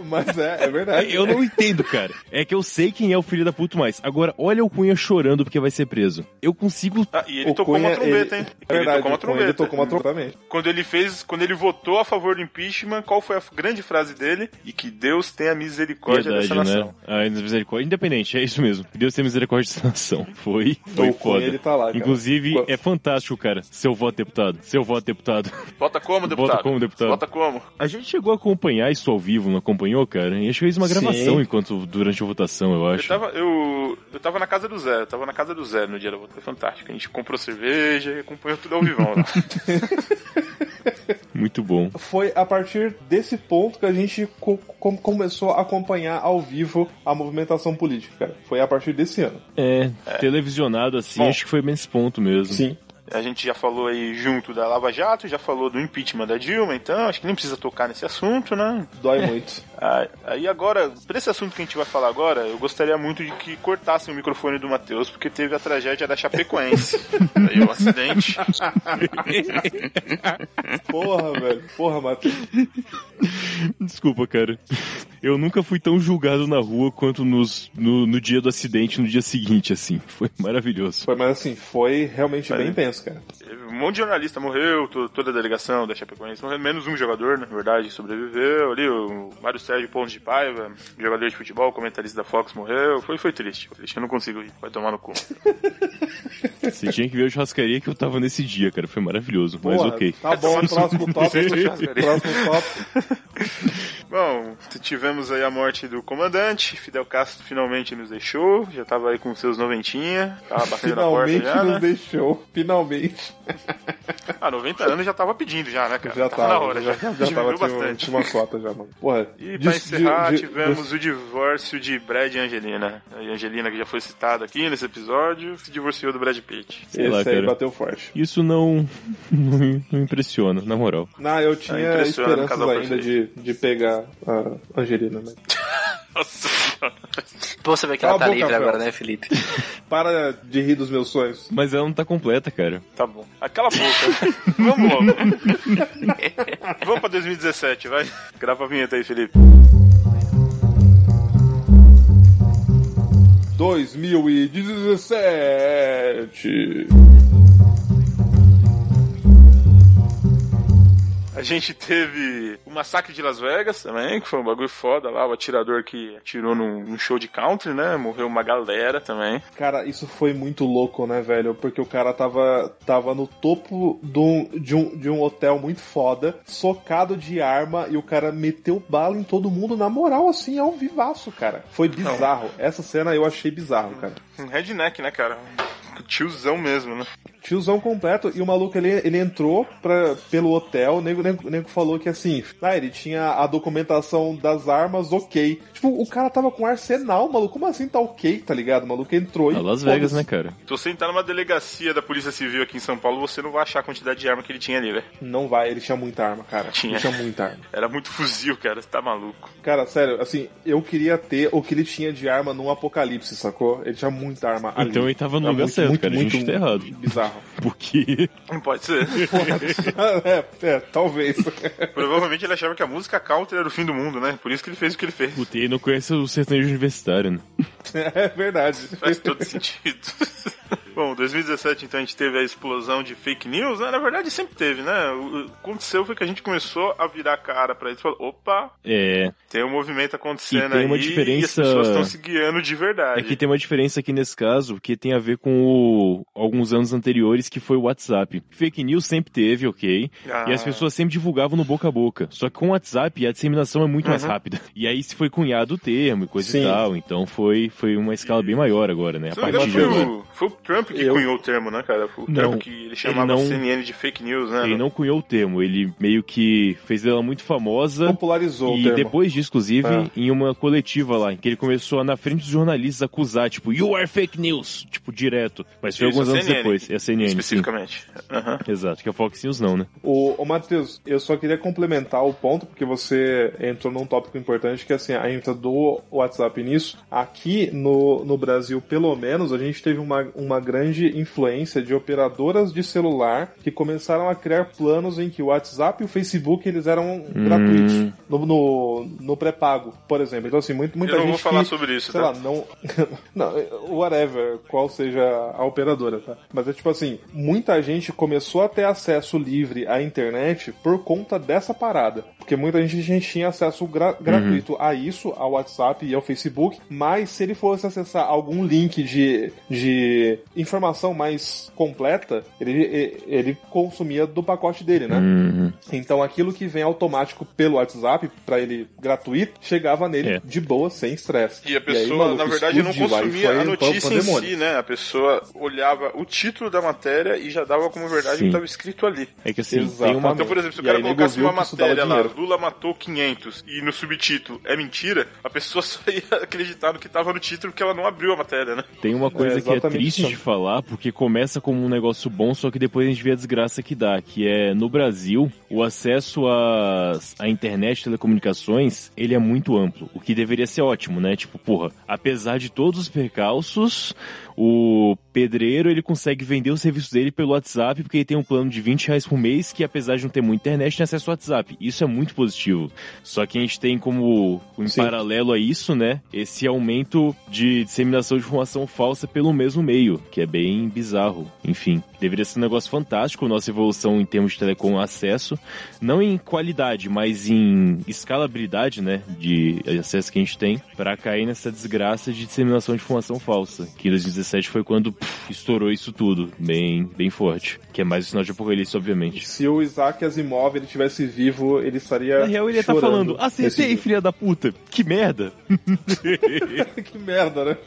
Speaker 3: Mas é, é verdade.
Speaker 5: Eu não entendo, cara. É que eu sei quem é o filho da puta mais. Agora, olha o Cunha chorando porque vai ser preso. Eu consigo.
Speaker 2: Ah, e ele
Speaker 3: O
Speaker 2: tocou
Speaker 3: Cunha,
Speaker 2: uma trombeta,
Speaker 3: ele-
Speaker 2: hein?
Speaker 3: É
Speaker 2: ele tocou uma
Speaker 3: verdade, o Cunha,
Speaker 2: trombeta.
Speaker 3: Ele tocou uma trombeta também.
Speaker 2: Quando ele fez, quando ele votou a favor do impeachment, qual foi a grande frase dele? E que Deus tenha misericórdia
Speaker 5: Verdade,
Speaker 2: dessa nação.
Speaker 5: né? A misericórdia independente, é isso mesmo. Deus tem misericórdia dessa nação. Foi, foi
Speaker 3: O Cunha,
Speaker 5: foda.
Speaker 3: ele tá lá, cara.
Speaker 5: Inclusive,
Speaker 3: Quando-
Speaker 5: é fantástico, cara. Seu voto, deputado. Seu voto, deputado.
Speaker 2: Vota como,
Speaker 5: Vota
Speaker 2: deputado?
Speaker 5: como, deputado.
Speaker 2: Vota como?
Speaker 5: A gente chegou a acompanhar isso ao vivo, não acompanhou, cara? E acho que fez uma
Speaker 3: Sim.
Speaker 5: gravação enquanto durante a votação, eu
Speaker 2: Eu
Speaker 5: acho.
Speaker 2: tava, eu, eu tava na casa do Zé, eu tava na casa do Zé no dia da volta, foi fantástico. A gente comprou cerveja e acompanhou tudo ao vivão né? lá.
Speaker 5: Muito bom.
Speaker 3: Foi a partir desse ponto que a gente co- com- começou a acompanhar ao vivo a movimentação política, cara. Foi a partir desse ano.
Speaker 5: É, televisionado assim,
Speaker 2: Bom.
Speaker 5: acho que foi bem esse ponto mesmo.
Speaker 2: A gente já falou aí junto da Lava Jato, já falou do impeachment da Dilma, então acho que nem precisa tocar nesse assunto, né?
Speaker 3: Dói muito.
Speaker 2: Ah, Aí agora, pra esse assunto que a gente vai falar agora, eu gostaria muito de que cortassem o microfone do Matheus, porque teve a tragédia da Chapecoense. aí o acidente.
Speaker 3: Porra, velho. Porra, Matheus.
Speaker 5: Desculpa, cara. Eu nunca fui tão julgado na rua quanto nos, no, no dia do acidente, no dia seguinte, assim. Foi maravilhoso.
Speaker 3: Foi, mas assim, foi realmente bem intenso, cara.
Speaker 2: Um monte de jornalista morreu, to- toda a delegação da Chapecoense morreu, menos um jogador, na verdade, sobreviveu. Ali o Mário Sérgio Pontes de Paiva, jogador de futebol, comentarista da Fox, morreu. Foi, foi triste, foi triste. Eu não consigo ir, vai tomar no cu.
Speaker 5: Você tinha que ver a churrascaria que eu tava nesse dia, cara. Foi maravilhoso, mas
Speaker 3: Porra,
Speaker 5: ok.
Speaker 3: Tá bom, próximo tópico. próximo tópico.
Speaker 2: Bom, tivemos aí a morte do comandante, Fidel Castro finalmente nos deixou, já tava aí com seus noventinha, tava batendo na porta
Speaker 3: Finalmente
Speaker 2: já,
Speaker 3: nos
Speaker 2: né?
Speaker 3: deixou. Finalmente.
Speaker 2: Ah, 90 anos já tava pedindo já, né, cara?
Speaker 3: Já
Speaker 2: tava,
Speaker 3: tava.
Speaker 2: na hora, já,
Speaker 3: já, já
Speaker 2: diminuiu
Speaker 3: tava. um- Tinha,
Speaker 2: bastante.
Speaker 3: tinha uma cota já, mano. Porra.
Speaker 2: E pra
Speaker 3: dis-
Speaker 2: encerrar,
Speaker 3: di- di-
Speaker 2: tivemos o divórcio de Brad e Angelina. A Angelina, que já foi citada aqui nesse episódio, se divorciou do Brad Pitt.
Speaker 3: Esse
Speaker 5: Sei lá,
Speaker 3: aí
Speaker 5: cara.
Speaker 3: bateu forte.
Speaker 5: Isso não, não, não impressiona, na moral.
Speaker 3: Não, eu
Speaker 2: Ah,
Speaker 3: tinha
Speaker 2: impressiona,
Speaker 3: esperanças
Speaker 2: casal
Speaker 3: ainda de, de pegar a Angelina, né?
Speaker 2: Nossa senhora.
Speaker 4: Bom saber que
Speaker 3: Cala
Speaker 4: ela tá
Speaker 3: a boca,
Speaker 4: livre agora,
Speaker 3: Fel.
Speaker 4: né, Felipe?
Speaker 3: Para de rir dos meus sonhos.
Speaker 5: Mas ela não tá completa, cara.
Speaker 2: Tá bom. Aquela boca. Vamos logo. Vamos pra 2017, vai. Grava a vinheta aí, Felipe.
Speaker 3: 2017!
Speaker 2: A gente teve o massacre de Las Vegas também, que foi um bagulho foda lá. O atirador que atirou num, num show de country, né? Morreu uma galera também.
Speaker 3: Cara, isso foi muito louco, né, velho? Porque o cara tava, tava no topo de um, de, um, de um hotel muito foda, socado de arma, e o cara meteu bala em todo mundo, na moral, assim, ao vivaço, cara. Foi bizarro. Essa cena eu achei bizarro, cara.
Speaker 2: Um redneck, né, cara? Um Tiozão mesmo, né?
Speaker 3: Tiozão completo, e o maluco ele, ele entrou pra, pelo hotel, o nego, nego, nego falou que assim, ah, ele tinha a documentação das armas ok. Tipo, o cara tava com arsenal, maluco, como assim tá ok, tá ligado? O maluco entrou e.
Speaker 5: A Las Vegas,
Speaker 3: foda-se.
Speaker 5: né, cara?
Speaker 2: Tô sentado numa delegacia da Polícia Civil aqui em São Paulo, você não vai achar a quantidade de arma que ele tinha ali, velho.
Speaker 3: Não vai, ele tinha muita arma, cara.
Speaker 2: Tinha.
Speaker 3: Ele tinha muita arma.
Speaker 2: Era muito fuzil, cara, você tá maluco.
Speaker 3: Cara, sério, assim, eu queria ter o que ele tinha de arma num apocalipse, sacou? Ele tinha muita arma ali.
Speaker 5: Então ele tava no
Speaker 3: Era
Speaker 5: lugar
Speaker 3: muito,
Speaker 5: certo,
Speaker 3: muito,
Speaker 5: cara. a gente
Speaker 3: muito
Speaker 5: tá errado.
Speaker 3: Bizarro.
Speaker 5: Porque
Speaker 2: Não pode ser.
Speaker 3: é, é, talvez.
Speaker 2: Provavelmente ele achava que a música counter era o fim do mundo, né? Por isso que ele fez o que ele fez.
Speaker 5: o TI não conhece o sertanejo universitário, né?
Speaker 3: é verdade.
Speaker 2: Faz todo sentido. Bom, 2017 então a gente teve a explosão de fake news, né? Na verdade sempre teve, né? O o que aconteceu foi que a gente começou a virar a cara pra isso e falou, opa,
Speaker 5: É,
Speaker 2: tem um movimento acontecendo
Speaker 5: E tem uma
Speaker 2: aí e as
Speaker 5: diferença-
Speaker 2: pessoas estão se guiando de verdade.
Speaker 5: é que tem uma diferença aqui nesse caso, que tem a ver com o- alguns anos anteriores, que foi o WhatsApp. Fake news sempre teve, ok,
Speaker 2: Ah,
Speaker 5: E as pessoas sempre divulgavam no boca a boca. Só que com o WhatsApp a disseminação é muito mais
Speaker 2: Uhum.
Speaker 5: rápida. E aí se foi cunhado o termo e coisa
Speaker 3: Sim.
Speaker 5: e tal. Então foi, foi uma escala bem maior agora, né? A
Speaker 2: se não me
Speaker 5: partir
Speaker 2: engano,
Speaker 5: de agora.
Speaker 2: foi, o, foi o Trump que
Speaker 3: É Eu-
Speaker 2: cunhou o termo, né, cara? Foi o
Speaker 5: Não,
Speaker 2: Trump que ele chamava
Speaker 5: não-
Speaker 2: CNN de fake news, né?
Speaker 3: é
Speaker 5: Ele não cunhou o termo, ele meio que fez ela muito famosa.
Speaker 3: Popularizou o
Speaker 5: E
Speaker 3: termo.
Speaker 5: depois disso, inclusive,
Speaker 3: É.
Speaker 5: em uma coletiva lá, em que ele começou a, na frente dos jornalistas, acusar, tipo, you are fake news, tipo, direto. Mas foi
Speaker 2: Isso,
Speaker 5: alguns
Speaker 2: a
Speaker 5: anos
Speaker 2: CNN,
Speaker 5: depois. É a CNN, sim.
Speaker 2: Especificamente. Aham.
Speaker 5: Exato, que a Fox News não, né?
Speaker 3: O, o Matheus, eu só queria complementar o ponto, porque você entrou num tópico importante, que é assim, a entra do WhatsApp nisso. Aqui no, no Brasil, pelo menos, a gente teve uma, uma grande influência de operadoras de celular que começaram a criar planos em que o WhatsApp e o Facebook eles eram
Speaker 2: Hum.
Speaker 3: gratuitos no, no, no pré-pago, por exemplo. Então, assim, muito, muita
Speaker 2: Eu não
Speaker 3: gente
Speaker 2: vou falar
Speaker 3: que-
Speaker 2: sobre isso,
Speaker 3: sei
Speaker 2: tá?
Speaker 3: lá, não, não, whatever, qual seja a operadora, tá? Mas é tipo assim, muita gente começou a ter acesso livre à internet por conta dessa parada, porque muita gente, gente tinha acesso gra- gratuito a isso, ao WhatsApp e ao Facebook, mas se ele fosse acessar algum link de, de informação mais completa, ele, ele- ele consumia do pacote dele, né?
Speaker 5: Uhum.
Speaker 3: Então aquilo que vem automático pelo WhatsApp, pra ele gratuito, chegava nele
Speaker 5: É.
Speaker 3: de boa, sem estresse.
Speaker 2: E a
Speaker 3: aí,
Speaker 2: pessoa,
Speaker 3: maluco,
Speaker 2: na verdade, não
Speaker 3: explodiu, aí
Speaker 2: consumia
Speaker 3: foi
Speaker 2: a
Speaker 3: um
Speaker 2: notícia em
Speaker 3: pandemônio.
Speaker 2: si, né? A pessoa olhava o título da matéria e já dava como verdade o que
Speaker 5: Sim.
Speaker 2: estava escrito ali.
Speaker 5: É que assim, tem
Speaker 3: Exatamente.
Speaker 5: uma
Speaker 2: Então, por exemplo, se o
Speaker 3: Tá E
Speaker 2: cara
Speaker 3: aí, nego
Speaker 2: colocasse
Speaker 3: viu
Speaker 2: uma
Speaker 3: que isso dava
Speaker 2: matéria lá,
Speaker 3: dinheiro.
Speaker 2: Lula matou 500, e no subtítulo é mentira, a pessoa só ia acreditar no que tava no título, porque ela não abriu a matéria, né?
Speaker 5: Tem uma coisa
Speaker 3: É,
Speaker 5: que é
Speaker 3: exatamente
Speaker 5: triste
Speaker 3: isso.
Speaker 5: de falar, porque começa como um negócio bom, só que depois a gente vê a desgraça que dá, que é no Brasil, o acesso às- à internet, telecomunicações, ele é muito amplo, o que deveria ser ótimo, né? Tipo, porra, apesar de todos os percalços, o pedreiro ele consegue vender o serviço dele pelo WhatsApp, porque ele tem um plano de 20 reais por mês, que apesar de não ter muita internet, tem acesso ao WhatsApp. Isso é muito positivo. Só que a gente tem como, em
Speaker 3: Sim.
Speaker 5: paralelo a isso, né, esse aumento de disseminação de informação falsa pelo mesmo meio, que é bem bizarro. Enfim, deveria ser um negócio fantástico, nossa evolução em termos de telecom acesso, não em qualidade, mas em escalabilidade, né, de acesso que a gente tem, pra cair nessa desgraça de disseminação de informação falsa, que em 2017 foi quando pff, estourou isso tudo, bem, bem forte, que é mais um sinal de apocalipse, obviamente.
Speaker 3: Se o Isaac Asimov ele tivesse vivo, ele estaria.
Speaker 5: Na real, ele ia tá
Speaker 3: chorando
Speaker 5: falando,
Speaker 3: nesse
Speaker 5: acertei,
Speaker 3: vídeo."
Speaker 5: filha da puta, que merda.
Speaker 3: que merda, né?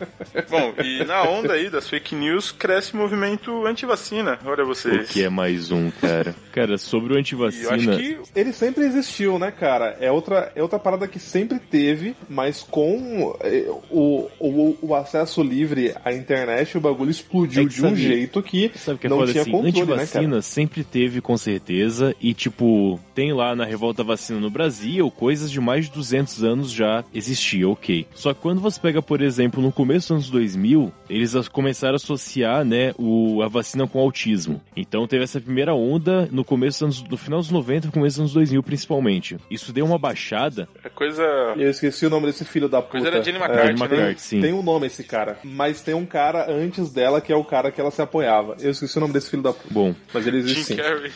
Speaker 2: Bom, e na onda aí das fake news, cresce o movimento antivacina. Olha
Speaker 5: O
Speaker 2: vocês.
Speaker 5: que é mais um, cara? Cara, sobre o
Speaker 2: E eu acho
Speaker 5: antivacina.
Speaker 2: que
Speaker 3: Ele sempre existiu, né, cara? É outra, é outra parada que sempre teve, mas com eh, o, o, o acesso livre à internet, o bagulho explodiu
Speaker 5: É que
Speaker 3: de um
Speaker 5: sabe-
Speaker 3: jeito que
Speaker 5: Sabe o que é
Speaker 3: não
Speaker 5: foda
Speaker 3: tinha
Speaker 5: assim?
Speaker 3: controle, né,
Speaker 5: Antivacina sempre teve com certeza e tipo, tem lá na revolta vacina no Brasil, coisas de mais de 200 anos já existia, OK. Só que quando você pega, por exemplo, no começo dos anos 2000, eles as- começaram a associar, né, o a vacina com autismo. Então teve essa primeira onda no começo dos anos no final dos 90, começo dos anos 2000 principalmente. Isso deu uma baixada,
Speaker 2: é coisa.
Speaker 3: Eu esqueci o nome desse filho da puta.
Speaker 2: Coisa era Jenny
Speaker 3: É,
Speaker 2: McCarthy,
Speaker 5: Jenny
Speaker 2: né?
Speaker 5: McCarthy, sim.
Speaker 3: Tem um nome esse cara, mas tem um cara antes dela que é o cara que ela se apoiava. Eu esqueci o nome desse filho da puta,
Speaker 5: Bom,
Speaker 3: mas ele existe
Speaker 2: Jim
Speaker 3: sim.
Speaker 2: Carrey.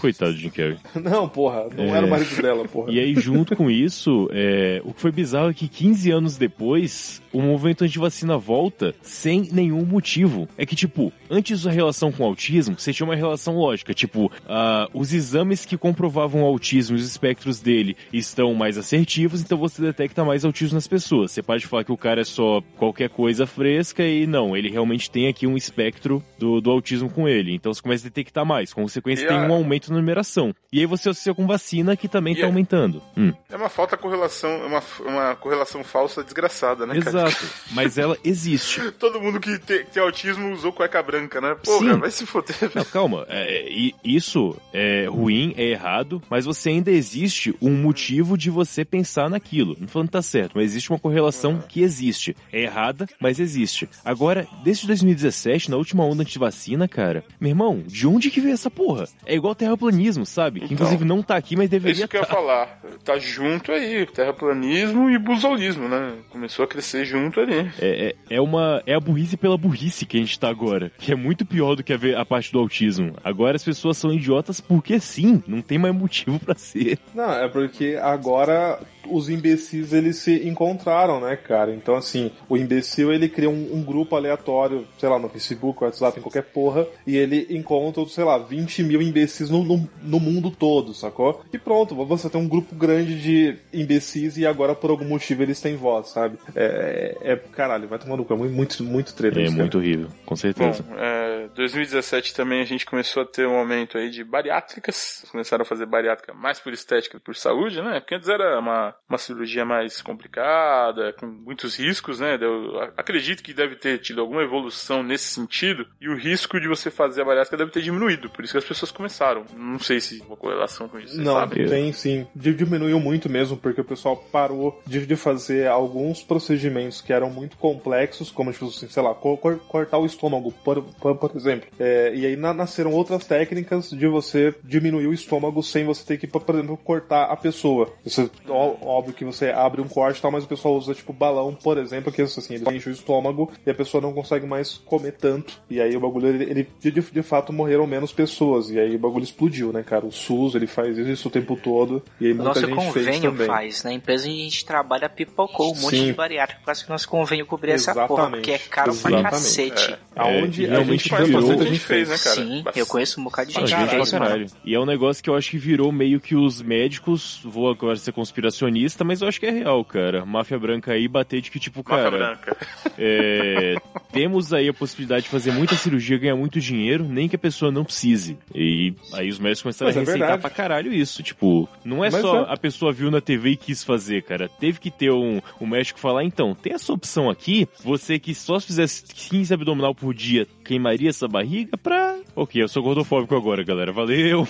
Speaker 5: coitado de Jim Carrey.
Speaker 3: Não, porra, não era o marido dela, porra.
Speaker 5: É. E aí, junto com isso, é, o que foi bizarro é que 15 anos depois, o movimento antivacina volta sem nenhum motivo. É que, tipo, antes da relação com o autismo, você tinha uma relação lógica. Tipo, ah, os exames que comprovavam o autismo e os espectros dele estão mais assertivos, então você detecta mais autismo nas pessoas. Você pode falar que o cara é só qualquer coisa fresca e não, ele realmente tem aqui um espectro do, do autismo com ele. Então você começa a detectar mais. Com consequência,
Speaker 2: E
Speaker 5: tem
Speaker 2: a-
Speaker 5: um aumento na numeração. E aí você associa com vacina que também
Speaker 2: E
Speaker 5: tá
Speaker 2: a-
Speaker 5: aumentando. Hum.
Speaker 2: É uma falta correlação, uma, uma correlação falsa desgraçada, né, cara?
Speaker 5: Exato, mas ela existe.
Speaker 2: Todo mundo que te- que tem autismo usou cueca branca, né? Porra,
Speaker 5: Sim.
Speaker 2: vai se foder,
Speaker 5: Não, calma, é, é, e isso é ruim, é errado, mas você ainda existe um motivo de você pensar naquilo. Não falando que tá certo, mas existe uma correlação que existe. É errada, mas existe. Agora, desde 2017, na última onda antivacina, cara, meu irmão, de onde que veio essa porra? É igual terra terraplanismo, sabe? Que
Speaker 2: Então.
Speaker 5: inclusive não tá aqui, mas
Speaker 2: É
Speaker 5: deveria
Speaker 2: isso que eu ia
Speaker 5: tá.
Speaker 2: falar. Tá junto aí, terraplanismo e busolismo, né? Começou a crescer junto ali.
Speaker 5: É, é, é uma, é a burrice pela burrice que a gente tá agora. Que é muito pior do que a, ve- a parte do autismo. Agora as pessoas são idiotas porque sim, não tem mais motivo pra ser.
Speaker 3: Não, é porque agora os imbecis eles se encontraram, né, cara? Então, assim, o imbecil ele cria um, um grupo aleatório, sei lá, no Facebook, WhatsApp, em qualquer porra, e ele encontra, sei lá, 20 mil imbecis no, no, no mundo todo, sacou? E pronto, você tem um grupo grande de imbecis e agora por algum motivo eles têm voz, sabe? É, é- é- caralho, vai tomando cu, é muito, muito, muito treta
Speaker 5: É
Speaker 3: isso, cara.
Speaker 5: muito horrível, com
Speaker 2: Bom,
Speaker 5: certeza.
Speaker 2: é, 2017 também a gente começou a ter um aumento aí de bariátricas. Começaram a fazer bariátrica mais por estética que por saúde, né? Porque antes era uma, uma cirurgia mais complicada, com muitos riscos, né? Eu acredito que deve ter tido alguma evolução nesse sentido. E o risco de você fazer a bariátrica deve ter diminuído. Por isso que as pessoas começaram. Não sei se uma correlação com isso. vocês
Speaker 3: Não,
Speaker 2: sabem?
Speaker 3: tem sim. Di- Diminuiu muito mesmo, porque o pessoal parou de, de fazer alguns procedimentos que eram muito complexos, como, tipo assim, sei lá, co- cor- cortar o estômago, por, por- por exemplo. É, e aí na- nasceram outras técnicas de você diminuir o estômago sem você ter que, por exemplo, cortar a pessoa. Você, ó- óbvio que você abre um corte e tal, mas o pessoal usa, tipo, balão, por exemplo, que assim, ele enche o estômago e a pessoa não consegue mais comer tanto. E aí o bagulho, ele, ele- de, de- de fato morreram menos pessoas. E aí o bagulho explodiu, né, cara? O SUS, ele faz isso o tempo todo. E aí
Speaker 4: O
Speaker 3: muita
Speaker 4: nosso
Speaker 3: gente fez
Speaker 4: convênio
Speaker 3: também.
Speaker 4: faz, né? A empresa onde a gente trabalha pipocou um monte
Speaker 3: Sim.
Speaker 4: de bariátrico, quase que o nosso convênio cobria essa porra,
Speaker 3: Exatamente.
Speaker 4: porque é caro pra
Speaker 3: Exatamente.
Speaker 4: cacete.
Speaker 3: Aonde
Speaker 5: É,
Speaker 3: a
Speaker 5: realmente
Speaker 3: gente
Speaker 2: Mas
Speaker 3: faz
Speaker 5: virou-
Speaker 3: bastante,
Speaker 2: bastante gente fez, né, cara?
Speaker 4: Sim,
Speaker 2: Bastante.
Speaker 4: eu conheço um bocado de
Speaker 5: Ah,
Speaker 4: gente
Speaker 5: gente
Speaker 4: que
Speaker 5: pra
Speaker 4: fez, mano.
Speaker 5: caralho. E é um negócio que eu acho que virou meio que os médicos, vou agora ser conspiracionista, mas eu acho que é real, cara. Máfia branca aí bater de que, tipo,
Speaker 2: Marca
Speaker 5: cara,
Speaker 2: branca.
Speaker 5: é, temos aí a possibilidade de fazer muita cirurgia, ganhar muito dinheiro, nem que a pessoa não precise. E aí os médicos começaram
Speaker 3: Mas
Speaker 5: a
Speaker 3: é
Speaker 5: receitar
Speaker 3: verdade.
Speaker 5: pra caralho isso. Tipo, não é
Speaker 3: Mas
Speaker 5: só
Speaker 3: é.
Speaker 5: a pessoa viu na TV e quis fazer, cara. Teve que ter um, um médico falar, então, tem essa opção aqui, você que só fizesse 15 abdominal por dia, queimaria essa barriga pra... Ok, eu sou gordofóbico agora, galera. Valeu!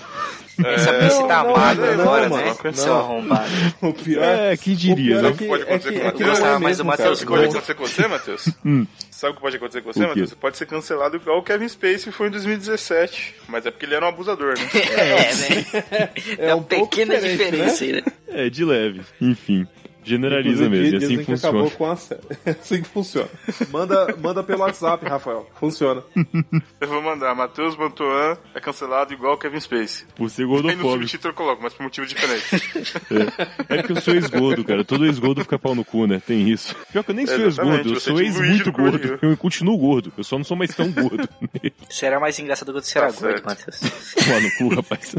Speaker 4: Essa
Speaker 2: É,
Speaker 4: é, você tá
Speaker 3: não,
Speaker 4: magro
Speaker 3: não,
Speaker 4: agora,
Speaker 3: não,
Speaker 4: né?
Speaker 3: mano,
Speaker 4: Seu
Speaker 3: não.
Speaker 4: arrombado.
Speaker 3: O pior
Speaker 5: É, quem diria,
Speaker 3: o pior
Speaker 5: né?
Speaker 3: é que,
Speaker 2: Pode
Speaker 3: é
Speaker 2: acontecer
Speaker 3: que,
Speaker 2: com
Speaker 3: é
Speaker 2: o
Speaker 3: que
Speaker 2: Matheus.
Speaker 3: não é
Speaker 4: Ah, mas
Speaker 3: mesmo,
Speaker 4: o
Speaker 3: cara.
Speaker 2: Sabe o
Speaker 4: Matheus
Speaker 2: que pode
Speaker 4: Gordo.
Speaker 2: acontecer com você, Matheus? Sabe o que pode acontecer com
Speaker 5: Hum. O
Speaker 2: você,
Speaker 5: quê?
Speaker 2: Matheus? Você pode ser cancelado igual o Kevin Spacey foi em 2017. Mas é porque ele era um abusador, né?
Speaker 4: É, né? É
Speaker 3: um
Speaker 4: uma
Speaker 3: pouco
Speaker 4: pequena
Speaker 3: diferente,
Speaker 4: diferença aí, né?
Speaker 5: É, de leve. Enfim, generaliza
Speaker 3: Inclusive,
Speaker 5: mesmo, e
Speaker 3: dizem
Speaker 5: assim
Speaker 3: que
Speaker 5: funciona.
Speaker 3: acabou com a sé- É assim que funciona. Manda, manda pelo WhatsApp, Rafael. Funciona.
Speaker 2: Eu vou mandar. Matheus Mantuan é cancelado igual o Kevin Spacey.
Speaker 5: Por ser
Speaker 2: Aí no
Speaker 5: gordofóbico.
Speaker 2: subtítulo eu coloco, mas por motivo diferente.
Speaker 5: É porque eu sou ex-gordo, cara. Todo ex-gordo fica pau no cu, né? Tem isso. Pior que eu nem sou ex-gordo,
Speaker 2: Exatamente,
Speaker 5: eu
Speaker 2: você
Speaker 5: sou
Speaker 2: é tipo
Speaker 5: ex-muito
Speaker 2: Luigi do Correio.
Speaker 5: gordo. Eu continuo gordo. Eu só não sou mais tão gordo.
Speaker 4: Você era mais engraçado do que você era
Speaker 2: Tá
Speaker 4: gordo,
Speaker 2: certo.
Speaker 4: Matheus.
Speaker 5: Pau no cu, rapaz.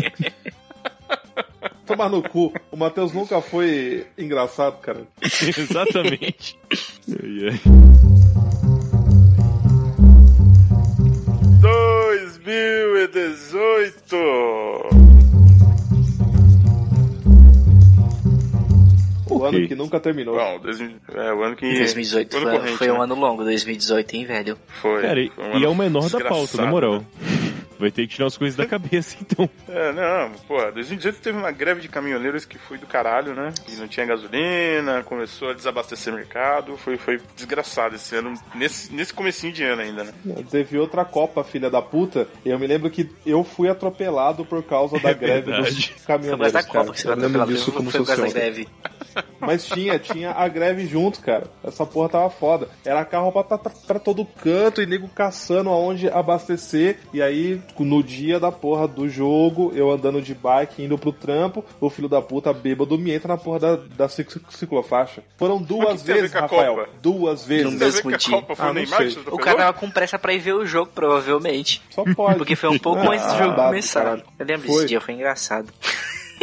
Speaker 3: Tomar no cu. O Matheus nunca foi engraçado, cara.
Speaker 5: Exatamente. Ai, ai.
Speaker 2: 2018!
Speaker 3: O
Speaker 5: Ok.
Speaker 3: ano que nunca terminou.
Speaker 2: Bom, 2000 é o ano que.
Speaker 4: 2018
Speaker 2: ano
Speaker 4: foi,
Speaker 2: corrente,
Speaker 4: foi um
Speaker 2: né?
Speaker 4: ano longo, 2018, hein, velho?
Speaker 2: Foi. né?
Speaker 5: Cara, e,
Speaker 2: Foi um
Speaker 5: e
Speaker 2: ano
Speaker 5: é o menor da
Speaker 2: desgraçado,
Speaker 5: pauta, na moral. Vai ter que tirar as coisas da cabeça, então.
Speaker 2: É, não, pô, 2018 teve uma greve de caminhoneiros que foi do caralho, né? E não tinha gasolina, começou a desabastecer mercado, foi, foi desgraçado esse ano, nesse, nesse comecinho de ano ainda, né?
Speaker 3: Teve outra Copa, filha da puta. E eu me lembro que eu fui atropelado por causa da greve
Speaker 5: verdade.
Speaker 3: dos
Speaker 4: Foi
Speaker 3: caminhoneiros.
Speaker 4: mais da
Speaker 3: cara.
Speaker 4: Copa que você
Speaker 3: É Eu
Speaker 4: vai
Speaker 3: lembro
Speaker 4: atropelar,
Speaker 3: disso
Speaker 4: não
Speaker 3: como
Speaker 4: foi por
Speaker 3: se
Speaker 4: causa da
Speaker 3: fosse ontem.
Speaker 4: greve.
Speaker 3: Mas tinha, tinha a greve junto, cara. Essa porra tava foda. Era carro pra, pra, pra todo canto e nego caçando aonde abastecer. E aí, no dia da porra do jogo, eu andando de bike, indo pro trampo, o filho da puta bêbado me entra na porra da, da cic- ciclofaixa. Foram duas
Speaker 2: que tem a ver
Speaker 3: vezes,
Speaker 2: com a
Speaker 3: Rafael.
Speaker 2: Copa?
Speaker 3: Duas
Speaker 4: No
Speaker 3: vezes.
Speaker 2: Você
Speaker 4: mesmo
Speaker 2: vê que a
Speaker 4: dia.
Speaker 2: Copa foi
Speaker 3: Ah,
Speaker 2: o
Speaker 3: não
Speaker 2: Neymar que
Speaker 3: sei.
Speaker 2: se
Speaker 4: O
Speaker 2: atropelou?
Speaker 4: cara tava com pressa pra ir ver o jogo, provavelmente.
Speaker 3: Só pode.
Speaker 4: Porque foi um pouco antes do jogo
Speaker 3: Ah,
Speaker 4: começar.
Speaker 3: caralho.
Speaker 4: Eu lembro
Speaker 3: Foi.
Speaker 4: desse dia, foi engraçado.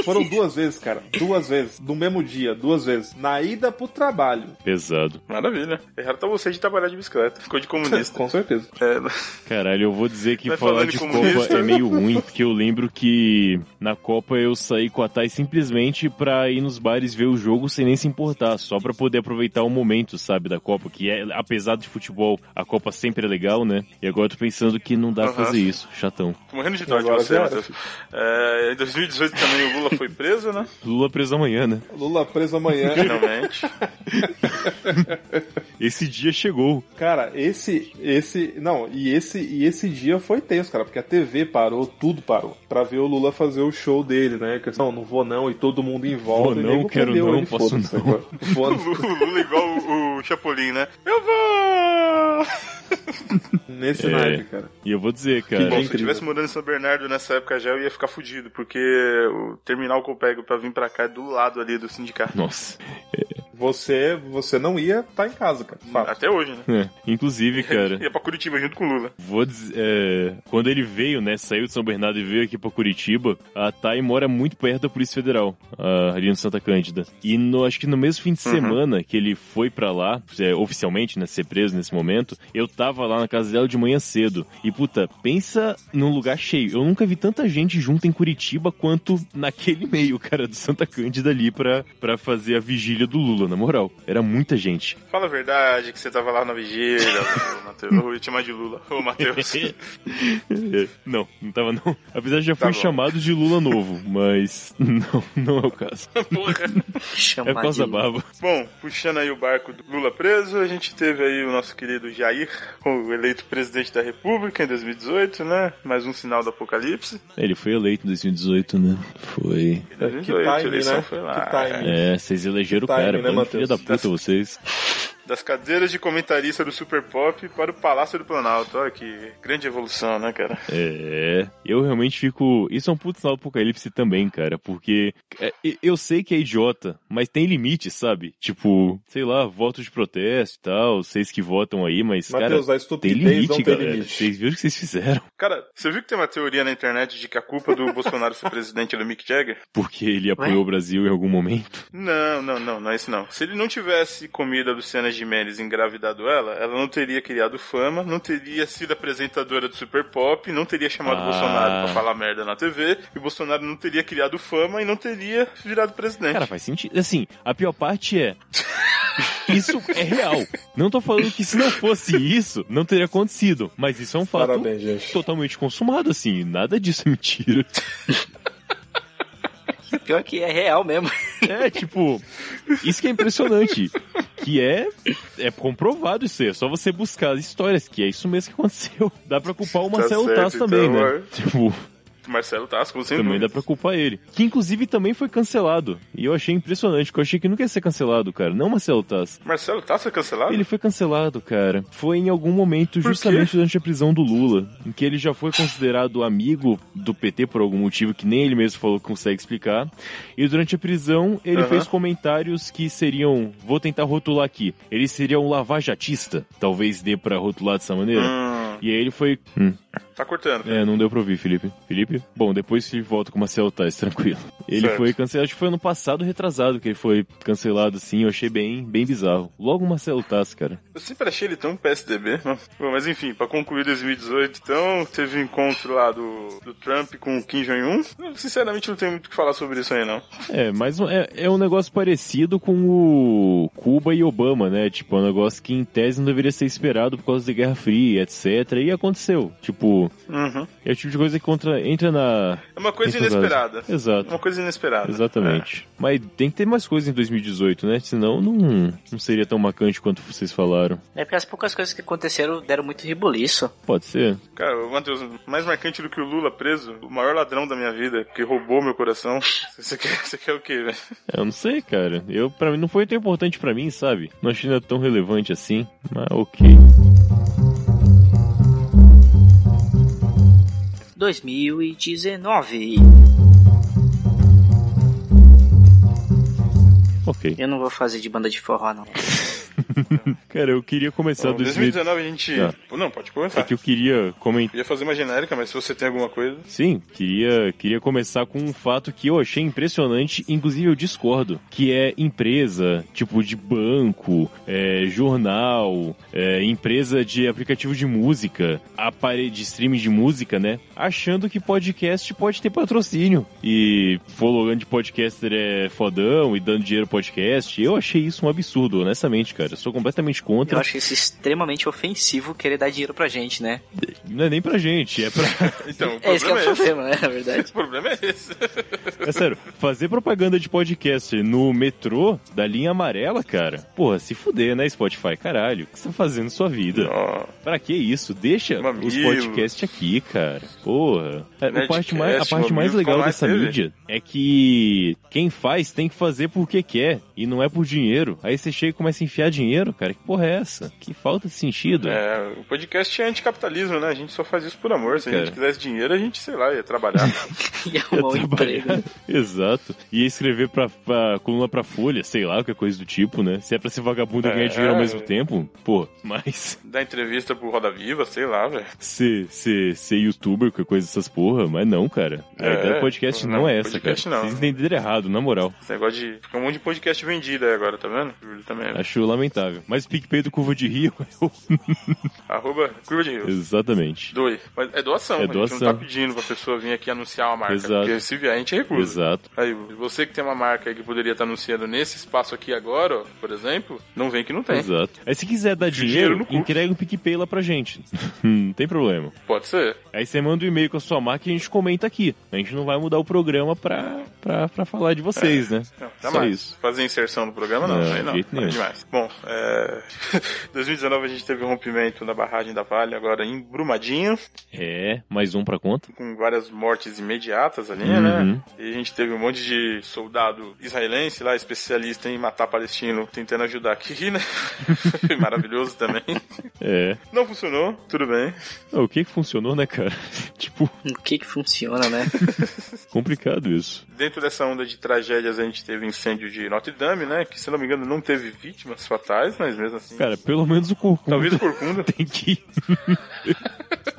Speaker 3: Foram duas vezes, cara. Duas vezes. No mesmo dia, duas vezes. Na ida pro trabalho.
Speaker 5: Pesado.
Speaker 2: Maravilha. Errado tá você de trabalhar de bicicleta, ficou de comunista.
Speaker 3: Com certeza.
Speaker 2: É,
Speaker 5: Caralho, eu vou dizer que
Speaker 2: Vai
Speaker 5: falar
Speaker 2: falando
Speaker 5: de
Speaker 2: como
Speaker 5: Copa
Speaker 2: isso.
Speaker 5: é meio ruim, porque eu lembro que na Copa eu saí com a Thay simplesmente pra ir nos bares ver o jogo sem nem se importar, só pra poder aproveitar o momento, sabe, da Copa, que é, apesar de futebol, a Copa sempre é legal, né? E agora eu tô pensando que não dá pra
Speaker 2: Aham.
Speaker 5: fazer isso, chatão.
Speaker 2: tô morrendo de dó de
Speaker 3: Agora
Speaker 2: você,
Speaker 3: já era,
Speaker 2: Matheus. É, em 2018 também o Lula foi preso, né?
Speaker 5: Lula preso amanhã, né?
Speaker 3: Lula preso amanhã.
Speaker 2: Finalmente.
Speaker 5: Esse dia chegou.
Speaker 3: Cara, esse, esse, não, e esse, e esse dia foi tenso, cara, porque a TV parou, tudo parou, pra ver o Lula fazer o show dele, né? Que, não, não vou não, e todo mundo em volta.
Speaker 5: Vou
Speaker 3: e
Speaker 5: não,
Speaker 3: nego
Speaker 5: quero
Speaker 3: prendeu
Speaker 5: não,
Speaker 3: ele,
Speaker 5: posso
Speaker 3: foda-se,
Speaker 5: não.
Speaker 3: agora.
Speaker 2: O
Speaker 3: Foda-se.
Speaker 2: Lula, o Lula igual o, o Chapolin, né? Eu vou!
Speaker 3: Nesse
Speaker 5: É.
Speaker 3: naipe, cara.
Speaker 5: E eu vou dizer, cara.
Speaker 2: Bom, se eu
Speaker 3: incrível.
Speaker 2: tivesse morando em São Bernardo nessa época já, eu ia ficar fudido, porque o terminal que eu pego pra vir pra cá é do lado ali do sindicato.
Speaker 5: Nossa.
Speaker 3: Você, você não ia estar em casa, cara. Fato.
Speaker 2: Até hoje, né?
Speaker 5: É. Inclusive, cara.
Speaker 2: Ia pra Curitiba junto com o Lula.
Speaker 5: Vou dizer, é, quando ele veio, né, saiu de São Bernardo e veio aqui pra Curitiba, a Thay mora muito perto da Polícia Federal, a- ali no Santa Cândida. E no- acho que no mesmo fim de
Speaker 2: Uhum.
Speaker 5: semana que ele foi pra lá, é, oficialmente, né, ser preso nesse momento, eu tava lá na casa dela de manhã cedo. E puta, pensa num lugar cheio. Eu nunca vi tanta gente junta em Curitiba quanto naquele meio, cara, do Santa Cândida ali pra, pra fazer a vigília do Lula, na moral. Era muita gente.
Speaker 2: Fala a verdade que você tava lá na vigília, ô, Matheus. Eu ia te chamar de Lula. Ô, Matheus.
Speaker 5: não, não tava não. Apesar de já
Speaker 2: Tá
Speaker 5: fui
Speaker 2: bom.
Speaker 5: chamado de Lula novo, mas não, não é o caso.
Speaker 2: Porra.
Speaker 5: É por
Speaker 4: Chamar
Speaker 5: causa da
Speaker 4: de-
Speaker 5: barba.
Speaker 2: Bom, puxando aí o barco do Lula preso, a gente teve aí o nosso querido Jair, o eleito presidente da República em 2018, né? Mais um sinal do apocalipse.
Speaker 5: Ele foi eleito em 2018, né? Foi.
Speaker 3: Que
Speaker 2: 2018, a
Speaker 3: timing,
Speaker 2: eleição
Speaker 3: né?
Speaker 2: foi lá.
Speaker 3: Que timing.
Speaker 5: É, vocês elegeram o
Speaker 3: Timing,
Speaker 5: cara,
Speaker 3: né,
Speaker 5: mano. Filha
Speaker 3: Matheus?
Speaker 5: da puta vocês.
Speaker 2: Das cadeiras de comentarista do Super Pop para o Palácio do Planalto. Olha que grande evolução, né, cara?
Speaker 5: É. Eu realmente fico. Isso é um puto sinal do apocalipse também, cara. Porque é, e- eu sei que é idiota, mas tem limite, sabe? Tipo, sei lá, voto de protesto e tal. Vocês que votam aí, mas, cara.
Speaker 3: Matheus, a
Speaker 5: Tem
Speaker 3: estupidez não
Speaker 5: limite,
Speaker 3: tem
Speaker 5: galera.
Speaker 3: limite.
Speaker 5: Vocês viram o que vocês fizeram?
Speaker 2: Cara, você viu que tem uma teoria na internet de que a culpa do Bolsonaro ser presidente é do Mick Jagger?
Speaker 5: Porque ele apoiou o Brasil em algum momento.
Speaker 2: Não, não, não, não é isso não. Se ele não tivesse comido a Luciana Gimenez e engravidado ela, ela não teria criado fama, não teria sido apresentadora do Super Pop, não teria chamado
Speaker 5: Ah.
Speaker 2: o Bolsonaro pra falar merda na TV, e o Bolsonaro não teria criado fama e não teria virado presidente.
Speaker 5: Cara, faz sentido. Assim, a pior parte é. Isso é real. Não tô falando que se não fosse isso, não teria acontecido. Mas isso é um fato
Speaker 3: Parabéns, gente.
Speaker 5: totalmente consumado, assim. Nada disso é mentira.
Speaker 4: Pior que é real mesmo.
Speaker 5: É, tipo, isso que é impressionante. Que é, é comprovado isso aí. É só você buscar as histórias, que é isso mesmo que aconteceu. Dá pra culpar o Marcelo
Speaker 2: Tá certo,
Speaker 5: Tasso também,
Speaker 2: então,
Speaker 5: né?
Speaker 2: é.
Speaker 5: Tipo,
Speaker 2: Marcelo Tasco, sem
Speaker 5: também
Speaker 2: dúvida.
Speaker 5: dá pra culpar ele. Que inclusive também foi cancelado. E eu achei impressionante, porque eu achei que nunca ia ser cancelado, cara. Não Marcelo Tasso.
Speaker 2: Marcelo Tasso é cancelado?
Speaker 5: Ele foi cancelado, cara. Foi em algum momento,
Speaker 2: Por
Speaker 5: justamente durante a prisão do Lula, em que ele já foi considerado amigo do PT por algum motivo que nem ele mesmo falou que consegue explicar. E durante a prisão, ele
Speaker 2: Aham.
Speaker 5: fez comentários que seriam, vou tentar rotular aqui, ele seria um lavajatista, talvez dê pra rotular dessa maneira.
Speaker 2: Hum,
Speaker 5: E aí ele foi. Hum,
Speaker 2: tá cortando.
Speaker 5: é, não deu pra ouvir, Felipe. Felipe? Bom, depois ele volta com o Marcelo Tais, tranquilo. Ele
Speaker 2: Certo.
Speaker 5: foi cancelado, acho que foi ano passado retrasado que ele foi cancelado, assim, eu achei bem, bem bizarro. Logo o Marcelo Tais, cara.
Speaker 2: Eu sempre achei ele tão PSDB. mas- Bom, né? mas enfim, pra concluir 2018, então, teve um encontro lá do, do Trump com o Kim Jong-un. Eu, Sinceramente, não tenho muito o que falar sobre isso aí, não.
Speaker 5: É, mas um- é, é um negócio parecido com o Cuba e Obama, né? Tipo, é um negócio que em tese não deveria ser esperado por causa da Guerra Fria, etc. E aconteceu. Tipo,
Speaker 2: Uhum.
Speaker 5: é o tipo de coisa que contra, entra na.
Speaker 2: É uma coisa
Speaker 5: Entra na-
Speaker 2: inesperada.
Speaker 5: Exato.
Speaker 2: Uma coisa inesperada.
Speaker 5: Exatamente. Mas tem que ter mais coisas em 2018, né? Senão não, não seria tão marcante quanto vocês falaram.
Speaker 4: É porque as poucas coisas que aconteceram deram muito ribuliço.
Speaker 5: Pode ser.
Speaker 2: É. Cara, o Matheus, mais marcante do que o Lula preso, o maior ladrão da minha vida, que roubou meu coração. Você quer, você quer o quê, velho?
Speaker 5: Eu não sei, cara. Eu, para mim, não foi tão importante pra mim, sabe? Não achei nada tão relevante assim. Mas ok.
Speaker 4: 2019.
Speaker 5: Ok.
Speaker 4: Eu não vou fazer de banda de forró, não.
Speaker 5: Cara, eu queria começar
Speaker 2: Bom,
Speaker 5: 2019.
Speaker 2: 2019 a gente. Não, pode
Speaker 5: É
Speaker 2: começar.
Speaker 5: que eu queria comentar.
Speaker 2: Ia fazer uma genérica, mas se você tem alguma coisa.
Speaker 5: Sim, queria, queria começar com um fato que eu achei impressionante, inclusive eu discordo, que é empresa, tipo de banco, é, jornal, é, empresa de aplicativo de música, aparelho de streaming de música, né? Achando que podcast pode ter patrocínio. E fologando de podcaster é fodão e dando dinheiro ao podcast. Eu achei isso um absurdo, honestamente, cara. sou completamente
Speaker 4: Eu
Speaker 5: contra.
Speaker 4: acho isso extremamente ofensivo querer dar dinheiro pra gente, né?
Speaker 5: Não é nem pra gente, é pra.
Speaker 2: Então, o
Speaker 4: É esse que é
Speaker 2: problema é
Speaker 4: o
Speaker 2: esse.
Speaker 4: problema, né? Na verdade.
Speaker 2: O problema é esse.
Speaker 5: É sério, fazer propaganda de podcast no metrô da linha amarela, cara. Porra, se fuder, né, Spotify? Caralho, o que você tá fazendo na sua vida?
Speaker 2: Ó,
Speaker 5: Pra que isso? Deixa
Speaker 2: Mamilos.
Speaker 5: os podcasts aqui, cara. Porra. É,
Speaker 2: Nerdcast,
Speaker 5: o parte mais- a parte mais
Speaker 2: mamilos,
Speaker 5: legal
Speaker 2: como é
Speaker 5: dessa
Speaker 2: que teve?
Speaker 5: mídia é que quem faz tem que fazer porque quer e não é por dinheiro. Aí você chega e começa a enfiar dinheiro, cara. Que porra é essa? Que falta de sentido.
Speaker 2: é, o podcast é anticapitalismo, né? A gente só faz isso por amor. Se a gente
Speaker 5: Cara.
Speaker 2: quisesse dinheiro, a gente, sei lá, ia trabalhar.
Speaker 4: E arrumar um
Speaker 5: Ia trabalhar.
Speaker 4: emprego. né?
Speaker 5: Exato. E escrever pra, pra coluna pra folha, sei lá, qualquer coisa do tipo, né? Se é pra ser vagabundo e
Speaker 2: É.
Speaker 5: ganhar dinheiro ao mesmo tempo, pô, mas
Speaker 2: Dar entrevista pro Roda Viva, sei lá, velho.
Speaker 5: ser, ser, ser youtuber, qualquer coisa dessas porra, mas não, cara. A
Speaker 2: É,
Speaker 5: ideia do podcast
Speaker 2: não,
Speaker 5: não, é essa,
Speaker 2: podcast
Speaker 5: cara.
Speaker 2: não.
Speaker 5: Vocês entenderam errado, na moral.
Speaker 2: Esse negócio de. Fica um monte de podcast vendido aí agora, tá vendo? Júlio também.
Speaker 5: Acho lamentável. Mas o PicPay do Curva de Rio, eu-
Speaker 2: Arroba Curva de Rio.
Speaker 5: exatamente.
Speaker 2: Doe. Mas é doação,
Speaker 5: É
Speaker 2: a gente não
Speaker 5: doação.
Speaker 2: tá pedindo pra pessoa vir aqui anunciar uma marca.
Speaker 5: Exato.
Speaker 2: Porque se vier, a gente recusa.
Speaker 5: Exato.
Speaker 2: Aí, você que tem uma marca aí que poderia estar anunciando nesse espaço aqui agora, ó, por exemplo, não vem que não tem.
Speaker 5: Exato. Aí se quiser dar
Speaker 2: É. Dinheiro
Speaker 5: dinheiro,
Speaker 2: no cu.
Speaker 5: entrega o PicPay lá pra gente. não tem problema.
Speaker 2: Pode ser.
Speaker 5: Aí você manda um e-mail com a sua marca e a gente comenta aqui. A gente não vai mudar o programa pra, pra, pra falar de vocês, né?
Speaker 2: Não,
Speaker 5: Só
Speaker 2: jamais.
Speaker 5: isso.
Speaker 2: Fazer inserção no programa, não.
Speaker 5: Não,
Speaker 2: isso aí
Speaker 5: de
Speaker 2: não.
Speaker 5: jeito
Speaker 2: não é
Speaker 5: nenhum.
Speaker 2: demais. Bom, é... 2019 a gente teve um rompimento na barragem da Vale, agora em Brumadinho,
Speaker 5: É, mais um pra conta.
Speaker 2: com várias mortes imediatas ali, né?
Speaker 5: Uhum.
Speaker 2: E a gente teve um monte de soldado israelense lá, especialista em matar palestino, tentando ajudar aqui, né? Maravilhoso também.
Speaker 5: É.
Speaker 2: Não funcionou, tudo bem.
Speaker 5: Ah, O que que funcionou, né, cara? tipo,
Speaker 4: O que que funciona, né?
Speaker 5: complicado isso.
Speaker 2: Dentro dessa onda de tragédias, a gente teve o incêndio de Notre Dame, né? Que, se não me engano, não teve vítimas fatais, mas mesmo assim.
Speaker 5: Cara, pelo menos o corcunda
Speaker 2: Talvez o Corcunda.
Speaker 5: tem que...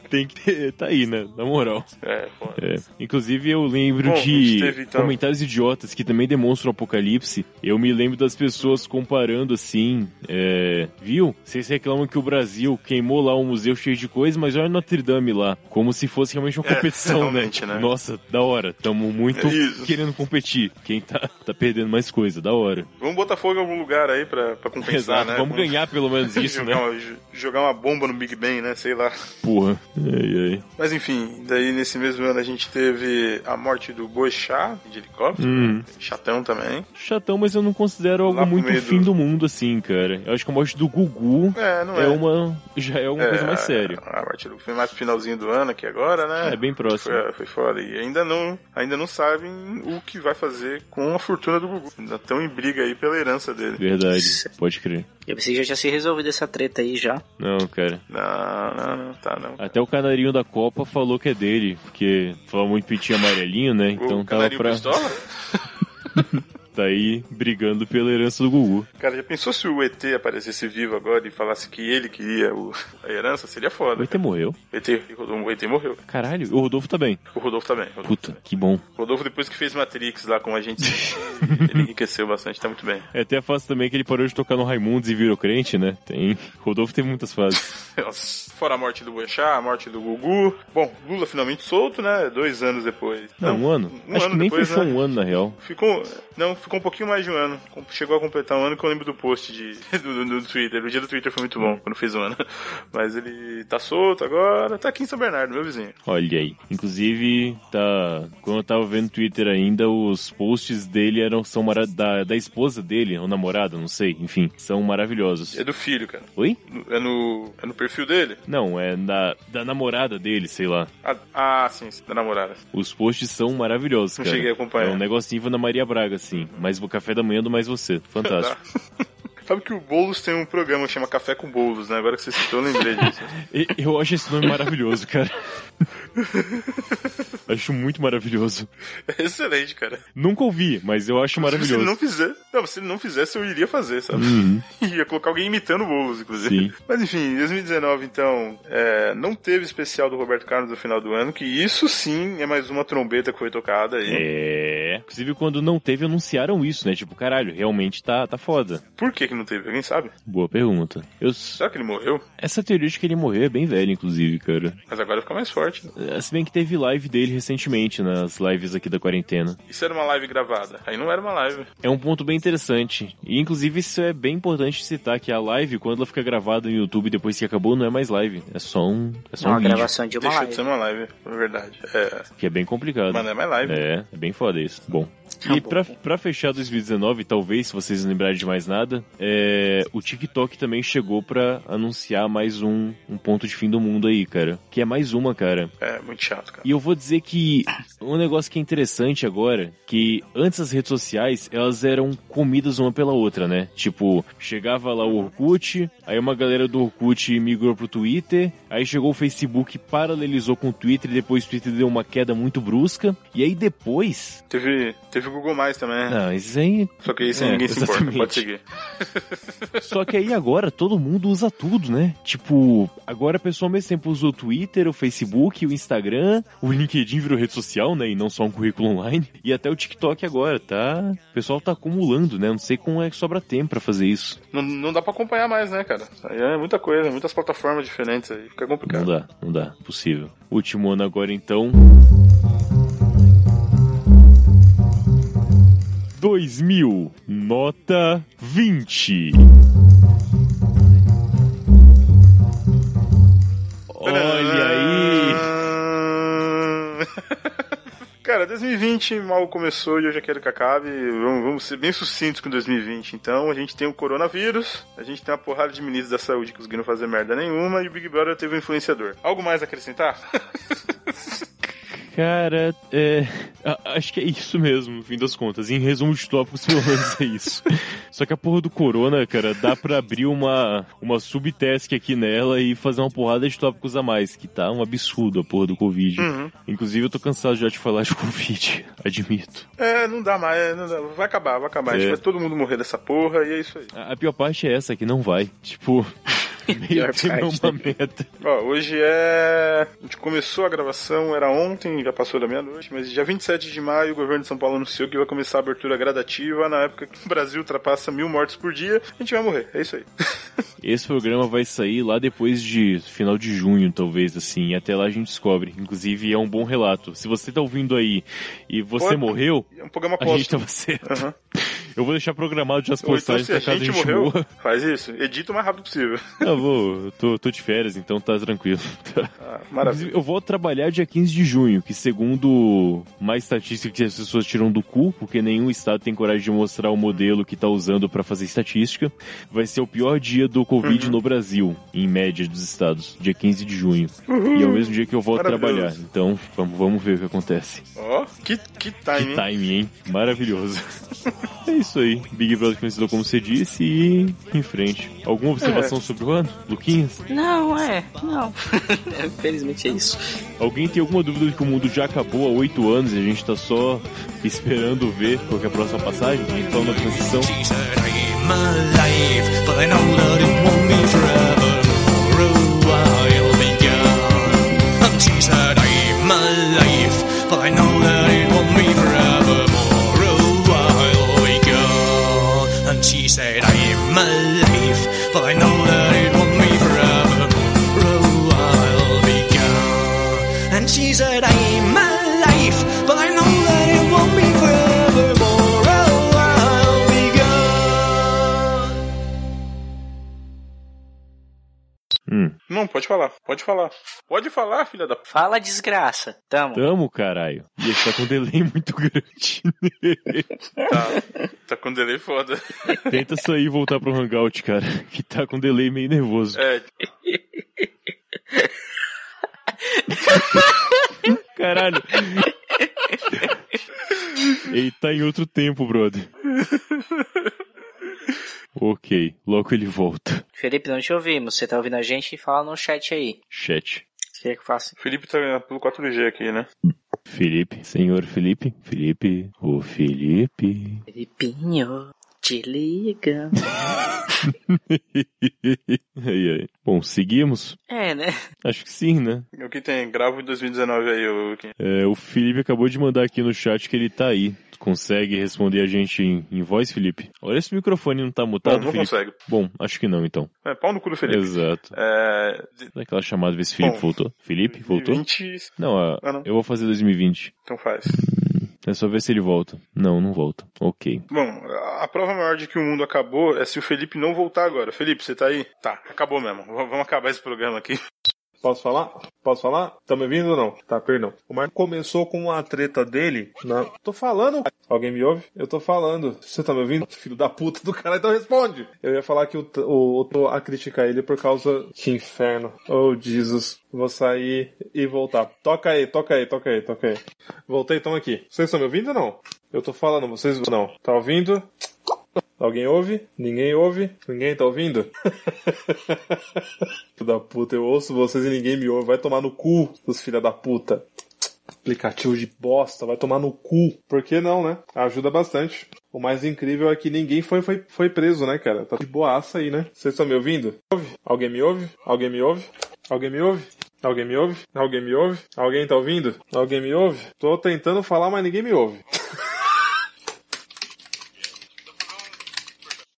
Speaker 5: tem que ter... Tá aí, né? Na moral.
Speaker 2: É, pô.
Speaker 5: É. Inclusive, eu lembro
Speaker 2: Bom, a gente
Speaker 5: de
Speaker 2: teve, então-
Speaker 5: comentários idiotas que também demonstram o apocalipse. Eu me lembro das pessoas comparando assim, é, viu? Vocês reclamam que o Brasil queimou lá um museu cheio de coisa, mas olha Notre Dame lá, como se fosse realmente uma
Speaker 2: É,
Speaker 5: competição, né?
Speaker 2: realmente, né?
Speaker 5: Nossa, da hora, tamo muito
Speaker 2: É isso.
Speaker 5: querendo competir. Quem tá, tá perdendo mais coisa, da hora.
Speaker 2: Vamos botar fogo em algum lugar aí pra, pra compensar,
Speaker 5: Exato,
Speaker 2: né?
Speaker 5: vamos ganhar pelo menos isso,
Speaker 2: jogar, um-
Speaker 5: né?
Speaker 2: uma, jo- jogar uma bomba no Big Ben, né? Sei lá.
Speaker 5: Porra. Ai, ai.
Speaker 2: Mas enfim, daí nesse mesmo ano a gente teve a morte do Boixá de helicóptero.
Speaker 5: Hum.
Speaker 2: Chatão também.
Speaker 5: Chatão, mas eu não considero algo
Speaker 2: Lá pro
Speaker 5: muito
Speaker 2: meio do-
Speaker 5: fim do mundo assim, cara. Eu acho que a morte do Gugu
Speaker 2: É, não é.
Speaker 5: é uma. Já é uma coisa mais séria.
Speaker 2: A, a morte do foi mais pro finalzinho do ano aqui agora, né?
Speaker 5: É bem próximo.
Speaker 2: Foi, foi foda. E ainda não, ainda não sabem o que vai fazer com a fortuna do Gugu. Ainda estão em briga aí pela herança dele.
Speaker 5: Verdade, pode crer.
Speaker 4: Eu pensei que já tinha se resolvido essa treta aí já.
Speaker 5: Não, cara.
Speaker 2: Não, não, não, tá não.
Speaker 5: Até o canarinho da Copa falou que é dele, porque falou muito pitinho amarelinho, né? Então
Speaker 2: o
Speaker 5: tava
Speaker 2: Canarinho
Speaker 5: pra
Speaker 2: Pistola?
Speaker 5: tá aí brigando pela herança do Gugu.
Speaker 2: Cara, já pensou se o ET aparecesse vivo agora e falasse que ele queria o- a herança? Seria
Speaker 5: O
Speaker 2: foda.
Speaker 5: ET morreu?
Speaker 2: O ET, o ET morreu.
Speaker 5: Caralho, o Rodolfo tá bem.
Speaker 2: O Rodolfo também. O
Speaker 5: Puta, que bom.
Speaker 2: Rodolfo, depois que fez Matrix lá com a gente, ele enriqueceu bastante, tá muito bem.
Speaker 5: É até a fase também que ele parou de tocar no Raimundos e virou crente, né? Tem. Rodolfo tem muitas fases.
Speaker 2: Nossa. Fora a morte do Boechat, a morte do Gugu. Bom, Lula finalmente solto, né? Dois anos depois.
Speaker 5: Não, um ano?
Speaker 2: Um
Speaker 5: Acho
Speaker 2: ano
Speaker 5: que nem
Speaker 2: depois,
Speaker 5: fechou
Speaker 2: né?
Speaker 5: um ano, na real.
Speaker 2: Ficou. Não, ficou um pouquinho mais de um ano. Com- Chegou a completar um ano que eu lembro do post de, do, do- do Twitter. O dia do Twitter foi muito bom quando fez um ano. Mas ele tá solto agora, tá aqui em São Bernardo, meu vizinho.
Speaker 5: Olha aí. Inclusive, tá. Quando eu tava vendo o Twitter ainda, os posts dele eram são mara... da, da esposa dele, ou namorada, não sei, enfim, são maravilhosos.
Speaker 2: É do filho, cara.
Speaker 5: Oi?
Speaker 2: No- É no, é no perfil dele?
Speaker 5: Não, é da, da namorada dele, sei lá.
Speaker 2: Ah, ah, sim, da namorada.
Speaker 5: Os posts são maravilhosos,
Speaker 2: Não
Speaker 5: cara.
Speaker 2: cheguei a acompanhar.
Speaker 5: É um negocinho Ana Maria Braga, assim. Mas o café da manhã do mais você. Fantástico.
Speaker 2: Sabe que o Boulos tem um programa que chama Café com Boulos, né? Agora que você citou, eu lembrei disso.
Speaker 5: E- Eu acho esse nome maravilhoso, cara. acho muito maravilhoso.
Speaker 2: É excelente, cara.
Speaker 5: Nunca ouvi, mas eu acho
Speaker 2: Se ele
Speaker 5: maravilhoso.
Speaker 2: não fizer, não, se ele não fizesse, eu iria fazer, sabe?
Speaker 5: Uhum,
Speaker 2: Ia colocar alguém imitando o Boulos, inclusive.
Speaker 5: Sim.
Speaker 2: Mas enfim, 2019, então, é, não teve especial do Roberto Carlos no final do ano, que isso sim é mais uma trombeta que foi tocada aí.
Speaker 5: É. Inclusive, quando não teve, anunciaram isso, né? Tipo, caralho, realmente tá, tá foda.
Speaker 2: Por que, que não teve? Alguém sabe?
Speaker 5: Boa pergunta. Eu...
Speaker 2: Será que ele morreu?
Speaker 5: Essa teoria de que ele morreu é bem velha, inclusive, cara.
Speaker 2: Mas agora fica mais forte. né?
Speaker 5: É, Se bem que teve live dele recentemente, nas lives aqui da quarentena.
Speaker 2: Isso era uma live gravada. Aí não era uma live.
Speaker 5: É um ponto bem interessante. E, inclusive, isso é bem importante citar, que a live, quando ela fica gravada no YouTube depois que acabou, não é mais live. É só um, é só um
Speaker 4: uma
Speaker 5: vídeo,
Speaker 4: gravação de uma
Speaker 2: Deixou
Speaker 4: live.
Speaker 2: de ser uma live, na verdade. É.
Speaker 5: que é bem complicado.
Speaker 2: Mano, é mais live.
Speaker 5: É, é bem foda isso. Bom.
Speaker 4: Tá
Speaker 5: E
Speaker 4: bom.
Speaker 5: pra, pra fechar 2019, talvez, se vocês não lembrarem de mais nada, é, o TikTok também chegou pra anunciar mais um, um ponto de fim do mundo aí, cara. Que é mais uma, cara.
Speaker 2: É muito chato, cara.
Speaker 5: E eu vou dizer que um negócio que é interessante agora, que antes as redes sociais, elas eram comidas uma pela outra, né? Tipo, chegava lá o Orkut, aí uma galera do Orkut migrou pro Twitter, aí chegou o Facebook, paralelizou com o Twitter, e depois o Twitter deu uma queda muito brusca, e aí depois...
Speaker 2: Teve, teve o Google Mais também, né?
Speaker 5: Não, isso aí...
Speaker 2: Só que isso
Speaker 5: É,
Speaker 2: ninguém se importa.
Speaker 5: exatamente.
Speaker 2: Pode seguir.
Speaker 5: Só que aí agora todo mundo usa tudo, né? Tipo, agora a pessoa ao mesmo tempo usa o Twitter, o Facebook, o Instagram, o LinkedIn virou rede social, né? E não só um currículo online. E até o TikTok agora, tá? O pessoal tá acumulando, né? Não sei como é que sobra tempo pra fazer isso.
Speaker 2: Não, não dá pra acompanhar mais, né, cara? Aí é muita coisa, muitas plataformas diferentes aí. Fica
Speaker 5: Não
Speaker 2: complicado.
Speaker 5: dá, não dá. Possível. Último ano agora então. 2000, nota 20. Olha aí!
Speaker 2: Cara, 2020 mal começou e eu já quero que acabe. Vamos, vamos ser bem sucintos com 2020. Então, a gente tem o coronavírus, a gente tem uma porrada de ministros da saúde conseguindo fazer merda nenhuma e o Big Brother teve um influenciador. Algo mais a acrescentar?
Speaker 5: Cara, é, a- acho que é isso mesmo, no fim das contas. Em resumo de tópicos, pelo menos é isso. Só que a porra do Corona, cara, dá pra abrir uma, uma subtask aqui nela e fazer uma porrada de tópicos a mais, que tá um absurdo a porra do Covid.
Speaker 2: Uhum.
Speaker 5: Inclusive, eu tô cansado já de falar de Covid, admito.
Speaker 2: É, não dá mais. não dá. Vai acabar, vai acabar. A gente
Speaker 5: É.
Speaker 2: vai todo mundo morrer dessa porra e é isso aí.
Speaker 5: A, a pior parte é essa, que não vai. Tipo, meio
Speaker 4: Pior
Speaker 5: que não é
Speaker 4: parte,
Speaker 5: uma meta.
Speaker 2: Ó, hoje é. A gente começou a gravação, era ontem, já passou da meia-noite, mas dia 27 de maio o governo de São Paulo anunciou que vai começar a abertura gradativa na época que o Brasil ultrapassa mil mortes por dia. A gente vai morrer, é isso aí.
Speaker 5: Esse programa vai sair lá depois de final de junho, talvez, assim. E até lá a gente descobre. Inclusive, é um bom relato. Se você tá ouvindo aí e você
Speaker 2: Pode-
Speaker 5: morreu,
Speaker 2: É um programa
Speaker 5: a gente
Speaker 2: posto.
Speaker 5: tava certo.
Speaker 2: Aham.
Speaker 5: Eu vou deixar programado já as
Speaker 2: Ou então,
Speaker 5: postagens
Speaker 2: se a
Speaker 5: pra caso a
Speaker 2: gente
Speaker 5: gente
Speaker 2: morreu,
Speaker 5: morra.
Speaker 2: faz isso. Edita o mais rápido possível.
Speaker 5: Tá bom, eu tô, tô de férias, então tá tranquilo. Tá.
Speaker 2: Ah, maravilha.
Speaker 5: Inclusive, eu vou trabalhar dia 15 de junho, que segundo mais estatística que as pessoas tiram do cu, porque nenhum estado tem coragem de mostrar o modelo que tá usando pra fazer estatística, vai ser o pior dia do Covid
Speaker 2: Uhum.
Speaker 5: no Brasil, em média dos estados, dia 15 de junho. E é o mesmo dia que eu vou
Speaker 2: Uhum. Maravilhoso.
Speaker 5: trabalhar. Então, vamos, vamos ver o que acontece.
Speaker 2: Ó, que, que
Speaker 5: Que
Speaker 2: timing. hein?
Speaker 5: timing, hein? Maravilhoso. é isso aí. Big Brother conhecido como você disse e em frente. Alguma
Speaker 2: É.
Speaker 5: observação sobre o ano? Luquinhas?
Speaker 4: Não, é. Não. Infelizmente é isso.
Speaker 5: Alguém tem alguma dúvida de que o mundo já acabou há oito anos e a gente tá só esperando ver qual que é a próxima passagem? Então na transição.
Speaker 6: She said, I'm alive, but I know that it won't be forever. For a while I'll be gone. And she said, I'm alive, but I know that it won't be forever. For a while I'll be gone. And she said, I'm alive, but I know that it won't be forever. For a while I'll be gone. And she said, I'm alive, but I know that it won't be forever. For a while I'll be gone.
Speaker 5: Hum.
Speaker 2: Não, pode falar, pode falar. Pode falar, filha da. p-
Speaker 4: Fala desgraça. Tamo.
Speaker 5: Tamo, caralho. E esse tá com um delay muito grande.
Speaker 2: Tá, tá com delay foda.
Speaker 5: Tenta sair e voltar pro Hangout, cara. Que tá com um delay meio nervoso.
Speaker 2: É,
Speaker 5: Caralho. Ele tá em outro tempo, brother. Ok, logo ele volta.
Speaker 4: Felipe, não te ouvimos. Você tá ouvindo a gente? Fala no chat aí.
Speaker 5: Chat.
Speaker 4: Quer que eu faça?
Speaker 2: Felipe tá pelo 4G aqui, né?
Speaker 5: Felipe, senhor Felipe, Felipe, o Felipe.
Speaker 4: Felipinho, te liga.
Speaker 5: Ai, ai. Bom, seguimos?
Speaker 4: É, né?
Speaker 5: Acho que sim, né?
Speaker 2: O que tem? Gravo em 2019 aí, o que
Speaker 5: É, o Felipe acabou de mandar aqui no chat que ele tá aí. consegue responder a gente em, em voz, Felipe? Olha se o microfone não tá mutado,
Speaker 2: Bom, não
Speaker 5: Felipe.
Speaker 2: consegue.
Speaker 5: Bom, acho que não, então.
Speaker 2: É, pau no cu do Felipe.
Speaker 5: Exato.
Speaker 2: É, de-
Speaker 5: Dá aquela chamada, ver se Felipe
Speaker 2: Bom,
Speaker 5: voltou. Felipe, voltou?
Speaker 2: 20,
Speaker 5: Não, a-
Speaker 2: Ah, não.
Speaker 5: eu vou fazer 2020.
Speaker 2: então faz.
Speaker 5: É só ver se ele volta. Não, não volta. Ok.
Speaker 2: Bom, a a prova maior de que o mundo acabou é se o Felipe não voltar agora. Felipe, você tá aí? Tá, acabou mesmo. V- vamos acabar esse programa aqui.
Speaker 3: Posso falar? Posso falar? Tá me ouvindo ou não? Tá, perdão. O Marco começou com uma treta dele. Na... Tô falando. Alguém me ouve? Eu tô falando. Você tá me ouvindo? Filho da puta do cara, então responde. Eu ia falar que o, t- o, eu tô a criticar ele é por causa. Que inferno. Oh, Jesus. Vou sair e voltar. Toca aí, toca aí, toca aí, toca aí. Voltei, então aqui. Vocês estão me ouvindo ou não? Eu tô falando, vocês não. Tá ouvindo? Alguém ouve? Ninguém ouve? Ninguém tá ouvindo? Filho da puta, eu ouço vocês e ninguém me ouve. Vai tomar no cu, os filha da puta. Aplicativo de bosta, vai tomar no cu. Por que não, né? Ajuda bastante. O mais incrível é que ninguém foi, foi, foi preso, né, cara? Tá de boaça aí, né? Vocês estão me ouvindo? Ouve? Alguém me ouve? Alguém me ouve? Alguém me ouve? Alguém me ouve? Alguém me ouve? Alguém tá ouvindo? Alguém me ouve? Tô tentando falar, mas ninguém me ouve.